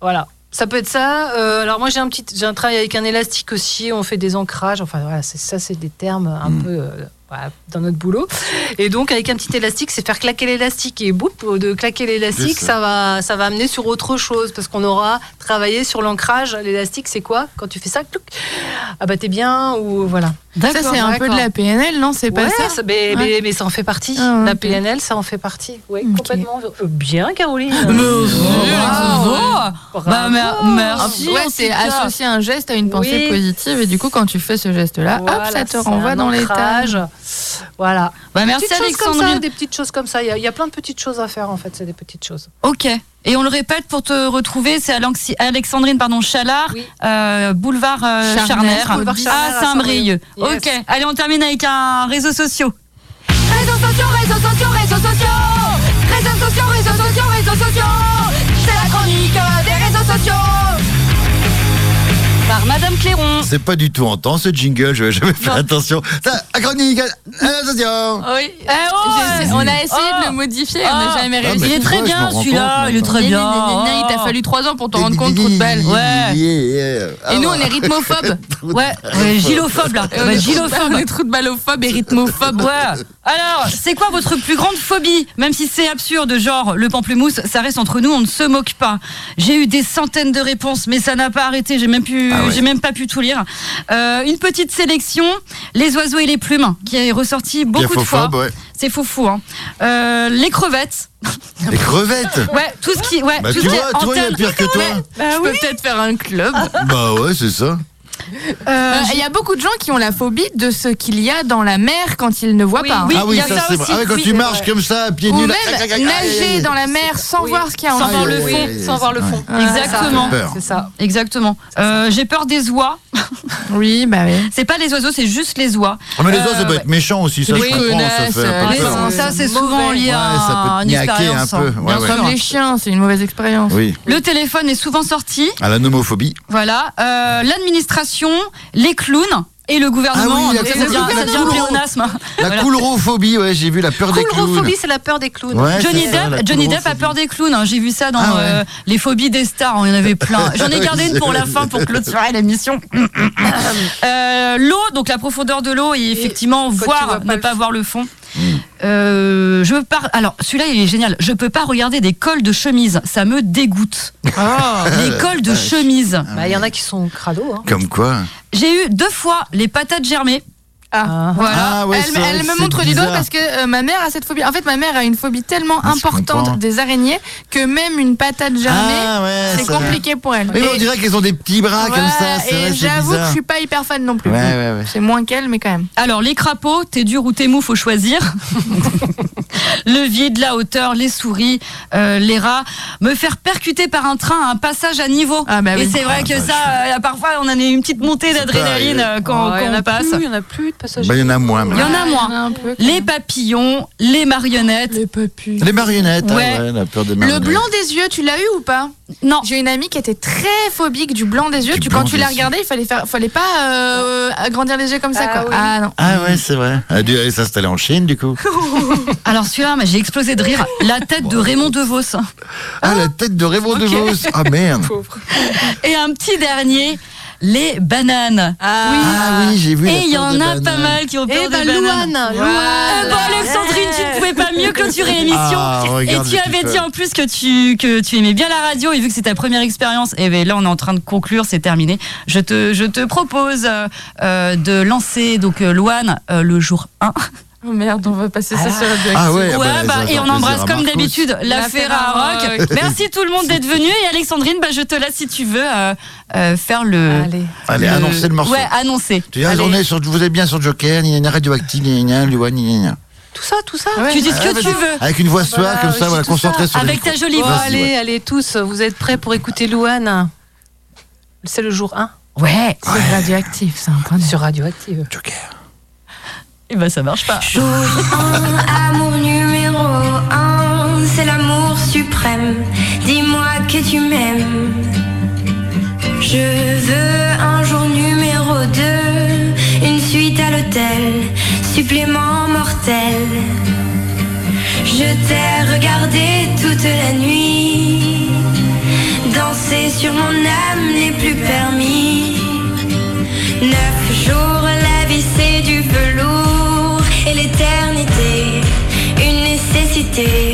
Speaker 4: Voilà. Ça peut être ça. Euh, alors moi j'ai un petit, j'ai un travail avec un élastique aussi. On fait des ancrages. Enfin voilà, c'est ça, c'est des termes un peu euh, voilà, dans notre boulot. Et donc avec un petit élastique, c'est faire claquer l'élastique et boum, de claquer l'élastique,
Speaker 1: Yes.
Speaker 4: ça va, ça va amener sur autre chose parce qu'on aura travaillé sur l'ancrage. L'élastique, c'est quoi Quand tu fais ça, clouc, ah bah t'es bien ou voilà.
Speaker 1: Ça, c'est un peu de la PNL, non C'est pas
Speaker 4: Ouais,
Speaker 1: ça Ouais.
Speaker 4: mais, mais- mais ça en fait partie.
Speaker 1: Ah, ok.
Speaker 4: La PNL, ça en fait partie. Oui, complètement. Euh, Bien, Caroline. Bravo.
Speaker 3: Bah, mer- merci.
Speaker 1: Ouais,
Speaker 3: en
Speaker 1: c'est
Speaker 3: tout cas.
Speaker 1: associer un geste à une pensée
Speaker 4: Oui.
Speaker 1: positive et du coup quand tu fais ce geste-là,
Speaker 4: Voilà,
Speaker 1: hop, ça te
Speaker 4: c'est
Speaker 1: renvoie
Speaker 4: un
Speaker 1: dans l'étage.
Speaker 4: Voilà.
Speaker 3: Bah,
Speaker 4: Des
Speaker 3: merci,
Speaker 4: petites choses comme ça,
Speaker 3: Alexandrine.
Speaker 4: Des petites choses comme ça. Il y, a- il y a plein de petites choses à faire en fait. C'est des petites choses.
Speaker 3: Ok. Et on le répète pour te retrouver, c'est Alexi- Alexandrine pardon, Chalard, euh, boulevard euh,
Speaker 1: Charnay,
Speaker 3: Charner,
Speaker 1: boulevard Charnay
Speaker 3: à
Speaker 1: à
Speaker 3: Saint-Brieuc.
Speaker 1: Saint-Brieuc.
Speaker 3: Ok. Allez, on termine avec un réseau sociaux.
Speaker 7: Réseaux sociaux, réseaux sociaux, réseaux sociaux Réseaux sociaux, réseaux sociaux, réseaux sociaux C'est la chronique des réseaux sociaux
Speaker 3: Par Madame Cléron.
Speaker 2: C'est pas du tout en temps ce jingle, je vais jamais faire attention. Ça, à Euh, chronique, à- à- attention
Speaker 1: Oui. Eh oh, J'ai- on a essayé de le modifier, on n'a jamais
Speaker 2: Ah,
Speaker 1: réussi.
Speaker 2: mais Il est tu très vois, je bien, m'en rends celui-là, compte il est maintenant. très bien.
Speaker 1: Né, né, né, né, Il t'a fallu 3 ans pour t'en rendre compte, trou de balle. Et nous, on
Speaker 2: Ah. *laughs*
Speaker 1: est *laughs* rythmophobes.
Speaker 3: Ouais, ouais, gylophobes, là.
Speaker 1: Et Ah *laughs* on
Speaker 3: Ouais,
Speaker 1: est
Speaker 3: gylophobes.
Speaker 1: trou de- On est trou de ballophobes et rythmophobes.
Speaker 3: Ouais. Alors, c'est quoi votre plus grande phobie Même si c'est absurde, genre le pamplemousse, ça reste entre nous, on ne se moque pas. J'ai eu des centaines de réponses, mais ça n'a pas arrêté. J'ai même pu,
Speaker 14: Ah ouais.
Speaker 3: j'ai même pas pu tout lire. Euh, une petite sélection les oiseaux et les plumes, qui est ressorti beaucoup de fois.
Speaker 2: faux-phobe, ouais.
Speaker 3: C'est fou fou. Hein. Euh,
Speaker 2: *laughs*
Speaker 3: les crevettes.
Speaker 2: Les crevettes
Speaker 3: *laughs* Ouais, tout ce qui, ouais,
Speaker 2: Bah,
Speaker 3: tout
Speaker 2: tu
Speaker 3: ce qui
Speaker 2: vois,
Speaker 3: est
Speaker 2: toi, il y a
Speaker 3: antenne.
Speaker 2: pire que toi.
Speaker 3: Ouais.
Speaker 1: Je peux peut-être faire un club.
Speaker 3: *laughs*
Speaker 2: Bah ouais, c'est ça.
Speaker 1: Euh, Il y a beaucoup de gens qui ont la phobie de ce qu'il y a dans la mer quand ils ne voient pas. hein.
Speaker 2: ah oui, ça, c'est vrai. Ah ouais, quand tu marches comme ça, à pieds
Speaker 1: Ou
Speaker 2: nus, là, clac, clac,
Speaker 1: même
Speaker 2: clac, aïe,
Speaker 1: nager
Speaker 2: aïe,
Speaker 1: dans la mer sans voir ce qu'il y a en
Speaker 3: Sans voir
Speaker 1: dessous.
Speaker 3: le fond,
Speaker 1: Oui.
Speaker 3: sans voir le fond.
Speaker 1: Ah, Ouais. Ah,
Speaker 3: Exactement.
Speaker 1: Ça fait peur. C'est
Speaker 3: ça. Exactement. Euh, J'ai peur des oies.
Speaker 1: oui, bah oui.
Speaker 3: C'est pas les oiseaux, c'est juste les oies.
Speaker 2: Ah, mais les oiseaux,
Speaker 3: Euh,
Speaker 2: ça peut
Speaker 3: ouais.
Speaker 2: être méchant aussi, ça,
Speaker 3: Les
Speaker 2: je comprends, ça
Speaker 3: connasses,
Speaker 2: fait un peu
Speaker 3: les
Speaker 2: peur.
Speaker 3: gens, ça, c'est souvent lié
Speaker 2: Ouais, ça peut
Speaker 3: à
Speaker 2: te
Speaker 3: une
Speaker 2: niaquer un
Speaker 3: expérience.
Speaker 2: peu,
Speaker 3: hein.
Speaker 2: ouais,
Speaker 3: Bien
Speaker 2: ouais.
Speaker 3: sûr.
Speaker 1: Comme les chiens, c'est une mauvaise expérience.
Speaker 2: Oui,
Speaker 3: Le téléphone est souvent sorti.
Speaker 2: à la nomophobie.
Speaker 3: Voilà. Euh, L'administration, les clowns et le
Speaker 2: Ah
Speaker 3: gouvernement.
Speaker 2: oui,
Speaker 3: Donc
Speaker 2: la-
Speaker 3: ça, ça
Speaker 2: le
Speaker 3: devient- ça devient un
Speaker 2: gouvernement.
Speaker 3: pléonasme.
Speaker 2: La
Speaker 3: Voilà.
Speaker 2: coulrophobie, ouais, j'ai vu la peur des clowns.
Speaker 3: c'est la peur des clowns.
Speaker 2: Ouais,
Speaker 3: Johnny,
Speaker 2: c'est ça, la
Speaker 3: Depp, Johnny Depp a
Speaker 2: coulrophobie.
Speaker 3: peur des clowns. hein. J'ai vu ça dans
Speaker 2: Ah ouais.
Speaker 3: euh, les phobies des stars. hein. Il y en avait plein.
Speaker 2: *laughs*
Speaker 3: J'en ai gardé une pour la fin pour clôturer l'émission. Euh, l'eau, donc la profondeur de l'eau et effectivement voir, ne pas voir le fond.
Speaker 2: Mm.
Speaker 3: Euh, je par... Alors, celui-là, il est génial. Je peux pas regarder des cols de chemise. Ça me dégoûte.
Speaker 2: Oh,
Speaker 3: *laughs*
Speaker 2: *laughs*
Speaker 3: les cols de
Speaker 2: Ah. Ouais.
Speaker 3: chemise.
Speaker 2: Ah
Speaker 4: Bah, Il y en a qui sont crado. Hein.
Speaker 2: Comme quoi
Speaker 3: J'ai eu deux fois les patates germées.
Speaker 1: Ah,
Speaker 3: voilà.
Speaker 2: Ah ouais,
Speaker 1: elle
Speaker 2: c'est vrai
Speaker 1: elle
Speaker 2: que
Speaker 1: me
Speaker 2: c'est
Speaker 1: montre du doigt
Speaker 2: bizarre.
Speaker 1: parce que euh, ma mère a cette phobie. En fait, ma mère a une phobie tellement
Speaker 2: Ah, je comprends.
Speaker 1: importante des araignées que même une patate germée,
Speaker 2: Ah ouais,
Speaker 1: c'est
Speaker 2: ça va.
Speaker 1: compliqué pour elle.
Speaker 2: Mais bon, on
Speaker 1: Et-
Speaker 2: dirait qu'elles ont des petits bras comme
Speaker 1: Voilà,
Speaker 2: ça, c'est vrai,
Speaker 1: Et
Speaker 2: c'est
Speaker 1: j'avoue que
Speaker 2: bizarre.
Speaker 1: je suis pas hyper fan non plus.
Speaker 2: Ouais, ouais, ouais.
Speaker 1: C'est moins qu'elle, mais quand même.
Speaker 3: Alors, les crapauds, t'es dur ou t'es mou,
Speaker 1: *laughs*
Speaker 3: faut choisir. le vide, la hauteur, les souris, euh, les rats. Me faire percuter par un train à un passage à niveau.
Speaker 1: oui.
Speaker 3: Et c'est vrai
Speaker 1: Ah
Speaker 3: que
Speaker 1: bah,
Speaker 3: ça, euh, parfois, on a une petite montée d'adrénaline
Speaker 2: arrivé.
Speaker 3: euh, quand,
Speaker 4: Ah,
Speaker 3: quand
Speaker 4: il y en
Speaker 3: on
Speaker 4: a
Speaker 3: passe.
Speaker 4: plus, il y en a plus de passagers.
Speaker 2: Bah, il y en a moins.
Speaker 3: Il
Speaker 2: mais-
Speaker 3: y en a moins. les papillons, les marionnettes. Les
Speaker 1: papillons.
Speaker 2: Les marionnettes, ah
Speaker 3: Ouais.
Speaker 2: ouais, la peur des
Speaker 1: Le
Speaker 2: marionnettes.
Speaker 1: blanc des yeux, tu l'as eu ou pas
Speaker 3: Non.
Speaker 1: J'ai une amie qui était très phobique du blanc des yeux. Tu,
Speaker 2: blanc
Speaker 1: quand tu la
Speaker 2: des yeux.
Speaker 1: regardais, il fallait faire, fallait pas euh, agrandir les yeux comme ça. quoi. Ah non.
Speaker 2: Ah ouais, c'est vrai. Elle a dû aller s'installer en Chine, du coup.
Speaker 3: *laughs* Alors, celui-là, mais j'ai explosé de rire. La tête de Raymond DeVos.
Speaker 2: Ah, la tête de Raymond DeVos. Ah merde.
Speaker 3: Et un petit dernier, les bananes.
Speaker 1: Ah
Speaker 3: oui,
Speaker 2: Ah oui, j'ai vu la
Speaker 3: Et il y
Speaker 2: peur
Speaker 3: en
Speaker 2: des
Speaker 3: a pas
Speaker 2: bananes.
Speaker 3: mal qui ont peur
Speaker 4: Eh
Speaker 3: des
Speaker 4: ben,
Speaker 3: bananes.
Speaker 4: Louane,
Speaker 3: Eh
Speaker 4: Louane.
Speaker 3: ben, Alexandrine, tu ne pouvais pas mieux clôturer l'émission.
Speaker 2: Ah,
Speaker 3: et
Speaker 2: regarde
Speaker 3: tu
Speaker 2: le
Speaker 3: avais
Speaker 2: petit
Speaker 3: dit en plus que tu, que tu aimais bien la radio et vu que c'est ta première expérience, et ben là on est en train de conclure, c'est terminé. Je te, je te propose euh, euh, de lancer donc euh, Louane euh, le jour 1.
Speaker 1: Oh merde, on va passer ça sur la direction.
Speaker 2: Ah ouais,
Speaker 3: Ouais,
Speaker 2: bah, ça
Speaker 3: bah,
Speaker 2: va
Speaker 3: et
Speaker 2: faire
Speaker 3: on
Speaker 2: plaisir
Speaker 3: embrasse
Speaker 2: à
Speaker 3: comme
Speaker 2: Marcos.
Speaker 3: d'habitude la
Speaker 1: La
Speaker 3: Ferrara
Speaker 1: Ferrara
Speaker 3: Rock. Merci tout le monde d'être venu. Et Alexandrine, bah, je te laisse si tu veux euh, euh, faire le.
Speaker 1: Allez.
Speaker 2: Allez, annoncez le morceau.
Speaker 3: Ouais, annoncer.
Speaker 2: Tu dis, ah,
Speaker 3: Allez.
Speaker 2: on est sur, vous êtes bien sur Joker, il y a une radioactive, il y a Luan, il y a
Speaker 4: Tout ça, tout ça.
Speaker 3: Tu dis ce que tu veux.
Speaker 2: Avec une voix suave,
Speaker 4: Ah Voilà,
Speaker 2: comme
Speaker 4: je
Speaker 2: ça,
Speaker 4: dis
Speaker 2: voilà,
Speaker 4: tout ça.
Speaker 2: concentrée sur le
Speaker 3: Avec
Speaker 2: micro.
Speaker 3: ta jolie
Speaker 4: Bon,
Speaker 3: voix.
Speaker 2: Vas-y,
Speaker 4: allez,
Speaker 2: ouais.
Speaker 4: allez tous, vous êtes prêts pour écouter Louane C'est le jour 1
Speaker 3: Ouais.
Speaker 1: C'est radioactif, c'est un point de-
Speaker 4: sur Radioactive.
Speaker 3: Et bah, ça marche pas.
Speaker 14: Amour numéro un, c'est l'amour suprême. Dis-moi que tu m'aimes. Je veux un jour numéro deux, une suite à l'hôtel, supplément mortel. Je t'ai regardé toute la nuit, danser sur mon âme n'est plus permis. Neuf jours, la vie c'est du velours et l'éternité, une nécessité.